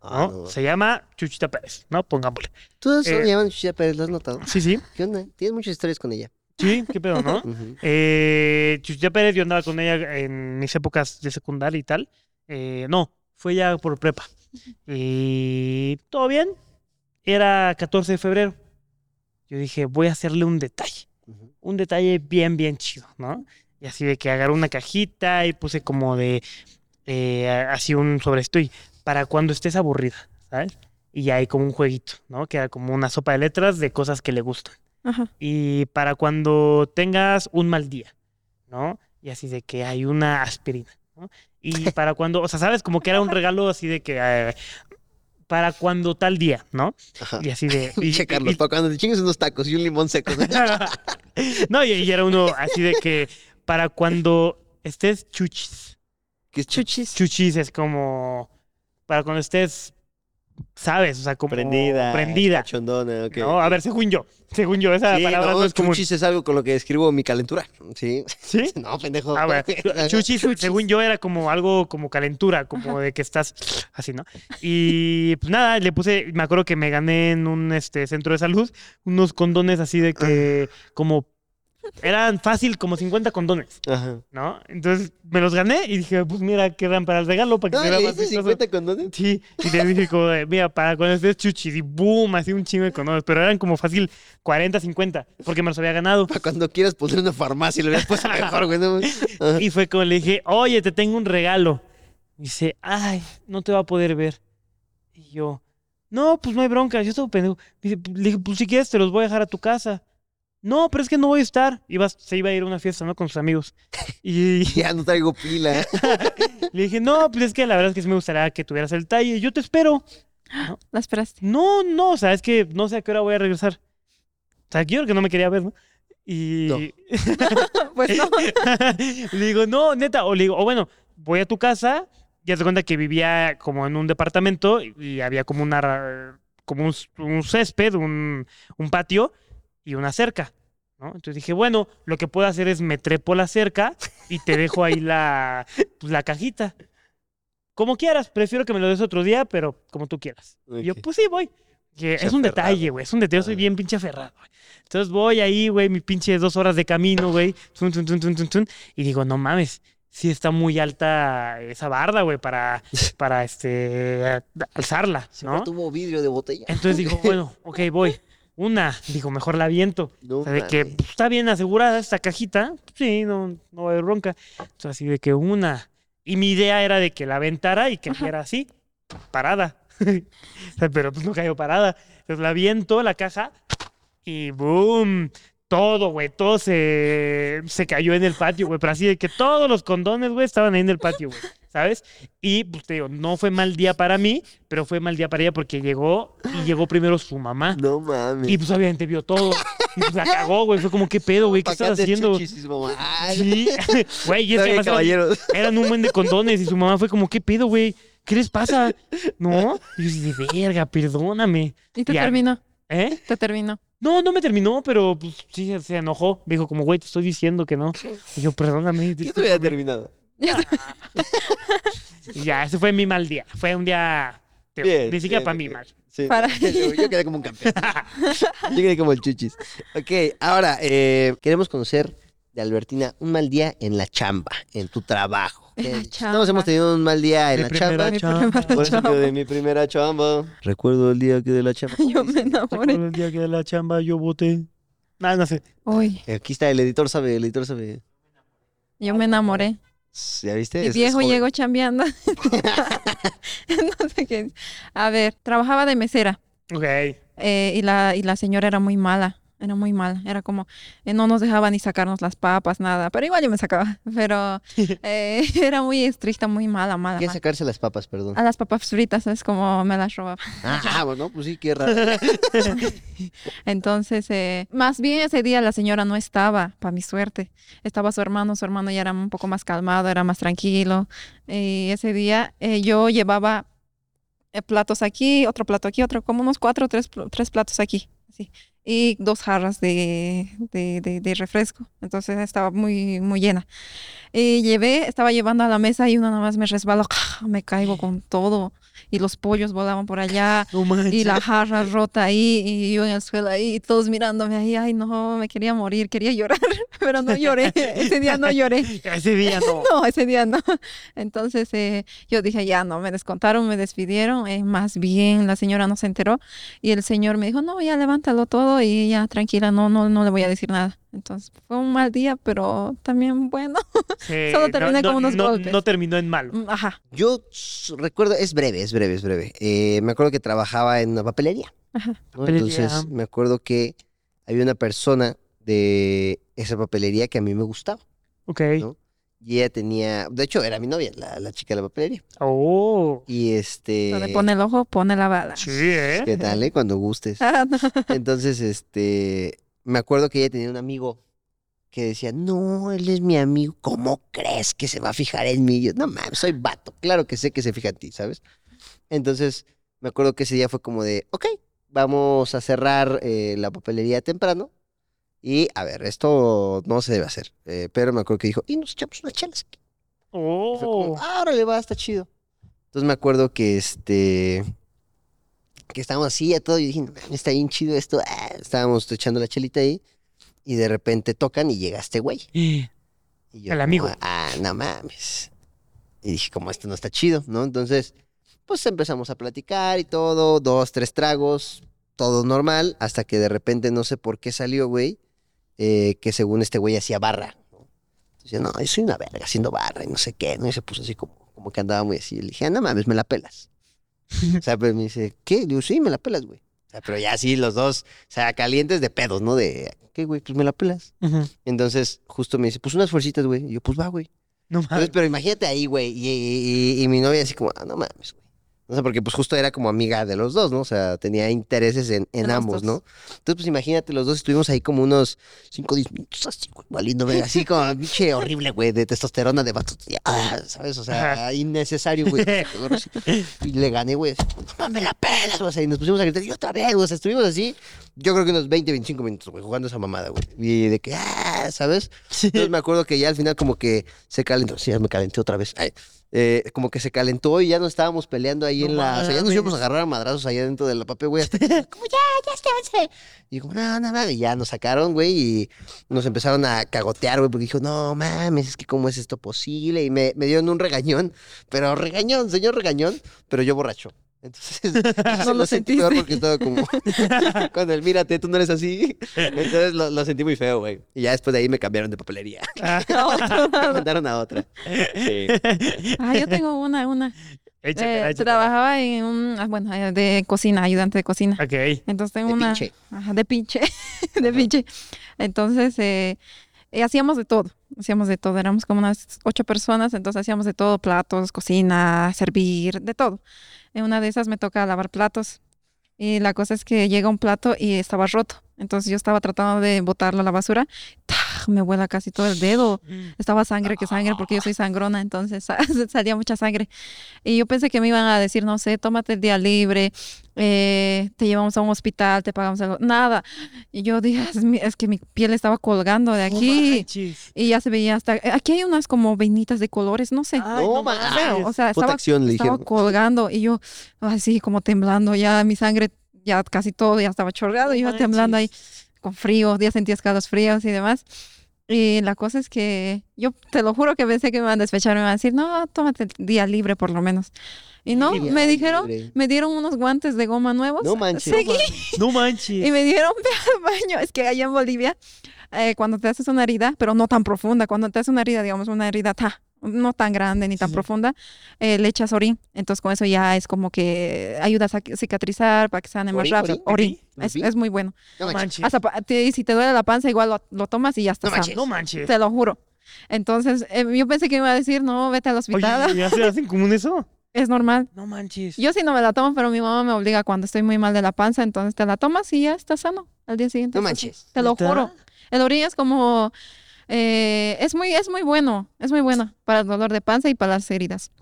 [SPEAKER 2] Ah,
[SPEAKER 1] ¿no?
[SPEAKER 2] no.
[SPEAKER 1] Se llama Chuchita Pérez, ¿no? Pongámosle.
[SPEAKER 2] Tú solo
[SPEAKER 1] Eh.
[SPEAKER 2] llaman Chuchita Pérez, ¿lo has notado?
[SPEAKER 1] Sí, sí,
[SPEAKER 2] ¿Qué onda? Tienes muchas historias
[SPEAKER 1] *laughs*
[SPEAKER 2] con ella.
[SPEAKER 1] sí, qué pedo, ¿no?
[SPEAKER 2] Ujú.
[SPEAKER 1] Eh, Chuchita Pérez, yo andaba con ella en mis épocas de secundaria y tal. Eh, no, fue ya por prepa. Y todo bien. Era 14 de febrero. Yo dije, voy a hacerle un detalle.
[SPEAKER 2] Ujú.
[SPEAKER 1] Un detalle bien, bien chido, ¿no? Y así de que agarré una cajita y puse como de. eh, a- así un sobre esto y para cuando estés aburrida, ¿sabes? Y ya hay como un jueguito, ¿no? Que era como una sopa de letras de cosas que le gustan
[SPEAKER 3] Ajá.
[SPEAKER 1] y para cuando tengas un mal día, ¿no? Y así de que hay una aspirina, ¿no?
[SPEAKER 2] *laughs*
[SPEAKER 1] Y para cuando, o sea, sabes, como que era un regalo así de que eh, para cuando tal día, ¿no?
[SPEAKER 2] Ajá.
[SPEAKER 1] Y así
[SPEAKER 2] *laughs*
[SPEAKER 1] de... y-
[SPEAKER 2] Checarlos,
[SPEAKER 1] y-
[SPEAKER 2] para cuando te chingues unos tacos y un limón seco.
[SPEAKER 1] *laughs* no, y, y era uno así de que para cuando estés chuchis.
[SPEAKER 2] ¿Qué es
[SPEAKER 3] Chuchis.
[SPEAKER 1] Chuchis es como para cuando estés, sabes, o sea, como
[SPEAKER 2] Prendida.
[SPEAKER 1] prendida,
[SPEAKER 2] Chondona, ok.
[SPEAKER 1] ¿no? A ver, según yo, según yo, esa
[SPEAKER 2] Sí,
[SPEAKER 1] palabra
[SPEAKER 2] no,
[SPEAKER 1] no es común.
[SPEAKER 2] chuchis es algo con lo que escribo mi calentura. Sí.
[SPEAKER 1] ¿Sí?
[SPEAKER 2] *laughs* No, pendejo.
[SPEAKER 1] Ah, bueno. Chuchis, según yo, era como algo como calentura, como de que estás así, ¿no? Y pues nada, le puse, me acuerdo que me gané en un este, centro de salud unos condones así de que, como, eran fácil, como 50 condones,
[SPEAKER 2] Ajá.
[SPEAKER 1] ¿no? Entonces me los gané y dije, pues mira, quedan para el regalo, para que
[SPEAKER 2] No,
[SPEAKER 1] se vea
[SPEAKER 2] ¿le
[SPEAKER 1] más
[SPEAKER 2] dices
[SPEAKER 1] vistoso.
[SPEAKER 2] 50 condones?
[SPEAKER 1] Sí, y le dije como, de, mira, para cuando estés chuchis y boom, así un chingo de condones, pero eran como fácil 40, 50, porque me los había ganado.
[SPEAKER 2] Para cuando quieras poner una farmacia, lo
[SPEAKER 1] *laughs*
[SPEAKER 2] hubieras puesto mejor, güey. no mames. Ajá.
[SPEAKER 1] Y fue como le dije, oye, te tengo un regalo. Dice, ay, no te va a poder ver. Y yo, no, pues no hay bronca, yo estaba pendejo. Dice, le dije, pues si quieres te los voy a dejar a tu casa. No, pero es que no voy a estar. Iba, se iba a ir a una fiesta, ¿no? Con sus amigos. Y
[SPEAKER 2] Ya no traigo pila.
[SPEAKER 1] le dije, no, pues es que la verdad es que sí me gustaría que tuvieras el talle. Yo te espero.
[SPEAKER 3] La esperaste.
[SPEAKER 1] No, no, o sea, es que no sé a qué hora voy a regresar. O sea, yo creo que no me quería ver, ¿no? Y,
[SPEAKER 2] No.
[SPEAKER 3] Pues no.
[SPEAKER 1] *laughs* le digo, no, neta. O le digo, o bueno, voy a tu casa. Ya te cuenta que vivía como en un departamento y- y había como una ra- como un, s- un césped, un, un patio y una cerca. ¿no? Entonces dije, bueno, lo que puedo hacer es me trepo la cerca y te dejo ahí la, pues, la cajita. Como quieras, prefiero que me lo des otro día, pero como tú quieras. Y yo,
[SPEAKER 2] Ok.
[SPEAKER 1] pues sí, voy. Que
[SPEAKER 2] Pinche
[SPEAKER 1] es un detalle,
[SPEAKER 2] aferrado.
[SPEAKER 1] güey. Es un detalle, yo soy
[SPEAKER 2] Ah.
[SPEAKER 1] bien pinche aferrado. güey. Entonces voy ahí, güey, mi pinche dos horas de camino, güey. tun, tun, tun, tun, tun, tun, y digo, no mames, sí está muy alta esa barda, güey, para, para este, alzarla, ¿no? Eh,
[SPEAKER 2] No *laughs* tuvo vidrio de botella.
[SPEAKER 1] Entonces digo, bueno, ok, voy. Una, digo, mejor la viento.
[SPEAKER 2] No,
[SPEAKER 1] O sea, de que
[SPEAKER 2] mames.
[SPEAKER 1] pues, está bien asegurada esta cajita, sí, no, no va a haber bronca. Entonces, así de que una, Y mi idea era de que la aventara y que fuera así, parada. *laughs* O sea, Pero pues no cayó parada. Entonces la aviento la caja y ¡boom! Todo, güey, todo se, se cayó en el patio, güey. Pero así de que todos los condones, güey, estaban ahí en el patio, güey. ¿Sabes? Y pues te digo, no fue mal día para mí, pero fue mal día para ella porque llegó y llegó primero su mamá.
[SPEAKER 2] No mames.
[SPEAKER 1] Y pues obviamente vio todo. Y pues la cagó, güey. Fue como, ¿qué pedo, güey? ¿Qué
[SPEAKER 2] Pa' acá
[SPEAKER 1] estás
[SPEAKER 2] de
[SPEAKER 1] haciendo?
[SPEAKER 2] chuchis y su mamá. Ay,
[SPEAKER 1] Sí, *laughs* güey, y es que
[SPEAKER 2] está bien,
[SPEAKER 1] además eran- *laughs*
[SPEAKER 2] caballeros.
[SPEAKER 1] eran un buen de condones y su mamá fue como, ¿qué pedo, güey? ¿Qué les pasa? ¿No? Y yo dije, verga, perdóname.
[SPEAKER 3] *laughs* Y te
[SPEAKER 1] Ya.
[SPEAKER 3] terminó,
[SPEAKER 1] ¿Eh?
[SPEAKER 3] te terminó.
[SPEAKER 1] No, no me terminó, pero pues sí se- se enojó. Me dijo como, güey, te estoy diciendo que no. Y yo, perdóname.
[SPEAKER 2] Yo te hubiera terminado.
[SPEAKER 1] Y ya, ese fue mi mal día. Fue un día, tío,
[SPEAKER 2] Bien,
[SPEAKER 1] ni siquiera
[SPEAKER 2] bien,
[SPEAKER 1] para mí
[SPEAKER 2] bien.
[SPEAKER 1] mal.
[SPEAKER 2] Sí,
[SPEAKER 3] Para-
[SPEAKER 2] no, yo,
[SPEAKER 3] *laughs*
[SPEAKER 2] yo quedé como un campeón. *laughs* Yo quedé como el chuchis. Ok, ahora eh, queremos conocer de Albertina un mal día en la chamba, en tu trabajo.
[SPEAKER 3] En la
[SPEAKER 2] Eh,
[SPEAKER 3] chamba.
[SPEAKER 2] Todos hemos tenido un mal día en
[SPEAKER 1] Mi
[SPEAKER 2] la
[SPEAKER 1] primera
[SPEAKER 2] chamba.
[SPEAKER 1] chamba.
[SPEAKER 2] Por eso
[SPEAKER 3] *laughs*
[SPEAKER 2] que de mi primera chamba. Recuerdo el día que de la chamba. *laughs*
[SPEAKER 3] Yo me enamoré.
[SPEAKER 1] Recuerdo El día que de la chamba yo voté. No, no sé.
[SPEAKER 3] Uy,
[SPEAKER 2] Eh, Aquí está, el editor sabe, el editor sabe.
[SPEAKER 3] yo me enamoré.
[SPEAKER 2] ¿Ya viste?
[SPEAKER 3] Y
[SPEAKER 2] Es- es
[SPEAKER 3] viejo
[SPEAKER 2] joven.
[SPEAKER 3] llegó
[SPEAKER 2] *laughs*
[SPEAKER 3] chambeando. *laughs* no sé qué. A ver, trabajaba de mesera.
[SPEAKER 1] Ok.
[SPEAKER 3] Eh, y, la, y la señora era muy mala, era muy mala, era como, eh, no nos dejaba ni sacarnos las papas, nada, pero igual yo me sacaba, *laughs* pero eh, *laughs* era muy estricta, muy mala, mala.
[SPEAKER 2] ¿Qué es
[SPEAKER 3] mala.
[SPEAKER 2] sacarse las papas, perdón?
[SPEAKER 3] A las papas fritas, ¿sabes? Como me las robaba.
[SPEAKER 2] Ah, bueno, pues sí, qué raro.
[SPEAKER 3] Entonces, eh, más bien ese día la señora no estaba, para mi suerte. Estaba su hermano, su hermano ya era un poco más calmado, era más tranquilo. Y ese día eh, yo llevaba eh, platos aquí, otro plato aquí, otro, como unos cuatro o tres, pl- tres platos aquí. así, Y dos jarras de, de- de- de refresco. Entonces estaba muy, muy llena. Y llevé, estaba llevando a la mesa y una nada más me resbaló. Me caigo con todo. Y los pollos volaban por allá
[SPEAKER 1] No manches.
[SPEAKER 3] y la jarra rota ahí y yo en el suelo ahí y todos mirándome ahí, ay no, me quería morir, quería llorar, *laughs* pero no lloré, ese día no
[SPEAKER 1] *laughs*
[SPEAKER 3] lloré. *laughs*
[SPEAKER 1] Ese día no.
[SPEAKER 3] No, ese día no. Entonces eh, yo dije, ya no, me descontaron, me despidieron. eh, más bien la señora no se enteró y el señor me dijo, no, ya levántalo todo y ya tranquila, no, no, no le voy a decir nada. Entonces fue un mal día, pero también bueno.
[SPEAKER 1] Sí,
[SPEAKER 3] Solo terminé con unos
[SPEAKER 1] no,
[SPEAKER 3] golpes.
[SPEAKER 1] No terminó en malo.
[SPEAKER 3] Ajá,
[SPEAKER 2] Yo s- recuerdo, es breve, es breve, es breve. Eh, me acuerdo que trabajaba en una papelería.
[SPEAKER 3] Ajá.
[SPEAKER 2] ¿no?
[SPEAKER 1] Papelería.
[SPEAKER 2] Entonces, me acuerdo que había una persona de esa papelería que a mí me gustaba.
[SPEAKER 1] Ok.
[SPEAKER 2] No. Y ella tenía, de hecho, era mi novia, la, la chica de la papelería.
[SPEAKER 1] Oh.
[SPEAKER 2] Y este...
[SPEAKER 3] donde pone el ojo, pone la bala.
[SPEAKER 1] Sí, ¿eh?
[SPEAKER 2] ¿Qué tal, eh? Cuando gustes.
[SPEAKER 3] *laughs* Ah, no. *laughs*
[SPEAKER 2] Entonces, este, me acuerdo que ella tenía un amigo que decía, no, él es mi amigo, ¿cómo crees que se va a fijar en mí? Yo, no mames, soy vato, claro que sé que se fija en ti, ¿sabes? Entonces, me acuerdo que ese día fue como de, ok, vamos a cerrar eh, la papelería temprano y, a ver, esto no se debe hacer. Eh, pero me acuerdo que dijo, y nos echamos unas chelas. aquí". Y fue como,
[SPEAKER 1] Oh.
[SPEAKER 2] "Ah, órale, va, está chido. Entonces me acuerdo que este. Que estábamos así ya todo. Y dije, "No mames, está bien chido esto. ah". estábamos echando la chelita ahí. Y de repente tocan y llega este güey. Y
[SPEAKER 1] El
[SPEAKER 2] yo como,
[SPEAKER 1] amigo.
[SPEAKER 2] ah, no mames. Y dije, como esto no está chido, ¿no? Entonces, pues empezamos a platicar y todo, dos, tres tragos, todo normal, hasta que de repente no sé por qué salió, güey, eh, que según este güey hacía barra. ¿no? Entonces, yo, no, yo soy una verga haciendo barra y no sé qué, ¿no? Y se puso así como, como que andaba muy así. Le dije, ah, no mames, me la pelas. o sea, pero me dice, ¿qué? Digo, sí, me la pelas, güey. O sea, pero ya sí, los dos, o sea, calientes de pedos, ¿no? De, ¿qué, güey? Pues me la pelas.
[SPEAKER 1] *gasps* Ujú.
[SPEAKER 2] Entonces, justo me dice, pues unas fuercitas, güey. Y yo, pues va, güey.
[SPEAKER 1] No *laughs*
[SPEAKER 2] Entonces,
[SPEAKER 1] mames.
[SPEAKER 2] pero imagínate ahí, güey. Y, y- y- y mi novia así como, ah, no mames, güey. O sea, porque pues justo era como amiga de los dos, ¿no? O sea, tenía intereses en, en
[SPEAKER 3] En los
[SPEAKER 2] ambos, ¿no?
[SPEAKER 3] dos.
[SPEAKER 2] Entonces, pues imagínate, los dos estuvimos ahí como unos 5 o 10 minutos así, güey, valiendo, verga, así como *laughs* pinche horrible, güey, de testosterona, de vatos. y, ah, ¿Sabes? O sea,
[SPEAKER 1] Ajá.
[SPEAKER 2] innecesario,
[SPEAKER 1] *laughs*
[SPEAKER 2] güey. Y le gané, güey. así, No mames, la pelas, güey. O sea, y nos pusimos a gritar, y otra vez, güey. O sea, estuvimos así, yo creo que unos 20, 25 minutos, güey, jugando esa mamada, güey. Y de que, ah, ¿sabes? Entonces me acuerdo que ya al final como que se calentó. Sí, ya me calenté otra vez. Ay. Eh, como que se calentó y ya nos estábamos peleando ahí en la... O sea, ya nos íbamos a agarrar a madrazos allá dentro de la pape, güey. Hasta que, como, ya, ya está, avance". Y yo como, no, no, no. Y ya nos sacaron, güey, y nos empezaron a cagotear, güey, porque dijo, no, mames, es que cómo es esto posible. Y me, me dieron un regañón, pero regañón, señor regañón, pero yo borracho.
[SPEAKER 3] *laughs*
[SPEAKER 2] Entonces, *laughs* no
[SPEAKER 3] lo
[SPEAKER 2] lo sentí peor
[SPEAKER 3] sentiste.
[SPEAKER 2] porque estaba como.
[SPEAKER 3] *laughs*
[SPEAKER 2] Cuando el mírate, tú no eres así. Entonces lo, lo sentí muy feo, güey. Y ya después de ahí me cambiaron de papelería. *laughs*
[SPEAKER 1] Ah. *laughs*
[SPEAKER 3] A otro
[SPEAKER 2] Me
[SPEAKER 3] lado.
[SPEAKER 2] mandaron a otra.
[SPEAKER 3] *laughs*
[SPEAKER 2] Sí.
[SPEAKER 3] Ah, yo tengo una, una. Eh,
[SPEAKER 1] Échatela, échatela.
[SPEAKER 3] trabajaba en un, ah, bueno, eh, de cocina, ayudante de cocina.
[SPEAKER 1] Ok.
[SPEAKER 3] Entonces tengo
[SPEAKER 2] Ah, De
[SPEAKER 3] una...
[SPEAKER 2] pinche.
[SPEAKER 3] Ajá, de pinche, *laughs* de pinche. Entonces, eh, eh, hacíamos de todo, hacíamos de todo. Éramos como unas ocho personas, entonces hacíamos de todo, platos, cocina, servir, de todo. En una de esas me toca lavar platos. Y la cosa es que llega un plato y estaba roto. Entonces yo estaba tratando de botarlo a la basura. ¡Tah! Me vuela casi todo el dedo. Estaba sangre que sangre porque yo soy sangrona, entonces *laughs* sa- salía mucha sangre. Y yo pensé que me iban a decir, no sé, tómate el día libre, eh, te llevamos a un hospital, te pagamos algo. Nada. Y yo dije, es, mi- es que mi piel estaba colgando de aquí. y ya se veía hasta... Aquí hay unas como vainitas de colores, no sé.
[SPEAKER 1] Ay,
[SPEAKER 2] No
[SPEAKER 1] no
[SPEAKER 2] manches.
[SPEAKER 1] manches.
[SPEAKER 3] o sea,
[SPEAKER 2] Puta
[SPEAKER 3] estaba,
[SPEAKER 2] acción, le
[SPEAKER 3] estaba
[SPEAKER 2] dijeron.
[SPEAKER 3] colgando y yo así como temblando, ya mi sangre, ya casi todo, ya estaba chorreado, y yo temblando ahí con frío, ya sentía escalos fríos y demás. Y la cosa es que yo te lo juro que pensé que me iban a despechar, me iban a decir, no, tómate el día libre por lo menos. Y no,
[SPEAKER 2] Día
[SPEAKER 3] me dijeron,
[SPEAKER 2] libre.
[SPEAKER 3] me dieron unos guantes de goma nuevos.
[SPEAKER 2] No manches.
[SPEAKER 3] Seguí
[SPEAKER 1] No
[SPEAKER 3] y
[SPEAKER 1] manches.
[SPEAKER 3] me dieron *laughs* ve al baño. Es que allá en Bolivia, eh, cuando te haces una herida, pero no tan profunda, cuando te haces una herida, digamos, una herida ta, no tan grande ni tan
[SPEAKER 1] sí.
[SPEAKER 3] profunda, eh, le echas orín. Entonces con eso ya es como que ayudas a cicatrizar para que sane más
[SPEAKER 2] ¿Orín?
[SPEAKER 3] rápido.
[SPEAKER 2] ¿Orín?
[SPEAKER 3] Orín. Es,
[SPEAKER 2] ¿Orín?
[SPEAKER 3] es muy bueno.
[SPEAKER 1] No
[SPEAKER 2] No manches.
[SPEAKER 1] manches.
[SPEAKER 3] Hasta pa- te- y si te duele la panza, igual lo, lo tomas y ya está
[SPEAKER 2] No
[SPEAKER 3] sano.
[SPEAKER 2] manches.
[SPEAKER 1] No manches.
[SPEAKER 3] Te lo juro. Entonces, eh, yo pensé que me iba a decir, no, vete al
[SPEAKER 1] Oye,
[SPEAKER 3] hospital.
[SPEAKER 1] ¿ya se hacen común eso?
[SPEAKER 3] Es normal.
[SPEAKER 1] No manches.
[SPEAKER 3] Yo sí no me la tomo, pero mi mamá me obliga cuando estoy muy mal de la panza, entonces te la tomas y ya estás sano al día siguiente.
[SPEAKER 2] No
[SPEAKER 3] estás *laughs*
[SPEAKER 2] manches.
[SPEAKER 3] sano. Te lo
[SPEAKER 1] ¿Neta?
[SPEAKER 3] juro. El orín es como eh, es muy es muy bueno, es muy bueno para el dolor de panza y para las heridas.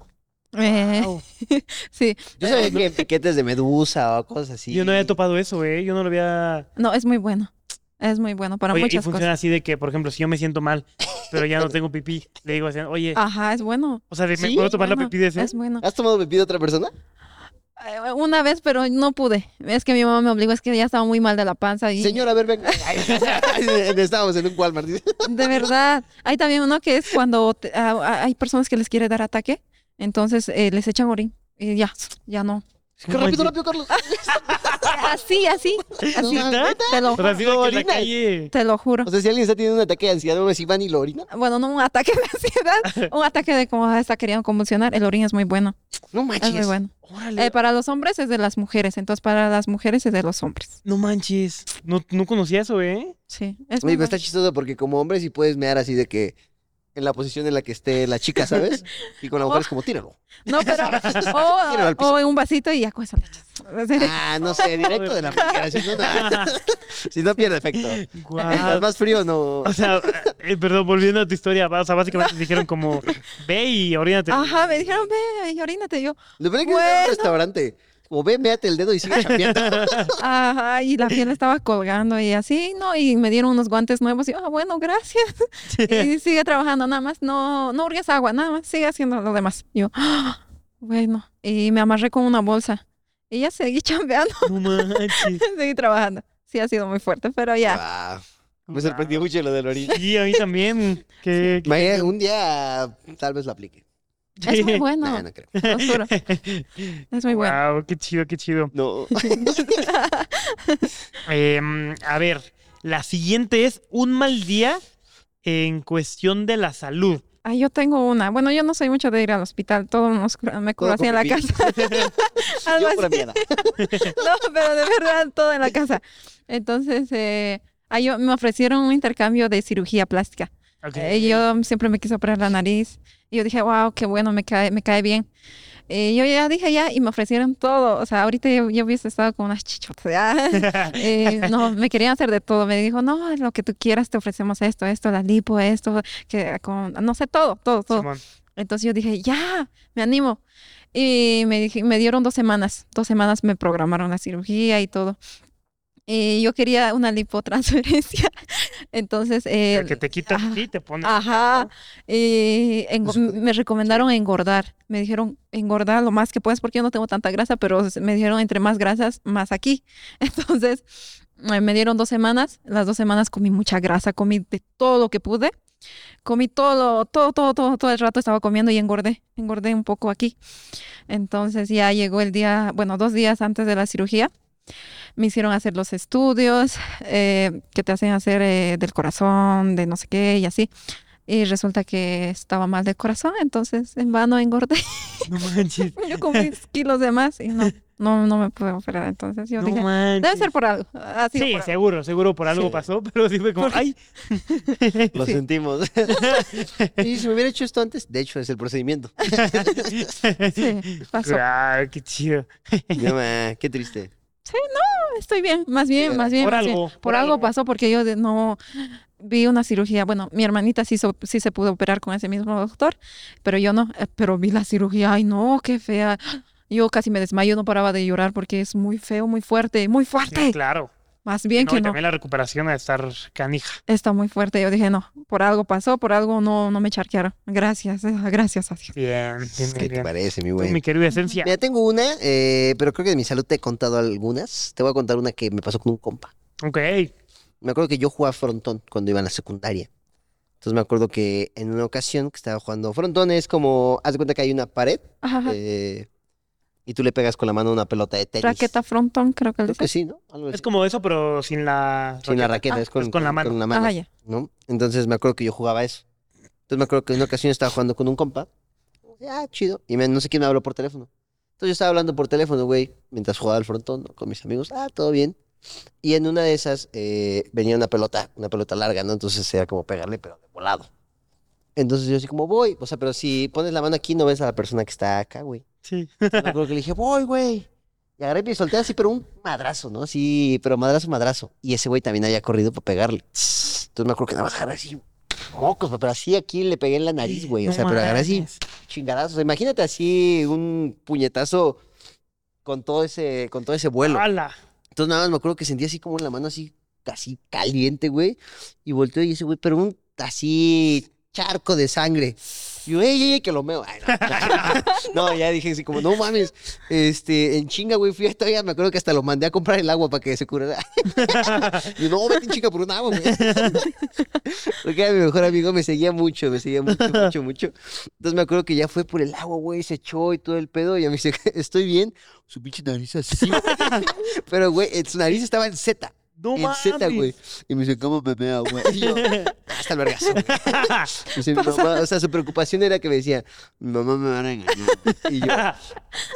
[SPEAKER 3] Eh,
[SPEAKER 1] Wow.
[SPEAKER 3] *laughs* sí,
[SPEAKER 2] Yo sabía que piquetes de medusa o cosas así.
[SPEAKER 1] Yo no había topado eso, eh. Yo no lo había.
[SPEAKER 3] no es muy bueno. Es muy bueno para
[SPEAKER 1] Oye, y
[SPEAKER 3] muchas
[SPEAKER 1] funciona
[SPEAKER 3] cosas.
[SPEAKER 1] así de que, por ejemplo, si yo me siento mal, pero ya
[SPEAKER 3] *laughs*
[SPEAKER 1] no tengo pipí, le digo así, oye,
[SPEAKER 3] Ajá, es bueno.
[SPEAKER 1] o sea, ¿me
[SPEAKER 2] ¿sí?
[SPEAKER 1] puedo tomar la
[SPEAKER 3] Ah, bueno,
[SPEAKER 1] pipí de ese?
[SPEAKER 3] Es bueno.
[SPEAKER 2] ¿Has tomado bebida de otra persona?
[SPEAKER 3] Eh, Una vez, pero no pude. Es que mi mamá me obligó, es que ya estaba muy mal de la panza y
[SPEAKER 2] Señora, a ver, venga. Estábamos *laughs* en un Walmart. dice.
[SPEAKER 3] *laughs* De verdad. Hay también uno que es cuando te- a- a- hay personas que les quiere dar ataque, entonces eh, les echan orín y ya,
[SPEAKER 1] *laughs*
[SPEAKER 3] ya no.
[SPEAKER 1] No manches.
[SPEAKER 2] Rápido, rápido, Carlos.
[SPEAKER 3] Así, así, así.
[SPEAKER 1] ¿Neta?
[SPEAKER 3] Te lo,
[SPEAKER 1] O sea, así de que en la
[SPEAKER 2] Orinas.
[SPEAKER 1] calle.
[SPEAKER 3] te lo juro.
[SPEAKER 2] O sea, si alguien está teniendo un ataque de ansiedad, vamos a decir, van y lo orina.
[SPEAKER 3] Bueno, no un ataque de
[SPEAKER 2] *laughs*
[SPEAKER 3] ansiedad, un ataque de como "Ah, está queriendo convulsionar. El orín es muy bueno,
[SPEAKER 2] No
[SPEAKER 3] es muy
[SPEAKER 2] manches.
[SPEAKER 3] bueno.
[SPEAKER 1] Órale.
[SPEAKER 3] Eh, para los hombres es de las mujeres, entonces para las mujeres es de los hombres.
[SPEAKER 1] No manches. No, no conocía eso, eh.
[SPEAKER 3] Sí, es
[SPEAKER 2] Oye,
[SPEAKER 3] muy
[SPEAKER 2] pero está
[SPEAKER 3] bueno.
[SPEAKER 2] chistoso porque como hombre sí puedes mear así de que en la posición en la que esté la chica, ¿sabes? Y con la
[SPEAKER 3] Oh.
[SPEAKER 2] mujer es como, tíralo. *laughs*
[SPEAKER 3] No, pero
[SPEAKER 2] Tíralo al
[SPEAKER 3] o,
[SPEAKER 2] piso.
[SPEAKER 3] o en un vasito y ya con eso le echas.
[SPEAKER 2] Ah, no sé, directo de la mujer. Si no, no, *laughs* si no pierde efecto. Estás
[SPEAKER 3] Ah.
[SPEAKER 1] Guau.
[SPEAKER 2] más frío,
[SPEAKER 1] *laughs*
[SPEAKER 2] no.
[SPEAKER 1] O sea, eh, perdón, volviendo a tu historia, o sea,
[SPEAKER 3] *laughs*
[SPEAKER 1] básicamente te dijeron como, ve y orínate.
[SPEAKER 3] Ajá, me dijeron, ve, y orínate. Y yo,
[SPEAKER 2] Lo peor es que es en un
[SPEAKER 3] Bueno.
[SPEAKER 2] restaurante. Como ve, méate el dedo y sigue chambeando.
[SPEAKER 3] Ajá, y la piel estaba colgando y así, ¿no? Y me dieron unos guantes nuevos y, ah, bueno, gracias.
[SPEAKER 2] *laughs*
[SPEAKER 3] Y sigue trabajando, nada más, no, no hurgues agua, nada más, sigue haciendo lo demás. Y yo, "Ah, bueno, y me amarré con una bolsa. Y ya seguí *laughs* chambeando,
[SPEAKER 1] No manches.
[SPEAKER 3] seguí trabajando. Sí, ha sido muy fuerte, pero *laughs* ya.
[SPEAKER 2] Guau. Ah, Me sorprendió mucho lo del orina.
[SPEAKER 1] Sí, a mí también. Que, que-
[SPEAKER 2] Mañana, un día tal vez lo aplique. Ah,
[SPEAKER 3] Es muy
[SPEAKER 1] *laughs*
[SPEAKER 2] No,
[SPEAKER 3] bueno,
[SPEAKER 2] no, creo.
[SPEAKER 3] te lo juro, es muy bueno.
[SPEAKER 1] Wow, qué chido, qué chido.
[SPEAKER 2] No.
[SPEAKER 1] Em, a ver, la siguiente es un mal día en cuestión de la salud.
[SPEAKER 3] Ah, yo tengo una. Bueno, yo no soy mucho de ir al hospital, todo nos cura- me
[SPEAKER 2] Todo
[SPEAKER 3] curo así en la
[SPEAKER 2] con pipí.
[SPEAKER 3] casa. *laughs* Algo
[SPEAKER 2] Yo
[SPEAKER 3] así.
[SPEAKER 2] pura
[SPEAKER 3] *laughs*
[SPEAKER 2] mierda.
[SPEAKER 3] No, pero de verdad, todo en la casa. Entonces, eh, ahí yo- me ofrecieron un intercambio de cirugía plástica.
[SPEAKER 1] Ok.
[SPEAKER 3] Eh, yo siempre me quise operar la nariz. Y yo dije, wow, qué bueno, me cae, me cae bien. Eh, yo ya dije ya y me ofrecieron todo. O sea, ahorita yo, yo hubiese estado con unas chichotas. ya. *laughs* Eh, no, me querían hacer de todo. Me dijo, no, lo que tú quieras, te ofrecemos esto, esto, la lipo, esto, que con, no sé, todo, todo, todo.
[SPEAKER 1] *laughs* Simón.
[SPEAKER 3] Entonces yo dije, ya, me animo. Y me, dije- me dieron dos semanas. Dos semanas me programaron la cirugía y todo. Y yo quería una lipotransferencia. *laughs* Entonces, eh,
[SPEAKER 1] El que te quita
[SPEAKER 3] ajá.
[SPEAKER 1] aquí te pone.
[SPEAKER 3] Ah. ajá. Y engo-
[SPEAKER 2] Eso-
[SPEAKER 3] me recomendaron engordar. Me dijeron, engordar lo más que puedas porque yo no tengo tanta grasa, pero s- me dijeron, entre más grasas, más aquí. *laughs* Entonces, eh, me dieron dos semanas. Las dos semanas comí mucha grasa, comí de todo lo que pude. comí todo, lo- todo, todo, todo, todo el rato estaba comiendo y engordé, engordé un poco aquí. Entonces ya llegó el día, bueno, dos días antes de la cirugía, me hicieron hacer los estudios eh, que te hacen hacer eh, del corazón, de no sé qué y así. Y resulta que estaba mal del corazón, entonces en vano engordé. *laughs*
[SPEAKER 1] No manches.
[SPEAKER 3] Yo comí
[SPEAKER 1] *laughs*
[SPEAKER 3] kilos de más y no, no, no me pude operar. Entonces yo
[SPEAKER 1] No
[SPEAKER 3] dije,
[SPEAKER 1] manches.
[SPEAKER 3] debe ser por algo. Ha sido
[SPEAKER 1] Sí,
[SPEAKER 3] por algo.
[SPEAKER 1] seguro, seguro por algo
[SPEAKER 2] Sí.
[SPEAKER 1] pasó, *laughs* pero sí fue como, ay,
[SPEAKER 2] *laughs* Lo
[SPEAKER 3] *laughs*
[SPEAKER 2] sentimos. y si me hubiera hecho esto antes, de hecho, es el
[SPEAKER 3] *laughs*
[SPEAKER 2] procedimiento.
[SPEAKER 3] Sí, pasó.
[SPEAKER 1] claro, qué chido.
[SPEAKER 2] No, ma, ah, qué triste.
[SPEAKER 3] Estoy bien, más bien, más bien.
[SPEAKER 1] Por
[SPEAKER 3] más bien.
[SPEAKER 1] algo,
[SPEAKER 3] Por,
[SPEAKER 1] por
[SPEAKER 3] algo,
[SPEAKER 1] algo.
[SPEAKER 3] pasó porque yo de- no vi una cirugía. Bueno, mi hermanita sí, so- sí se pudo operar con ese mismo doctor, pero yo no. Eh, Pero vi la cirugía, ay no, qué fea. Yo casi me desmayo, no paraba de llorar porque es muy feo, muy fuerte, muy fuerte.
[SPEAKER 1] Sí, claro.
[SPEAKER 3] Más bien
[SPEAKER 1] No,
[SPEAKER 3] que
[SPEAKER 1] y
[SPEAKER 3] no.
[SPEAKER 1] también la recuperación a estar canija.
[SPEAKER 3] Está muy fuerte. Yo dije, no, por algo pasó, por algo no, no me charquearon. Gracias, eh, gracias a Dios.
[SPEAKER 1] Bien, bien,
[SPEAKER 2] ¿Qué
[SPEAKER 1] bien,
[SPEAKER 2] te
[SPEAKER 1] bien.
[SPEAKER 2] parece, mi
[SPEAKER 1] Tú,
[SPEAKER 2] güey?
[SPEAKER 1] Mi querida esencia.
[SPEAKER 2] Mira, tengo una, eh, pero creo que de mi salud te he contado algunas. Te voy a contar una que me pasó con un compa.
[SPEAKER 1] Ok.
[SPEAKER 2] Me acuerdo que yo jugaba frontón cuando iba a la secundaria. Entonces me acuerdo que en una ocasión que estaba jugando frontón es como, haz de cuenta que hay una pared
[SPEAKER 3] Ajá.
[SPEAKER 2] eh, y tú le pegas con la mano una pelota de tenis.
[SPEAKER 3] Raqueta frontón, creo que le
[SPEAKER 2] Creo
[SPEAKER 3] dicen.
[SPEAKER 2] que sí, ¿no? Algo
[SPEAKER 1] Es
[SPEAKER 2] así.
[SPEAKER 1] como eso, pero sin la.
[SPEAKER 2] Pues Sin la raqueta,
[SPEAKER 3] Ah,
[SPEAKER 2] es, con,
[SPEAKER 1] es con la mano.
[SPEAKER 2] Con la mano.
[SPEAKER 3] Ah, ya.
[SPEAKER 2] ¿no? Entonces me acuerdo que yo jugaba eso. Entonces me acuerdo que en una ocasión estaba jugando con un compa. Ah, chido. Y me- no sé quién me habló por teléfono. Entonces yo estaba hablando por teléfono, güey, mientras jugaba al frontón ¿no? con mis amigos. Ah, todo bien. Y en una de esas eh, venía una pelota, una pelota larga, ¿no? Entonces era como pegarle, pero de volado. Entonces yo así como voy. O sea, pero si pones la mano aquí no ves a la persona que está acá, güey.
[SPEAKER 1] Sí.
[SPEAKER 2] Entonces me acuerdo que le dije, voy, güey. Y agarré y solté así, pero un madrazo, ¿no? Sí, pero madrazo, madrazo. Y ese güey también había corrido para pegarle. Entonces me acuerdo que nada más agarré así, mocos, pero así aquí le pegué en la nariz, güey. O
[SPEAKER 1] No
[SPEAKER 2] sea, pero agarré así,
[SPEAKER 1] manches.
[SPEAKER 2] chingadazos. O sea, imagínate así un puñetazo con todo ese, con todo ese vuelo.
[SPEAKER 1] ¡Hala!
[SPEAKER 2] Entonces nada más me acuerdo que sentí así como en la mano así, casi caliente, güey. Y volteó y ese güey, pero un así charco de sangre. Y yo, ey, ey, ey, que lo meo. Ay, *laughs* no, No, ya dije así como, no mames. Este, en chinga, güey, fui hasta allá. Me acuerdo que hasta lo mandé a comprar el agua para que se curara. *laughs* Y yo, no, vete en chinga por un agua, güey. *laughs* Porque era mi mejor amigo, me seguía mucho, me seguía mucho, mucho, mucho. Entonces me acuerdo que ya fue por el agua, güey, se echó y todo el pedo. Y ya me dice, *laughs* estoy bien. Su pinche nariz así. Pero, güey, eh, su nariz estaba en Z.
[SPEAKER 1] No
[SPEAKER 2] en Z,
[SPEAKER 1] mames. *laughs*
[SPEAKER 2] güey. Y me dice, ¿cómo me mea, güey? Y yo, "Ah, hasta el vergazo, güey. Me dice, mi mamá, o sea, su preocupación era que me decía, mi mamá me va a regañar. Y yo,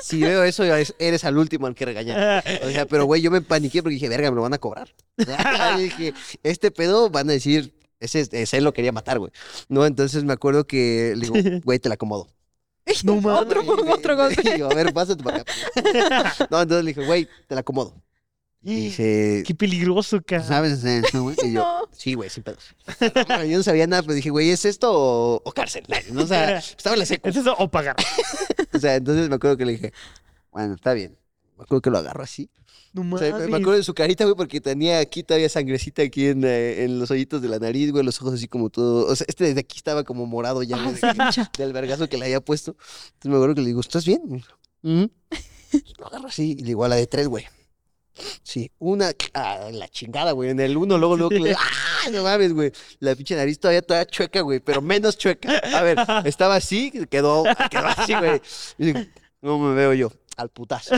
[SPEAKER 2] si veo eso, ya es- eres al último al que regañar. O sea, pero, güey, yo me paniqué porque dije, verga, me lo van a cobrar. *laughs* Y dije, este pedo van a decir, ese, ese lo quería matar, güey. No, entonces me acuerdo que le digo, güey, te la acomodo.
[SPEAKER 1] No mames.
[SPEAKER 3] *laughs* Otro,
[SPEAKER 2] Y me-
[SPEAKER 3] otro golpe.
[SPEAKER 2] *laughs* Y yo, a ver, pásate para acá. No, entonces le dije, güey, te la acomodo. Y dice,
[SPEAKER 1] Qué peligroso, cara.
[SPEAKER 2] ¿sabes hacer eso, güey? Y yo,
[SPEAKER 3] *laughs* No.
[SPEAKER 2] sí, güey, sin pedos. Yo no sabía nada, pero dije, güey, ¿es esto o, o cárcel? No, o sea, estaba en la secu.
[SPEAKER 1] ¿Es eso o
[SPEAKER 2] *laughs*
[SPEAKER 1] pagar?
[SPEAKER 2] O sea, entonces me acuerdo que le dije, bueno, está bien. Me acuerdo que lo agarro así.
[SPEAKER 1] No
[SPEAKER 2] O
[SPEAKER 1] mames.
[SPEAKER 2] sea, me- me acuerdo de su carita, güey, porque tenía aquí todavía sangrecita aquí en, eh, en los hoyitos de la nariz, güey, los ojos así como todo. O sea, este desde aquí estaba como morado ya, güey, de que- del vergazo que le había puesto. Entonces me acuerdo que le digo, ¿estás bien? Y me dijo, "Ujú". Lo agarro así y le digo a la de tres, güey. Sí, una, ah, la chingada, güey. En el uno, luego, luego, que le- *laughs* ¡ah! No mames, güey. La pinche nariz todavía, todavía chueca, güey, pero menos chueca. A ver, estaba así, quedó, quedó así, güey. Y digo, No me veo yo, al putazo.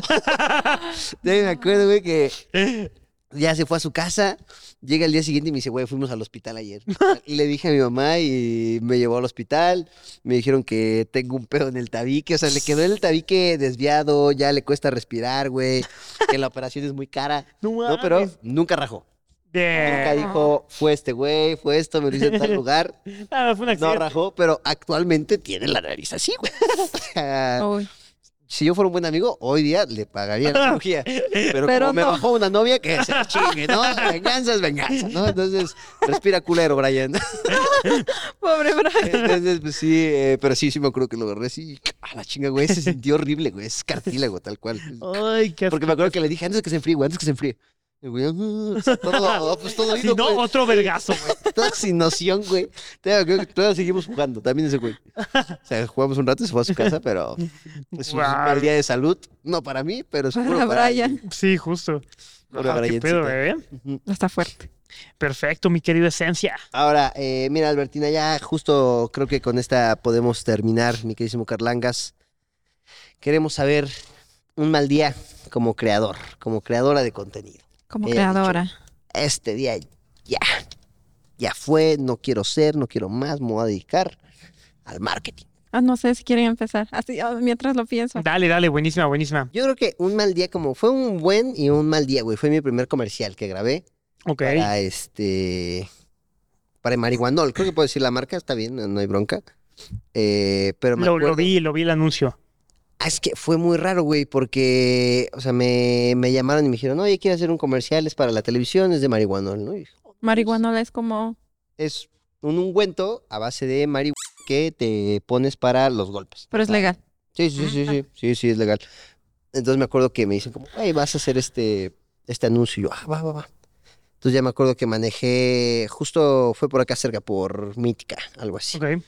[SPEAKER 2] De ahí me acuerdo, güey, que ya se fue a su casa. Llega el día siguiente y me dice, güey, fuimos al hospital ayer. Y le dije a mi mamá y me llevó al hospital. Me dijeron que tengo un pedo en el tabique. O sea, le quedó el tabique desviado, ya le cuesta respirar, güey. Que la operación es muy cara.
[SPEAKER 1] No mames.
[SPEAKER 2] No, pero nunca rajó. Nunca
[SPEAKER 3] Eh.
[SPEAKER 1] Bien.
[SPEAKER 2] dijo, fue este güey, fue esto, me lo hice en
[SPEAKER 3] *laughs*
[SPEAKER 2] tal lugar.
[SPEAKER 1] Ah, fue un
[SPEAKER 2] No
[SPEAKER 1] accidente.
[SPEAKER 2] rajó, pero actualmente tiene la nariz así, güey. O sea,
[SPEAKER 3] Uy.
[SPEAKER 2] si yo fuera un buen amigo, hoy día le pagaría la cirugía. Pero,
[SPEAKER 3] Pero
[SPEAKER 2] como me
[SPEAKER 3] no.
[SPEAKER 2] bajó una novia, que se la chingue,
[SPEAKER 3] *laughs*
[SPEAKER 2] ¿no? Venganza es venganza, ¿no? Entonces, respira culero, Brian.
[SPEAKER 3] Pobre Brian.
[SPEAKER 2] Entonces, pues sí, eh, pero sí, sí me acuerdo que lo agarré así. A la chinga, güey, se sintió horrible, güey. Es cartílago, tal cual.
[SPEAKER 1] Ay, qué
[SPEAKER 2] Porque me acuerdo que le dije antes que se enfríe, güey, antes que se enfríe. Y, güey, ah, o sea, todo, pues todo
[SPEAKER 1] asco. Si
[SPEAKER 2] ido,
[SPEAKER 1] no,
[SPEAKER 2] güey.
[SPEAKER 1] otro vergazo.
[SPEAKER 2] Todo sin noción, güey. Todavía creo que todavía seguimos jugando, también ese güey. O sea, jugamos un rato y se fue a su casa, pero es un
[SPEAKER 1] Guau.
[SPEAKER 2] mal día de salud. No para mí, pero seguro
[SPEAKER 3] Para
[SPEAKER 2] para
[SPEAKER 3] Brian.
[SPEAKER 1] *laughs* Sí, justo.
[SPEAKER 2] Pobre
[SPEAKER 1] Ah, qué
[SPEAKER 2] Briancito.
[SPEAKER 1] pedo, bebé.
[SPEAKER 3] Está fuerte.
[SPEAKER 1] Perfecto, mi querido Esencia.
[SPEAKER 2] Ahora, eh, mira, Albertina, ya justo creo que con esta podemos terminar, mi queridísimo Carlangas. Queremos saber un mal día como creador, como creadora de contenido.
[SPEAKER 3] como
[SPEAKER 2] Eh,
[SPEAKER 3] creadora.
[SPEAKER 2] Este día ya, ya fue, no quiero ser, no quiero más, me voy a dedicar al marketing.
[SPEAKER 3] Ah, no sé si quieren empezar. Así, ah, mientras lo pienso.
[SPEAKER 1] Dale, dale, buenísima, buenísima.
[SPEAKER 2] Yo creo que un mal día como fue un buen y un mal día, güey. Fue mi primer comercial que grabé
[SPEAKER 1] Ok.
[SPEAKER 2] para este para Marihuanol. Creo que puedo decir la marca, está bien, no, no hay bronca. Eh, pero me
[SPEAKER 1] Lo, lo
[SPEAKER 2] acuerdo-
[SPEAKER 1] vi, lo vi el anuncio.
[SPEAKER 2] Ah, Es que fue muy raro, güey, porque, o sea, me, me llamaron y me dijeron, oye, quiero hacer un comercial, es para la televisión, es de marihuanol, ¿no? Y dije,
[SPEAKER 3] Marihuanola es como.
[SPEAKER 2] es un ungüento a base de marihuana que te pones para los golpes.
[SPEAKER 3] Pero es
[SPEAKER 2] O sea,
[SPEAKER 3] legal.
[SPEAKER 2] Sí, sí, sí, sí, sí, sí, es legal. Entonces me acuerdo que me dicen como, hey, vas a hacer este, este anuncio. Y yo, ah, va, va, va. Entonces ya me acuerdo que manejé, justo fue por acá cerca, por Mítica, algo así.
[SPEAKER 1] Ok.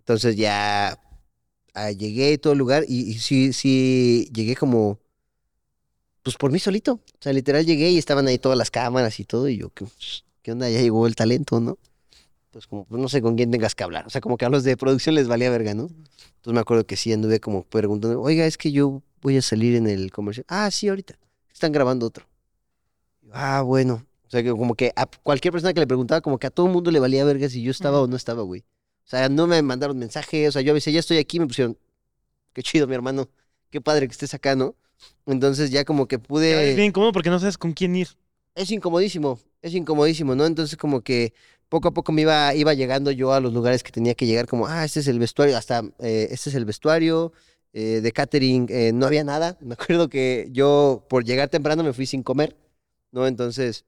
[SPEAKER 2] Entonces ya ah, llegué y todo el lugar y, y sí, sí, llegué como, pues por mí solito. O sea, literal llegué y estaban ahí todas las cámaras y todo y yo, ¿qué, qué onda? Ya llegó el talento, ¿no? Pues como, pues no sé con quién tengas que hablar. O sea, como que a los de producción les valía verga, ¿no? Entonces me acuerdo que sí anduve como preguntando, oiga, es que yo voy a salir en el comercial. Ah, sí, ahorita. Están grabando otro. Ah, bueno. O sea, que como que a cualquier persona que le preguntaba, como que a todo el mundo le valía verga si yo estaba o no estaba, güey. O sea, no me mandaron mensajes. O sea, yo avisé, ya estoy aquí. Me pusieron, qué chido, mi hermano. Qué padre que estés acá, ¿no? Entonces ya como que pude...
[SPEAKER 1] Es bien cómodo porque no sabes con quién ir.
[SPEAKER 2] Es incomodísimo, es incomodísimo, ¿no? Entonces como que poco a poco me iba, iba llegando yo a los lugares que tenía que llegar, como, ah, este es el vestuario, hasta, eh, este es el vestuario, eh, de catering, eh, no había nada. *laughs* Me acuerdo que yo por llegar temprano me fui sin comer, ¿no? Entonces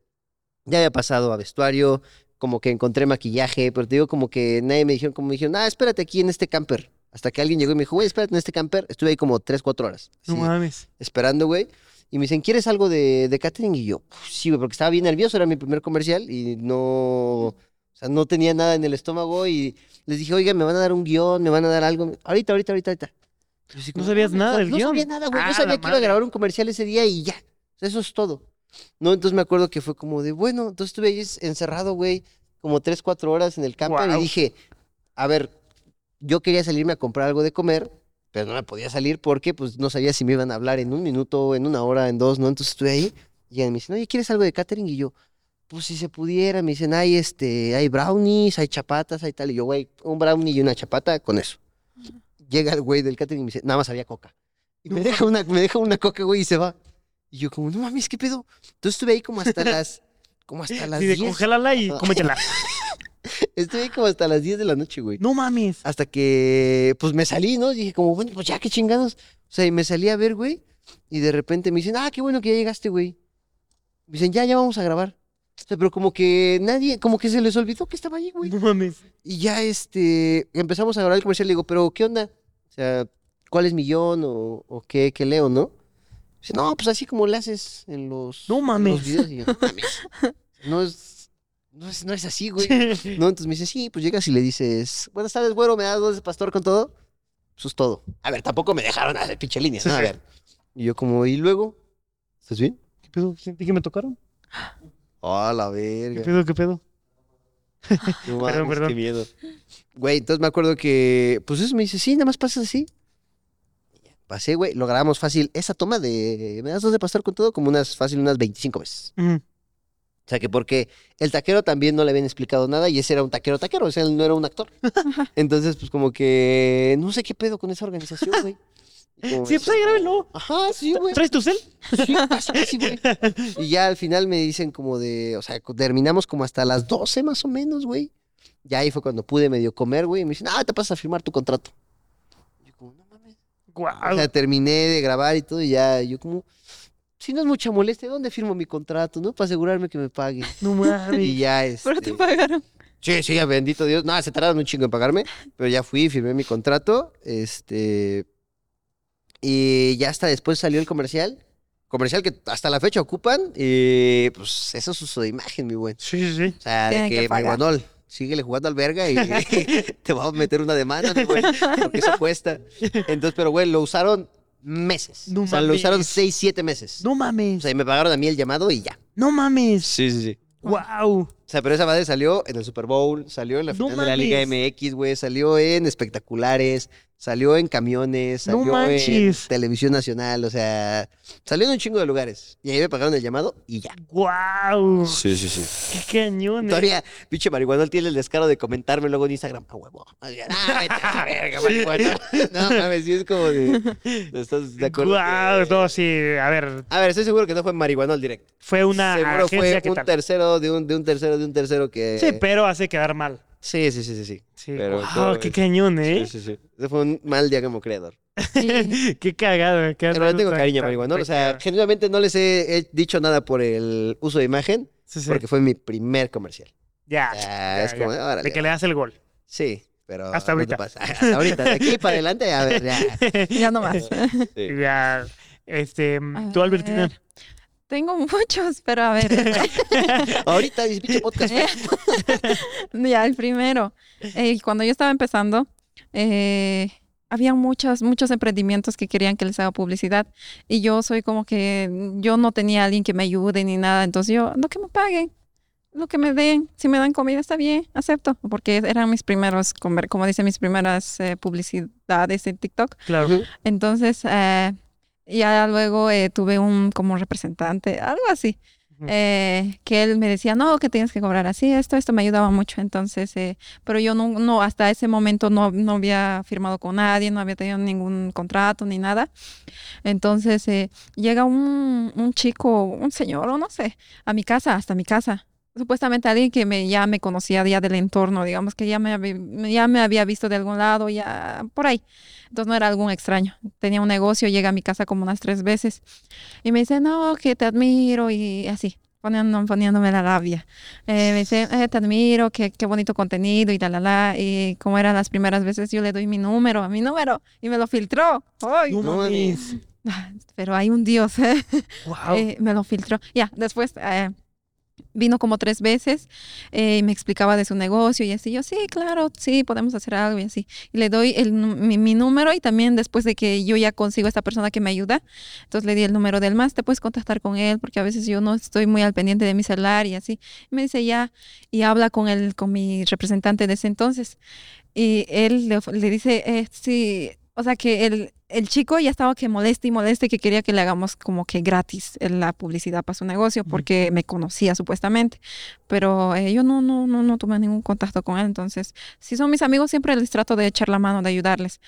[SPEAKER 2] ya había pasado a vestuario, como que encontré maquillaje, pero te digo como que nadie me dijeron, como me dijeron, ah, espérate aquí en este camper. Hasta que alguien llegó y me dijo, güey, espérate en este camper. Estuve ahí como 3, 4 horas.
[SPEAKER 1] No
[SPEAKER 2] así,
[SPEAKER 1] mames.
[SPEAKER 2] esperando, güey. Y me dicen, ¿quieres algo de, de catering? Y yo, "Pues sí, güey, porque estaba bien nervioso, era mi primer comercial y no, o sea, no tenía nada en el estómago y les dije, oiga, me van a dar un guión, me van a dar algo. Ahorita, ahorita, ahorita, ahorita. Yo así
[SPEAKER 1] No
[SPEAKER 2] como,
[SPEAKER 1] sabías
[SPEAKER 2] mames,
[SPEAKER 1] nada
[SPEAKER 2] no-
[SPEAKER 1] del
[SPEAKER 2] No
[SPEAKER 1] guión.
[SPEAKER 2] sabía nada, güey.
[SPEAKER 1] Ah,
[SPEAKER 2] Yo sabía
[SPEAKER 1] la
[SPEAKER 2] que iba a
[SPEAKER 1] madre.
[SPEAKER 2] grabar un comercial ese día y ya. O sea, eso es todo. No, entonces me acuerdo que fue como de, bueno, entonces estuve ahí encerrado, güey, como tres, cuatro horas en el camper
[SPEAKER 1] Guau.
[SPEAKER 2] y dije, a ver, yo quería salirme a comprar algo de comer, pero no me podía salir porque pues no sabía si me iban a hablar en un minuto, en una hora, en dos, ¿no? Entonces estuve ahí y me dicen, oye, ¿quieres algo de catering? Y yo, pues si se pudiera, me dicen, hay este, hay brownies, hay chapatas, hay tal. Y yo, güey, un brownie y una chapata con eso. Llega el güey del catering y me dice, nada más había coca. Y me deja una, me deja una coca, güey, y se va. Y yo como, no mames, ¿qué pedo? Entonces estuve ahí como hasta las,
[SPEAKER 1] *laughs*
[SPEAKER 2] como hasta las
[SPEAKER 1] Y de
[SPEAKER 2] 10.
[SPEAKER 1] congélala y
[SPEAKER 2] *laughs*
[SPEAKER 1] cómetela.
[SPEAKER 2] Estuve ahí como hasta las 10 de la noche, güey.
[SPEAKER 1] No mames.
[SPEAKER 2] Hasta que, pues me salí, ¿no? Dije, como, bueno, pues ya, qué chingados. O sea, y me salí a ver, güey. Y de repente me dicen, ah, qué bueno que ya llegaste, güey. Me dicen, ya, ya vamos a grabar. O sea, pero como que nadie, como que se les olvidó que estaba ahí, güey.
[SPEAKER 1] No mames.
[SPEAKER 2] Y ya, este, empezamos a grabar el comercial. Le digo, pero, ¿qué onda? O sea, ¿cuál es mi guión o, o qué, qué leo, no? Dice, no, pues así como le haces en los,
[SPEAKER 1] No
[SPEAKER 2] en
[SPEAKER 1] mames.
[SPEAKER 2] los videos. Y yo, no
[SPEAKER 1] *laughs*
[SPEAKER 2] mames. No es, no es, no es así, güey. No, entonces me dice, sí, pues llegas y le dices, buenas tardes, güero, ¿me das dos de pastor con todo? Eso es todo. A ver, tampoco me dejaron hacer pinche líneas, ¿no? A ver. Y yo como, ¿y luego? ¿Estás bien?
[SPEAKER 1] ¿Qué pedo? ¿Sentí que me tocaron?
[SPEAKER 2] Ah, la
[SPEAKER 1] ¿Qué
[SPEAKER 2] verga.
[SPEAKER 1] pedo? ¿Qué pedo? Perdón,
[SPEAKER 2] No mames,
[SPEAKER 1] perdón.
[SPEAKER 2] Qué miedo. Güey, entonces me acuerdo que, pues eso me dice, sí, nada más pasas así. Y ya, Pasé, güey, lo grabamos fácil. Esa toma de, ¿me das dos de pastor con todo? Como unas, fácil, unas 25 veces.
[SPEAKER 1] Ujú.
[SPEAKER 2] O sea que porque el taquero también no le habían explicado nada y ese era un taquero taquero, o sea, él no era
[SPEAKER 1] *laughs*
[SPEAKER 2] un actor. Entonces, pues como que no sé qué pedo con esa organización, güey. Como
[SPEAKER 1] Sí,
[SPEAKER 2] eso.
[SPEAKER 1] pues ahí grábenlo.
[SPEAKER 2] Ajá, sí, güey. pues,
[SPEAKER 1] ¿Traes tu cel?
[SPEAKER 2] Sí, casi, casi,
[SPEAKER 1] *laughs*
[SPEAKER 2] güey. Y ya al final me dicen como de, o sea, co- terminamos como hasta las 12 más o menos, güey. Ya ahí fue cuando pude medio comer, güey. Y me dicen, ah, te pasas a firmar tu contrato. Y yo como, no mames. O
[SPEAKER 1] Guau.
[SPEAKER 2] sea, terminé de grabar y todo y ya yo como, si no es mucha molestia, ¿dónde firmo mi contrato, no? Para asegurarme que me paguen. *laughs*
[SPEAKER 1] No mames.
[SPEAKER 2] Y ya es.
[SPEAKER 3] Pero te pagaron.
[SPEAKER 2] Sí, sí, bendito Dios. Nada, se tardaron un chingo en pagarme, pero ya fui, firmé mi contrato, este... Y ya hasta después salió el comercial, comercial que hasta la fecha ocupan, y pues eso es uso de imagen, mi buen.
[SPEAKER 1] Sí, sí, sí.
[SPEAKER 2] O sea, de
[SPEAKER 3] Tienen que
[SPEAKER 2] que
[SPEAKER 3] pagar.
[SPEAKER 2] Marihuanol, síguele jugando al verga y *laughs* te va a meter una demanda, mi buen, porque eso cuesta. Entonces, pero güey, lo usaron meses.
[SPEAKER 1] No
[SPEAKER 2] o sea, lo
[SPEAKER 1] mames.
[SPEAKER 2] usaron seis, siete meses.
[SPEAKER 1] No
[SPEAKER 2] O
[SPEAKER 1] mames.
[SPEAKER 2] sea, y me pagaron a mí el llamado y ya.
[SPEAKER 1] No mames.
[SPEAKER 2] sí, sí.
[SPEAKER 1] Guau.
[SPEAKER 2] O sea, pero esa madre salió en el Super Bowl, salió en la
[SPEAKER 1] No
[SPEAKER 2] final de la Liga
[SPEAKER 1] mames.
[SPEAKER 2] MX, güey, salió en espectaculares, salió en camiones,
[SPEAKER 1] No
[SPEAKER 2] salió en
[SPEAKER 1] manches.
[SPEAKER 2] televisión nacional, o sea, salió en un chingo de lugares. Y ahí me pagaron el llamado y ya.
[SPEAKER 1] ¡Guau!
[SPEAKER 6] Sí, sí, sí.
[SPEAKER 1] ¡Qué cañón! eh!
[SPEAKER 2] Todavía, pinche marihuanol tiene el descaro de comentarme luego en Instagram, a huevo. Así, "Ah, vete
[SPEAKER 1] *laughs*
[SPEAKER 2] a la verga, marihuanol". No mames, sí es como de. ¿Estás de acuerdo?
[SPEAKER 1] ¡Guau!
[SPEAKER 2] Que-
[SPEAKER 1] No, sí, a ver,
[SPEAKER 2] A ver, estoy seguro que no fue marihuanol directo.
[SPEAKER 1] fue una
[SPEAKER 2] Seguro
[SPEAKER 1] agencia
[SPEAKER 2] fue
[SPEAKER 1] que
[SPEAKER 2] un
[SPEAKER 1] tal.
[SPEAKER 2] tercero de un, de un tercero de un tercero que.
[SPEAKER 1] Sí, pero hace quedar mal.
[SPEAKER 2] sí, sí, sí, sí, sí.
[SPEAKER 1] Sí.
[SPEAKER 6] Pero
[SPEAKER 1] ¡Guau!
[SPEAKER 6] todo
[SPEAKER 1] ¡Qué
[SPEAKER 6] es-
[SPEAKER 1] cañón, eh!
[SPEAKER 6] Sí, sí, sí.
[SPEAKER 2] Ese fue un mal día como creador.
[SPEAKER 3] Sí.
[SPEAKER 1] *laughs* ¡Qué cagado! qué
[SPEAKER 2] Pero le tengo
[SPEAKER 1] anécdota
[SPEAKER 2] cariño a
[SPEAKER 1] tan
[SPEAKER 2] marihuanol. O sea,
[SPEAKER 1] peculiar.
[SPEAKER 2] generalmente no les he, he dicho nada por el uso de imagen,
[SPEAKER 1] Sí, sí.
[SPEAKER 2] porque fue mi primer comercial.
[SPEAKER 1] Ya.
[SPEAKER 2] O sea,
[SPEAKER 1] ya,
[SPEAKER 2] es
[SPEAKER 1] ya.
[SPEAKER 2] como, órale.
[SPEAKER 1] De que le das el gol. *laughs*
[SPEAKER 2] Sí, pero.
[SPEAKER 1] Hasta
[SPEAKER 2] no te
[SPEAKER 1] ahorita.
[SPEAKER 2] pasa. *laughs* Hasta ahorita. De aquí para adelante, a ver, ya.
[SPEAKER 1] *laughs*
[SPEAKER 3] ya no más.
[SPEAKER 6] Sí.
[SPEAKER 1] Ya. Este,
[SPEAKER 3] A
[SPEAKER 1] tú, Albertina.
[SPEAKER 3] ver. Tengo muchos, pero a ver,
[SPEAKER 2] Ahorita dice pinche podcast.
[SPEAKER 3] *laughs* ya el primero. Eh, cuando yo estaba empezando, eh, había muchos, muchos emprendimientos que querían que les haga publicidad y yo soy como que yo no tenía alguien que me ayude ni nada, entonces yo, lo que me paguen, lo que me den, si me dan comida está bien, acepto, porque eran mis primeros, comer- como dicen, mis primeras eh, publicidades en TikTok.
[SPEAKER 1] Claro.
[SPEAKER 2] Ujú.
[SPEAKER 3] Entonces, eh, ya luego eh, tuve un como representante, algo así,
[SPEAKER 1] Ujú.
[SPEAKER 3] eh, que él me decía, no, que tienes que cobrar así, esto, esto me ayudaba mucho. Entonces, eh, pero yo no, no, hasta ese momento no, no había firmado con nadie, no había tenido ningún contrato ni nada. Entonces, eh, llega un, un chico, un señor, o no sé, a mi casa, hasta mi casa. Supuestamente alguien que me, ya me conocía ya del entorno, digamos que ya me, habí- ya me había visto de algún lado, ya por ahí. Entonces no era algún extraño. Tenía un negocio, llega a mi casa como unas tres veces y me dice, no, que te admiro y así, poniendo, poniéndome la labia. Eh, me dice, "Eh, te admiro, que qué bonito contenido y la, la, la. Y como eran las primeras veces, yo le doy mi número, a mi número y me lo filtró. ¡Ay!
[SPEAKER 1] No
[SPEAKER 2] No
[SPEAKER 1] mames.
[SPEAKER 3] *laughs* Pero hay un dios, ¿eh?
[SPEAKER 1] Guau.
[SPEAKER 3] Eh, me lo filtró. Ya, después eh, vino como tres veces eh, y me explicaba de su negocio y así. Yo, sí, claro, sí, podemos hacer algo y así. Y le doy el nu- mi, mi número y también después de que yo ya consigo a esta persona que me ayuda, entonces le di el número del más, te puedes contactar con él porque a veces yo no estoy muy al pendiente de mi celular y así. Y me dice ya y habla con él, con mi representante de ese entonces. Y él le, of- le dice, eh, sí, o sea que el, el chico ya estaba que moleste y moleste que quería que le hagamos como que gratis en la publicidad para su negocio
[SPEAKER 1] Ujú.
[SPEAKER 3] porque me conocía supuestamente. Pero eh, yo no, no, no, no tuve ningún contacto con él. Entonces, si son mis amigos, siempre les trato de echar la mano, de ayudarles.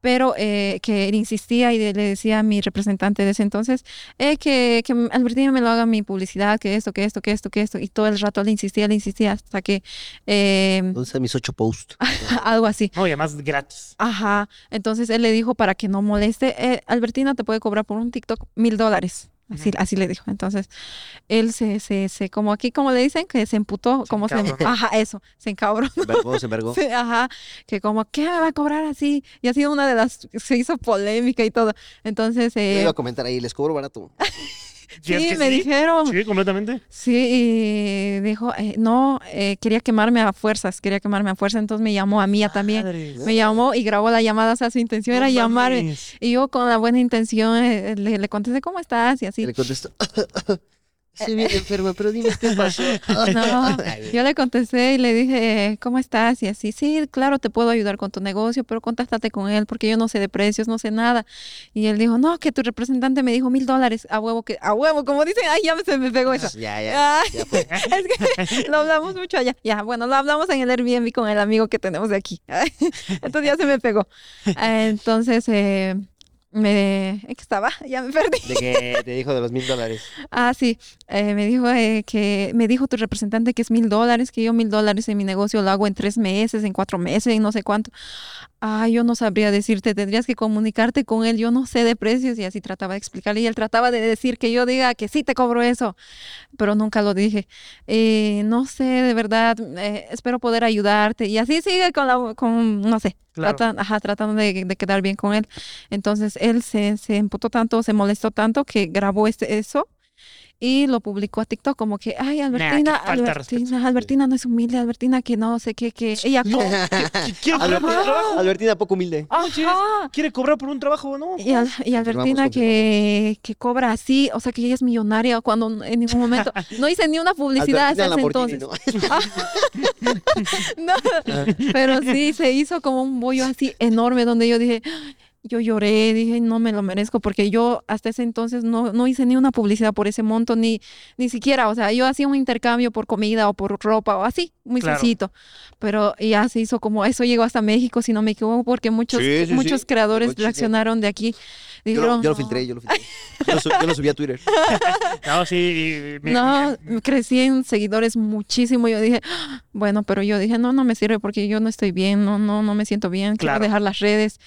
[SPEAKER 3] Pero eh, que él insistía y de- le decía a mi representante de ese entonces, eh, que, que Albertina me lo haga mi publicidad, que esto, que esto, que esto, que esto. Y todo el rato le insistía, le insistía hasta que eh,
[SPEAKER 2] ¿Dónde están mis ocho posts?
[SPEAKER 3] *laughs* algo así.
[SPEAKER 1] No, y además gratis.
[SPEAKER 3] Ajá. Entonces él le dijo para que no moleste, "Eh, Albertina te puede cobrar por un TikTok mil dólares. Así, así le dijo. Entonces, él se, se, se, como aquí, como le dicen, que se emputó, como se,
[SPEAKER 1] encabronó.
[SPEAKER 3] ajá, eso, se encabró.
[SPEAKER 2] Se envergó, se envergó.
[SPEAKER 3] Sí, *laughs* ajá, que como, ¿qué me va a cobrar así? Y ha sido una de las, se hizo polémica y todo. Entonces,
[SPEAKER 2] Yo
[SPEAKER 3] eh,
[SPEAKER 2] iba a comentar ahí, les cobro barato.
[SPEAKER 1] Y es
[SPEAKER 3] sí,
[SPEAKER 1] que
[SPEAKER 3] me
[SPEAKER 1] sí,
[SPEAKER 3] dijeron, sí,
[SPEAKER 1] Sí, completamente.
[SPEAKER 3] y dijo, eh, no, eh, quería quemarme a fuerzas, quería quemarme a fuerzas, entonces me llamó a Mía también.
[SPEAKER 1] Madres.
[SPEAKER 3] Me llamó y grabó la llamada, o sea, su intención
[SPEAKER 1] No
[SPEAKER 3] era llamarme.
[SPEAKER 1] mames.
[SPEAKER 3] Y yo con la buena intención eh, le, le contesté, ¿cómo estás? Y
[SPEAKER 2] Y
[SPEAKER 3] así.
[SPEAKER 2] le contesto, *laughs* estoy bien enferma, pero dime qué pasó.
[SPEAKER 3] *laughs* No, *laughs*
[SPEAKER 2] Ay,
[SPEAKER 3] yo le contesté y le dije, eh, ¿cómo estás? Y así, sí, claro, te puedo ayudar con tu negocio, pero contáctate con él porque yo no sé de precios, no sé nada. Y él dijo, no, que tu representante me dijo mil dólares, a huevo, que a huevo, como dicen, ay, ya se me pegó eso.
[SPEAKER 2] *laughs* Ya, ya.
[SPEAKER 3] *laughs* Ay,
[SPEAKER 2] Ya fue.
[SPEAKER 3] es que lo hablamos mucho allá. Ya, bueno, lo hablamos en el Airbnb con el amigo que tenemos de aquí. *laughs* Entonces ya se me pegó. Ah, Entonces, eh, me... ¿en qué estaba? Ya me perdí.
[SPEAKER 2] De que te dijo de los mil *laughs* dólares.
[SPEAKER 3] Ah, sí. Eh, me dijo eh, que me dijo tu representante que es mil dólares, que yo mil dólares en mi negocio lo hago en tres meses, en cuatro meses, en no sé cuánto. Ah, yo no sabría decirte, tendrías que comunicarte con él, yo no sé de precios y así trataba de explicarle y él trataba de decir que yo diga que sí te cobro eso, pero nunca lo dije. Eh, no sé, de verdad, eh, espero poder ayudarte y así sigue con la, con, no sé,
[SPEAKER 1] Claro.
[SPEAKER 3] tratan- ajá, tratando de, de quedar bien con él. Entonces él se, se emputó tanto, se molestó tanto que grabó este, eso y lo publicó a TikTok como que, ay,
[SPEAKER 1] qué
[SPEAKER 3] Albertina,
[SPEAKER 1] falta de respeto".
[SPEAKER 3] Albertina, Albertina no es humilde, Albertina que no sé qué, que ella...
[SPEAKER 1] No,
[SPEAKER 3] co-
[SPEAKER 1] que-
[SPEAKER 2] *laughs*
[SPEAKER 1] que quiero cobrar por un trabajo.
[SPEAKER 2] Albertina, Albertina poco humilde.
[SPEAKER 3] Ajá.
[SPEAKER 1] Quiere cobrar por un trabajo, ¿no?
[SPEAKER 3] Y, Al- y Albertina que, que cobra así, o sea que ella es millonaria cuando en
[SPEAKER 1] *laughs*
[SPEAKER 3] ningún momento no hice ni una publicidad
[SPEAKER 2] Albertina
[SPEAKER 3] hasta ese
[SPEAKER 2] Lamborghini,
[SPEAKER 3] entonces.
[SPEAKER 2] ¿no?
[SPEAKER 3] *laughs* No, pero sí se hizo como un bollo así enorme donde yo dije, yo lloré, dije, no me lo merezco porque yo hasta ese entonces no, no hice ni una publicidad por ese monto ni ni siquiera, o sea, yo hacía un intercambio por comida o por ropa o así, muy
[SPEAKER 1] Claro.
[SPEAKER 3] sencillito. Pero ya se hizo como eso llegó hasta México, si no me equivoco, porque muchos
[SPEAKER 2] Sí, sí,
[SPEAKER 3] muchos
[SPEAKER 2] sí.
[SPEAKER 3] creadores
[SPEAKER 2] Llegó chido.
[SPEAKER 3] reaccionaron de aquí.
[SPEAKER 2] Yo lo,
[SPEAKER 3] Dijeron,
[SPEAKER 2] yo lo
[SPEAKER 3] "No".
[SPEAKER 2] filtré, yo lo filtré. Yo lo, sub- yo lo subí a
[SPEAKER 3] *laughs*
[SPEAKER 2] Twitter.
[SPEAKER 1] No, sí. y- y-
[SPEAKER 3] No, crecí en seguidores muchísimo. Yo dije, "Ah", bueno, pero yo dije, no, no me sirve porque yo no estoy bien, no, no, no me siento bien,
[SPEAKER 1] Claro.
[SPEAKER 3] quiero dejar las redes.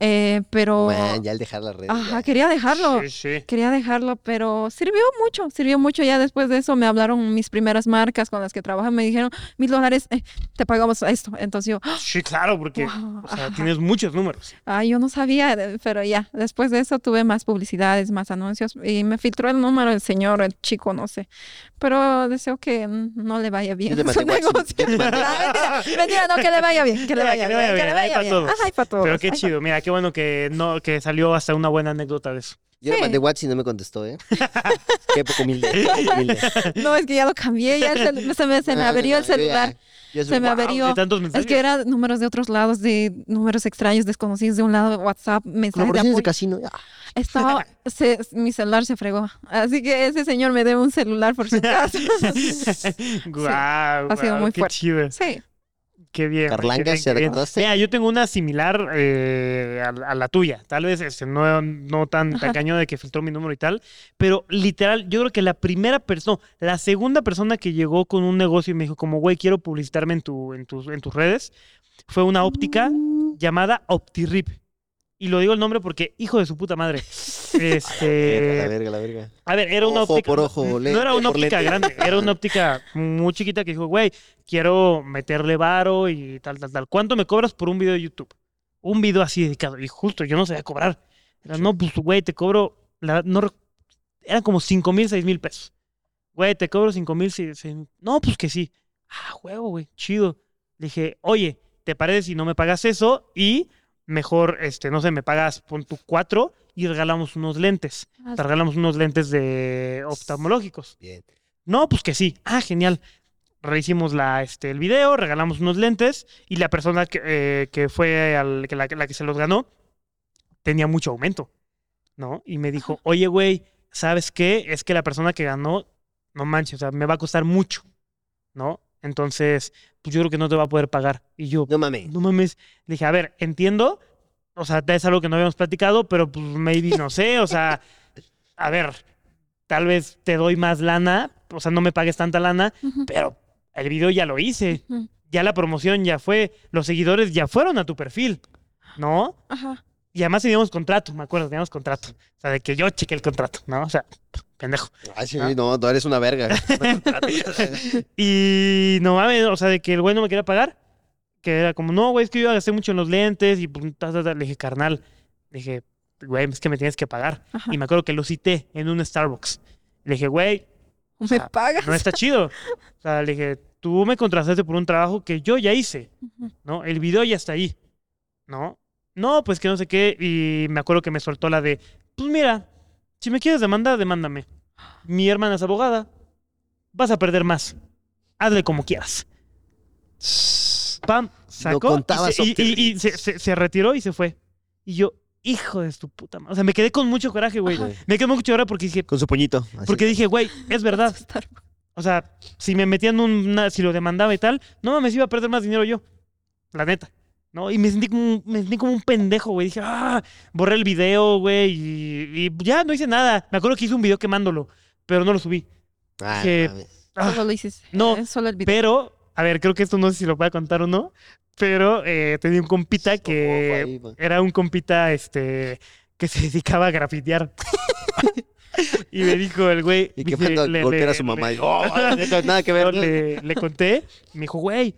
[SPEAKER 3] Eh, pero,
[SPEAKER 2] Man, ya al dejar las redes.
[SPEAKER 3] ajá,
[SPEAKER 2] ya.
[SPEAKER 3] quería dejarlo,
[SPEAKER 1] Sí, sí.
[SPEAKER 3] quería dejarlo, pero sirvió mucho, sirvió mucho. Ya después de eso me hablaron mis primeras marcas con las que trabajé, me dijeron, mil dólares, eh, te pagamos esto. Entonces yo,
[SPEAKER 1] Sí, claro, porque
[SPEAKER 3] Wow,
[SPEAKER 1] o sea,
[SPEAKER 3] ajá.
[SPEAKER 1] tienes muchos números.
[SPEAKER 3] ah, yo no sabía, de- pero ya, después de eso tuve más publicidades, más anuncios y me filtró el número el señor, el chico, no sé. Pero deseo que mm, no le vaya bien
[SPEAKER 2] Yo te
[SPEAKER 3] a *laughs* su
[SPEAKER 2] mandé WhatsApp, yo te
[SPEAKER 3] negocio.
[SPEAKER 2] mandé-
[SPEAKER 3] Ah, mentira, mentira, no, que le vaya bien, que le vaya bien, que le
[SPEAKER 1] ahí
[SPEAKER 3] vaya
[SPEAKER 1] pa'
[SPEAKER 3] bien.
[SPEAKER 1] todos.
[SPEAKER 3] Ajá, y pa' todos.
[SPEAKER 1] Pero qué
[SPEAKER 3] ahí pa'
[SPEAKER 1] chido, mira, qué bueno que no que salió hasta una buena anécdota de eso.
[SPEAKER 2] Yo le
[SPEAKER 3] *laughs* Sí.
[SPEAKER 2] mandé WhatsApp y no me contestó, ¿eh? *laughs* Qué poco humilde. qué poco humilde.
[SPEAKER 3] *laughs* No, es que ya lo cambié, ya el cel- se me, se me
[SPEAKER 2] No, no,
[SPEAKER 3] averió el
[SPEAKER 2] no, yo ya-
[SPEAKER 3] celular.
[SPEAKER 2] yo
[SPEAKER 3] Se
[SPEAKER 2] subí-
[SPEAKER 3] me
[SPEAKER 2] Wow.
[SPEAKER 1] Ah,
[SPEAKER 3] averió.
[SPEAKER 1] de tantos
[SPEAKER 3] Es
[SPEAKER 1] mensajes.
[SPEAKER 3] que eran números de otros lados, de números extraños, desconocidos de un lado, WhatsApp, mensajes de
[SPEAKER 2] Colaboraciones de
[SPEAKER 3] apoyo.
[SPEAKER 2] casino. ah. *laughs*
[SPEAKER 3] Estaba, se- mi celular se fregó. Así que ese señor me debe un
[SPEAKER 2] *laughs*
[SPEAKER 3] celular por su caso. *laughs*
[SPEAKER 1] *laughs* Guau,
[SPEAKER 3] ha sido
[SPEAKER 1] guau,
[SPEAKER 3] muy
[SPEAKER 1] qué
[SPEAKER 3] fuerte.
[SPEAKER 1] chido,
[SPEAKER 3] Sí.
[SPEAKER 1] qué bien.
[SPEAKER 2] Carlanga,
[SPEAKER 1] qué bien,
[SPEAKER 2] ¿se
[SPEAKER 1] qué bien.
[SPEAKER 2] recordaste?
[SPEAKER 1] Mira, yo tengo una similar eh, a, la- a la tuya, tal vez este, no, no tan tacaño de que filtró mi número y tal, pero literal, yo creo que la primera persona, la segunda persona que llegó con un negocio y me dijo como, güey, quiero publicitarme en, tu, en, tus, en tus redes, fue una óptica
[SPEAKER 3] Mm.
[SPEAKER 1] llamada OptiRip. Y lo digo el nombre porque, hijo de su puta
[SPEAKER 2] *laughs*
[SPEAKER 1] madre.
[SPEAKER 2] Verga, la
[SPEAKER 1] Este,
[SPEAKER 2] verga, la verga.
[SPEAKER 1] a ver, era una
[SPEAKER 2] Ojo
[SPEAKER 1] óptica.
[SPEAKER 2] por ojo,
[SPEAKER 1] no
[SPEAKER 2] lente
[SPEAKER 1] era una
[SPEAKER 2] por
[SPEAKER 1] óptica
[SPEAKER 2] lente.
[SPEAKER 1] grande, era una óptica muy chiquita que dijo, güey, quiero meterle varo y tal, tal, tal. ¿Cuánto me cobras por un video de YouTube? Un video así dedicado. Y justo, yo no sabía cobrar. Era, no, pues, güey, te cobro. la- no, rec- eran como 5 mil, 6 mil pesos. Güey, te cobro 5 mil, 6 mil. No, pues que sí. Ah, huevo, güey, chido. Le dije, oye, ¿te parece si no me pagas eso? Y mejor, este, no sé, me pagas, pon tu 4 y regalamos unos lentes te regalamos unos lentes de oftalmológicos.
[SPEAKER 2] Bien.
[SPEAKER 1] No, pues que sí. Ah, genial. Rehicimos la, este, el video, regalamos unos lentes y la persona que, eh, que fue al, que la, la que se los ganó tenía mucho aumento, ¿no? Y me dijo, oye, güey, ¿sabes qué? Es que la persona que ganó, no manches, o sea, me va a costar mucho, ¿no? Entonces, pues yo creo que no te va a poder pagar. Y yo,
[SPEAKER 2] No mames.
[SPEAKER 1] no mames. Le dije, a ver, entiendo. O sea, es algo que no habíamos platicado, pero pues maybe no sé. O sea, a ver, tal vez te doy más lana. O sea, no me pagues tanta lana,
[SPEAKER 3] Ujú.
[SPEAKER 1] pero el video ya lo hice.
[SPEAKER 3] Ujú.
[SPEAKER 1] Ya la promoción ya fue. Los seguidores ya fueron a tu perfil, ¿no?
[SPEAKER 3] Ajá.
[SPEAKER 1] Y además teníamos contrato, me acuerdo, teníamos contrato. O sea, de que yo chequé el contrato, ¿no? O sea, pendejo.
[SPEAKER 2] Ay, sí, no, tú eres una
[SPEAKER 3] *laughs*
[SPEAKER 2] verga.
[SPEAKER 1] Y no mames, o sea, de que el güey no me quería pagar. Que era como, no, güey, es que yo gasté mucho en los lentes y pum, ta, ta, ta. le dije, carnal. Le dije, güey, es que me tienes que pagar.
[SPEAKER 3] Ajá.
[SPEAKER 1] Y me acuerdo que lo cité en un Starbucks. Le dije, güey,
[SPEAKER 3] Me pagas.
[SPEAKER 1] no está chido. O sea, le dije, tú me contrataste por un trabajo que yo ya hice,
[SPEAKER 3] Ujú.
[SPEAKER 1] ¿no? El video ya está ahí, ¿no? No, pues que no sé qué. Y me acuerdo que me soltó la de, pues mira, si me quieres demandar, demándame. Mi hermana es abogada. Vas a perder más. Hazle como quieras. Pam, sacó.
[SPEAKER 2] contaba
[SPEAKER 1] y se, y-
[SPEAKER 2] Soft
[SPEAKER 1] y- y se- se- se retiró y se fue. Y yo, hijo de su puta madre. O sea, me quedé con mucho coraje, güey.
[SPEAKER 2] Ajá.
[SPEAKER 1] Me quedé con mucho coraje porque dije,
[SPEAKER 2] Con su puñito. así.
[SPEAKER 1] porque dije, güey, es
[SPEAKER 3] *laughs*
[SPEAKER 1] verdad. Ah.
[SPEAKER 3] Starbucks.
[SPEAKER 1] O sea, si me metían una, si lo demandaba y tal, no mames, iba a perder más dinero yo. La neta. ¿No? Y me sentí como, un- me sentí como un pendejo, güey. Dije, ah, borré el video, güey, y, y ya no hice nada. Me acuerdo que hice un video quemándolo, pero no lo subí.
[SPEAKER 2] Ah,
[SPEAKER 1] que-
[SPEAKER 2] no mames.
[SPEAKER 1] Ah.
[SPEAKER 3] Solo lo hiciste.
[SPEAKER 1] No,
[SPEAKER 3] eh, Solo el video.
[SPEAKER 1] Pero, a ver, creo que esto no sé si lo voy a contar o no, pero eh, tenía un compita
[SPEAKER 2] Ojo
[SPEAKER 1] que
[SPEAKER 2] ahí, pues. güey.
[SPEAKER 1] era un compita este que se dedicaba a
[SPEAKER 2] *laughs*
[SPEAKER 1] grafitear. *laughs* y me dijo el güey.
[SPEAKER 2] Y que
[SPEAKER 1] dice,
[SPEAKER 2] fue a
[SPEAKER 1] le-
[SPEAKER 2] golpear a
[SPEAKER 1] le-
[SPEAKER 2] su mamá.
[SPEAKER 1] le-
[SPEAKER 2] y,
[SPEAKER 1] *laughs*
[SPEAKER 2] oh, neta, nada que ver.
[SPEAKER 1] Yo le, le conté, me dijo, güey,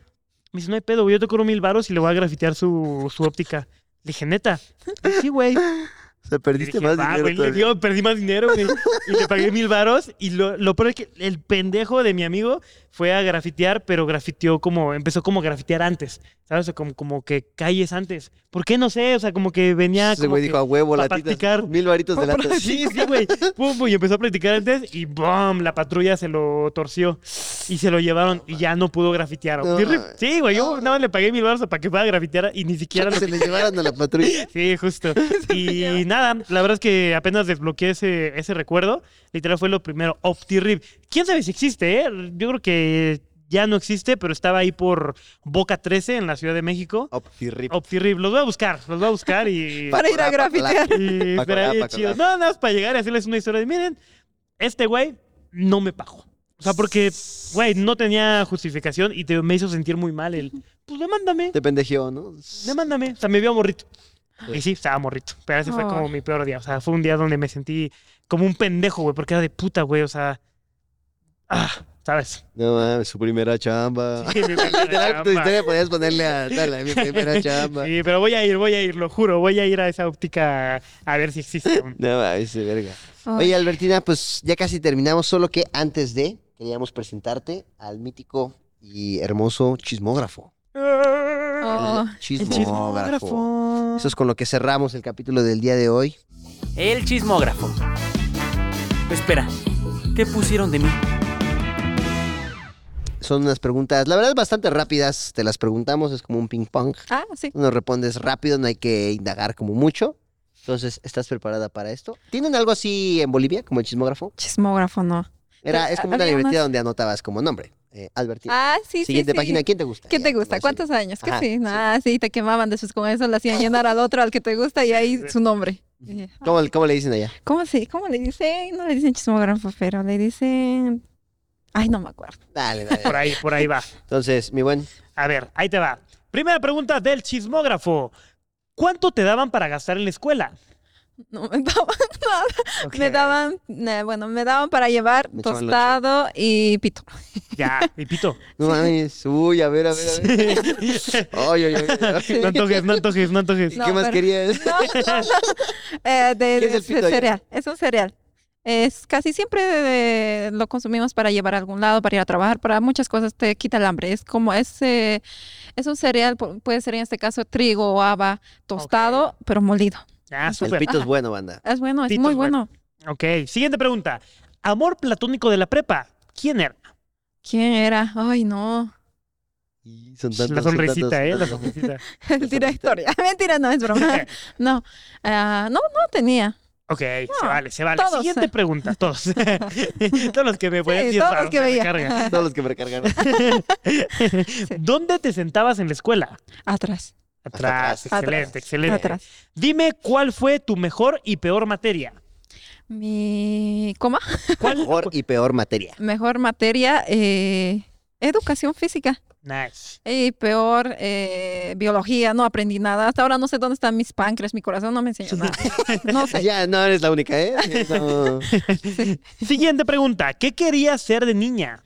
[SPEAKER 1] me dice, no hay pedo, güey, yo te cobro mil varos y le voy a grafitear su, su óptica. Le dije, neta, Y sí, güey.
[SPEAKER 2] O sea,
[SPEAKER 1] Y
[SPEAKER 2] perdiste
[SPEAKER 1] dije,
[SPEAKER 2] más
[SPEAKER 1] "Va,
[SPEAKER 2] dinero
[SPEAKER 1] güey,
[SPEAKER 2] todavía.
[SPEAKER 1] yo perdí más dinero, güey. Y le pagué mil varos. Y lo, lo peor es que el pendejo de mi amigo fue a grafitear, pero grafiteó como, empezó como a grafitear antes. ¿Sabes? O sea, como, como que calles antes. ¿Por qué no sé? O sea, como que venía.
[SPEAKER 2] Ese
[SPEAKER 1] como
[SPEAKER 2] güey
[SPEAKER 1] que
[SPEAKER 2] dijo a huevo,
[SPEAKER 1] pa'
[SPEAKER 2] latitas.
[SPEAKER 1] practicar.
[SPEAKER 2] Mil varitos de
[SPEAKER 1] pa'
[SPEAKER 2] latas.
[SPEAKER 1] Sí, sí, güey. Pum, pum, y empezó a practicar antes y ¡bum! La patrulla se lo torció y se lo llevaron y ya no pudo grafitear.
[SPEAKER 2] No,
[SPEAKER 1] Sí,
[SPEAKER 2] mames.
[SPEAKER 1] sí, güey, yo nada más le pagué mil baros para que pueda grafitear y ni siquiera
[SPEAKER 2] Que
[SPEAKER 1] lo
[SPEAKER 2] se le llevaron a la patrulla.
[SPEAKER 1] *laughs*
[SPEAKER 2] *laughs*
[SPEAKER 1] Sí, justo. Y nada, la verdad es que apenas desbloqueé ese, ese recuerdo. Literal fue lo primero. OptiRib. ¿Quién sabe si existe? eh? Yo creo que ya no existe, pero estaba ahí por Boca 13 en la Ciudad de México.
[SPEAKER 2] Optirrip.
[SPEAKER 1] OptiRib. Los voy a buscar, los voy a buscar
[SPEAKER 2] *laughs*
[SPEAKER 1] y...
[SPEAKER 3] Para ir a grafitear.
[SPEAKER 1] y
[SPEAKER 2] Pa'
[SPEAKER 1] pero ahí
[SPEAKER 2] colar, pa'
[SPEAKER 1] es chido.
[SPEAKER 2] colar.
[SPEAKER 1] No, nada más para llegar y hacerles una historia de, miren, este güey no me pagó. O sea, porque, güey, no tenía justificación y te- me hizo sentir muy mal el, pues demándame.
[SPEAKER 2] Te pendejeó, ¿no?
[SPEAKER 1] Demándame. O sea, me vio morrito.
[SPEAKER 2] Sí.
[SPEAKER 1] Y sí, estaba morrito. Pero ese fue
[SPEAKER 3] Ay.
[SPEAKER 1] como mi peor día. O sea, fue un día donde me sentí como un pendejo, güey, porque era de puta, güey. O sea. Ah, ¿sabes? *laughs*
[SPEAKER 2] No mames, su primera chamba. *laughs*
[SPEAKER 1] Sí, mi primera
[SPEAKER 2] Literal, tu
[SPEAKER 1] chamba.
[SPEAKER 2] historia podías ponerle a tal,
[SPEAKER 1] *laughs*
[SPEAKER 2] a mi primera chamba.
[SPEAKER 1] Sí, pero voy a ir, voy a ir, lo juro. Voy a ir a esa óptica a ver si existe. un-
[SPEAKER 2] No mames, de verga.
[SPEAKER 3] Ay.
[SPEAKER 2] Oye, Albertina, pues ya casi terminamos, solo que antes de queríamos presentarte al mítico y hermoso chismógrafo.
[SPEAKER 3] Oh,
[SPEAKER 2] El
[SPEAKER 1] El
[SPEAKER 2] chismógrafo.
[SPEAKER 1] chismógrafo.
[SPEAKER 2] Eso es con lo que cerramos el capítulo del día de hoy.
[SPEAKER 5] El chismógrafo. Espera, ¿qué pusieron de mí?
[SPEAKER 2] Son unas preguntas, la verdad, bastante rápidas. Te las preguntamos, es como un ping-pong.
[SPEAKER 3] Ah, sí.
[SPEAKER 2] Nos respondes rápido, no hay que indagar como mucho. Entonces, ¿estás preparada para esto? ¿Tienen algo así en Bolivia, como el chismógrafo?
[SPEAKER 3] Chismógrafo, no.
[SPEAKER 2] Era,
[SPEAKER 3] Pues,
[SPEAKER 2] es como una
[SPEAKER 3] había
[SPEAKER 2] libretita
[SPEAKER 3] unas-
[SPEAKER 2] donde anotabas como nombre. Eh, Albertina.
[SPEAKER 3] Ah, sí, sí,
[SPEAKER 2] Siguiente
[SPEAKER 3] sí.
[SPEAKER 2] página, ¿quién te gusta?
[SPEAKER 3] ¿Qué
[SPEAKER 2] Ya,
[SPEAKER 3] te
[SPEAKER 2] como
[SPEAKER 3] gusta?
[SPEAKER 2] así.
[SPEAKER 3] ¿Cuántos años? Que
[SPEAKER 2] Ajá,
[SPEAKER 3] sí.
[SPEAKER 2] sí.
[SPEAKER 3] Ah, sí, te quemaban. Después con eso le hacían llenar al otro, al que te gusta, y ahí su nombre. Y, ah,
[SPEAKER 2] ¿Cómo, cómo le dicen allá?
[SPEAKER 3] ¿Cómo se, cómo le dicen? No le dicen chismógrafo, pero le dicen... Ay, no me acuerdo. *laughs*
[SPEAKER 2] Dale, dale.
[SPEAKER 1] Por ahí, por ahí va.
[SPEAKER 2] Entonces, mi buen,
[SPEAKER 1] A ver, ahí te va. Primera pregunta del chismógrafo. ¿Cuánto te daban para gastar en la escuela?
[SPEAKER 3] No me daban nada.
[SPEAKER 1] Ok.
[SPEAKER 3] Me daban, eh, bueno, me daban para llevar
[SPEAKER 2] Me echaban lonche.
[SPEAKER 3] tostado y pito.
[SPEAKER 1] Ya, y
[SPEAKER 3] *laughs*
[SPEAKER 1] pito.
[SPEAKER 2] no mames. Uy, a ver, a ver, a ver. Ay, ay, ay.
[SPEAKER 1] No antojes, no antojes, no antojes.
[SPEAKER 2] ¿Y
[SPEAKER 3] No,
[SPEAKER 2] qué más
[SPEAKER 3] pero-
[SPEAKER 2] querías?
[SPEAKER 3] No, no, no. Eh, de,
[SPEAKER 2] ¿Qué es
[SPEAKER 3] de-
[SPEAKER 2] el pito allá?
[SPEAKER 3] cereal. Es un cereal. Es casi siempre eh, lo consumimos para llevar a algún lado, para ir a trabajar, para muchas cosas te quita el hambre. Es como es, eh, es un cereal, pu- puede ser en este caso trigo o haba tostado, pero molido.
[SPEAKER 1] Ah,
[SPEAKER 2] El
[SPEAKER 1] súper.
[SPEAKER 2] pito es bueno, banda.
[SPEAKER 3] Es bueno, es
[SPEAKER 1] Pito
[SPEAKER 3] muy
[SPEAKER 1] es bueno.
[SPEAKER 3] bueno.
[SPEAKER 1] Ok, siguiente pregunta. Amor platónico de la prepa. ¿Quién era?
[SPEAKER 3] ¿Quién era?
[SPEAKER 2] *laughs*
[SPEAKER 3] Ay, no.
[SPEAKER 2] Y Son
[SPEAKER 1] la
[SPEAKER 2] tantos, son
[SPEAKER 1] sonrisita,
[SPEAKER 2] tantos,
[SPEAKER 1] ¿eh? La
[SPEAKER 2] tantos.
[SPEAKER 1] sonrisita.
[SPEAKER 3] *laughs* El director. *laughs* Ah, Mentira, no es
[SPEAKER 2] *laughs*
[SPEAKER 3] broma. No, Ah, no, no tenía.
[SPEAKER 1] Ok, se
[SPEAKER 3] No,
[SPEAKER 1] vale, se vale.
[SPEAKER 3] todos,
[SPEAKER 1] Siguiente
[SPEAKER 3] eh.
[SPEAKER 1] pregunta,
[SPEAKER 3] *laughs*
[SPEAKER 1] todos. todos los que me pueden
[SPEAKER 3] Sí,
[SPEAKER 1] decir
[SPEAKER 3] todos los
[SPEAKER 1] raro,
[SPEAKER 3] que
[SPEAKER 1] me
[SPEAKER 3] veía. *laughs*
[SPEAKER 1] carga. *laughs*
[SPEAKER 2] Todos los que me recargaron.
[SPEAKER 1] ¿Dónde te sentabas en la escuela?
[SPEAKER 3] Atrás,
[SPEAKER 1] Atrás,
[SPEAKER 2] atrás.
[SPEAKER 1] excelente,
[SPEAKER 2] Atrás.
[SPEAKER 1] excelente.
[SPEAKER 3] atrás.
[SPEAKER 1] Dime cuál fue tu mejor y peor materia.
[SPEAKER 3] Mi coma,
[SPEAKER 1] ¿Cuál?
[SPEAKER 2] Mejor y peor materia.
[SPEAKER 3] mejor materia, eh, educación física. *laughs*
[SPEAKER 1] Nice.
[SPEAKER 3] Y peor, eh, biología, no aprendí nada. Hasta ahora no sé dónde están mis páncreas, mi corazón no me enseñó nada. No
[SPEAKER 2] *laughs*
[SPEAKER 3] sé.
[SPEAKER 2] Ya, no eres la única, ¿eh? No.
[SPEAKER 1] Siguiente pregunta. ¿Qué querías ser de niña?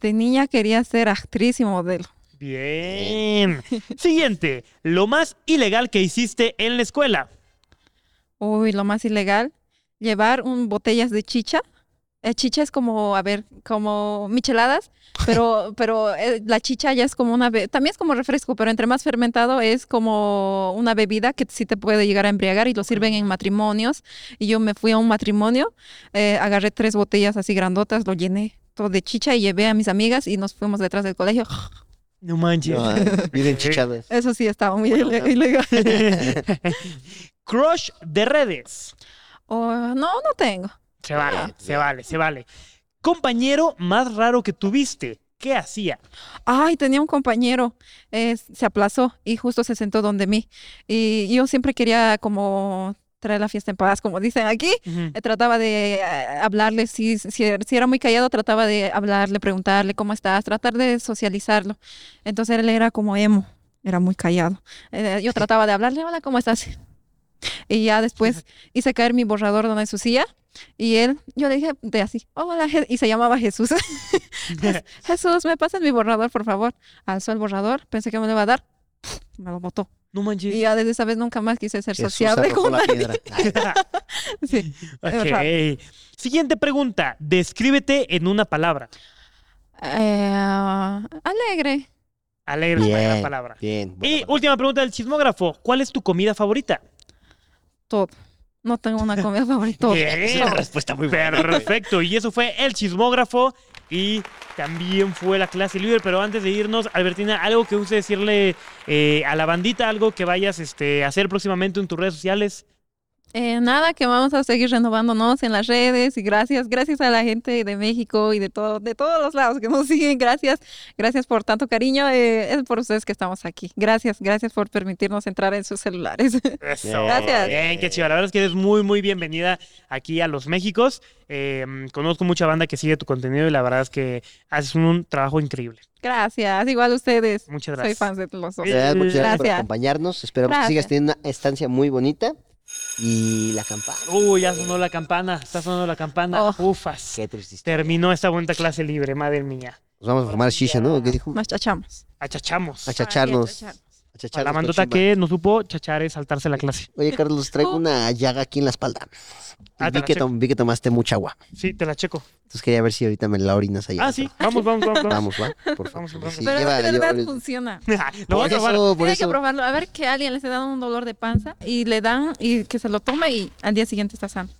[SPEAKER 3] De niña quería ser actriz y modelo.
[SPEAKER 1] Bien. Siguiente. Lo más ilegal que hiciste en la escuela.
[SPEAKER 3] Uy, lo más ilegal, llevar un botellas de chicha. Eh, chicha es como, a ver, como micheladas, pero, pero eh, la chicha ya es como una, be- también es como refresco, pero entre más fermentado es como una bebida que sí te puede llegar a embriagar y lo sirven en matrimonios. Y yo me fui a un matrimonio, eh, agarré tres botellas así grandotas, lo llené todo de chicha y llevé a mis amigas y nos fuimos detrás del colegio.
[SPEAKER 1] No manches.
[SPEAKER 2] No, eh, bien chichadas.
[SPEAKER 3] Eso sí estaba muy ile-
[SPEAKER 2] Bueno,
[SPEAKER 3] ilegal.
[SPEAKER 1] *laughs* Crush de redes.
[SPEAKER 3] Oh, no, no tengo.
[SPEAKER 1] Se vale, se vale, se vale. Compañero más raro que tuviste. ¿Qué hacía?
[SPEAKER 3] Ay, tenía un compañero, eh, se aplazó y justo se sentó donde mí. Y yo siempre quería como traer la fiesta en paz, como dicen aquí. Eh, Trataba de eh, hablarle, si, si, er- si era muy callado, trataba de hablarle, preguntarle cómo estás, tratar de socializarlo. Entonces él era como emo, era muy callado. Eh, yo trataba de hablarle, hola, ¿cómo estás? Y ya después hice caer mi borrador donde su silla y él, yo le dije de así, hola, Je-", y se llamaba Jesús. Jesús, *laughs* ¿me pasas mi borrador, por favor? Alzó el borrador, pensé que me lo iba a dar, me lo botó.
[SPEAKER 1] *laughs* No manches.
[SPEAKER 3] *laughs* Y ya desde esa vez nunca más quise ser
[SPEAKER 2] Jesús
[SPEAKER 3] sociable
[SPEAKER 2] arrojó
[SPEAKER 3] con
[SPEAKER 2] la
[SPEAKER 3] nadie.
[SPEAKER 2] piedra. *laughs*
[SPEAKER 3] Sí.
[SPEAKER 1] ok. Siguiente pregunta. Descríbete en una palabra.
[SPEAKER 3] Eh, alegre.
[SPEAKER 1] Alegre es la
[SPEAKER 2] Bien.
[SPEAKER 1] gran palabra.
[SPEAKER 2] Bien. buena
[SPEAKER 1] Y
[SPEAKER 2] palabra.
[SPEAKER 1] última pregunta del chismógrafo. ¿Cuál es tu comida favorita?
[SPEAKER 3] Todo. No tengo una
[SPEAKER 2] *laughs*
[SPEAKER 3] comida favorita. Todo.
[SPEAKER 1] Bien.
[SPEAKER 2] Es una respuesta muy buena.
[SPEAKER 1] Perfecto. Y eso fue el chismógrafo y también fue la clase líder. Pero antes de irnos, Albertina, algo que guste decirle eh, a la bandita, algo que vayas este, a hacer próximamente en tus redes sociales.
[SPEAKER 3] Eh, nada, que vamos a seguir renovándonos en las redes y gracias, gracias a la gente de México y de todo, de todos los lados que nos *laughs* siguen, gracias, gracias por tanto cariño, eh, es por ustedes que estamos aquí, gracias, gracias por permitirnos entrar en sus celulares. *laughs*
[SPEAKER 1] Eso.
[SPEAKER 3] Gracias.
[SPEAKER 1] Bien, qué chido. La verdad es que eres muy, muy bienvenida aquí a Los Méxicos. Eh, mm, conozco mucha banda que sigue tu contenido y la verdad es que haces un, un trabajo increíble.
[SPEAKER 3] gracias, igual ustedes,
[SPEAKER 1] Muchas
[SPEAKER 3] soy
[SPEAKER 1] gracias.
[SPEAKER 3] fan de los dos.
[SPEAKER 1] Eh,
[SPEAKER 2] Muchas gracias por
[SPEAKER 3] Gracias.
[SPEAKER 2] acompañarnos. Esperamos que sigas
[SPEAKER 3] Gracias.
[SPEAKER 2] teniendo una estancia muy bonita. Y la campana.
[SPEAKER 1] Uy, ya sonó la campana. Está sonando la campana.
[SPEAKER 3] Oh.
[SPEAKER 1] Ufas.
[SPEAKER 2] Qué triste.
[SPEAKER 1] Terminó esta bonita clase libre, madre mía.
[SPEAKER 2] Nos vamos a formar shisha, ¿no? ¿Qué dijo?
[SPEAKER 3] Nos chachamos.
[SPEAKER 1] Achachamos.
[SPEAKER 2] Achachamos. Chacharnos.
[SPEAKER 3] Así es, chacharnos.
[SPEAKER 1] A
[SPEAKER 2] Achacharnos
[SPEAKER 1] la
[SPEAKER 2] con
[SPEAKER 1] bandota
[SPEAKER 2] chimba.
[SPEAKER 1] que no supo chachar es saltarse la clase.
[SPEAKER 2] Oye, Carlos, traigo una llaga aquí en la espalda.
[SPEAKER 1] Ah, te
[SPEAKER 2] vi,
[SPEAKER 1] la
[SPEAKER 2] que
[SPEAKER 1] checo.
[SPEAKER 2] tom- vi que tomaste mucha agua.
[SPEAKER 1] Sí, te la checo.
[SPEAKER 2] Entonces quería ver si ahorita me la orinas allá.
[SPEAKER 1] Ah, sí. Vamos, vamos, vamos. vamos.
[SPEAKER 2] Vamos, va. Por favor.
[SPEAKER 1] Vamos, vamos.
[SPEAKER 2] Sí,
[SPEAKER 3] Pero
[SPEAKER 2] lleva-
[SPEAKER 3] de verdad
[SPEAKER 2] yo-
[SPEAKER 3] funciona.
[SPEAKER 1] *laughs* Lo voy a
[SPEAKER 2] por
[SPEAKER 1] probar.
[SPEAKER 2] eso, por
[SPEAKER 3] Tiene que
[SPEAKER 2] eso.
[SPEAKER 3] probarlo, a ver que a alguien les ha dado un dolor de panza y le dan y que se lo tome y al día siguiente está sano.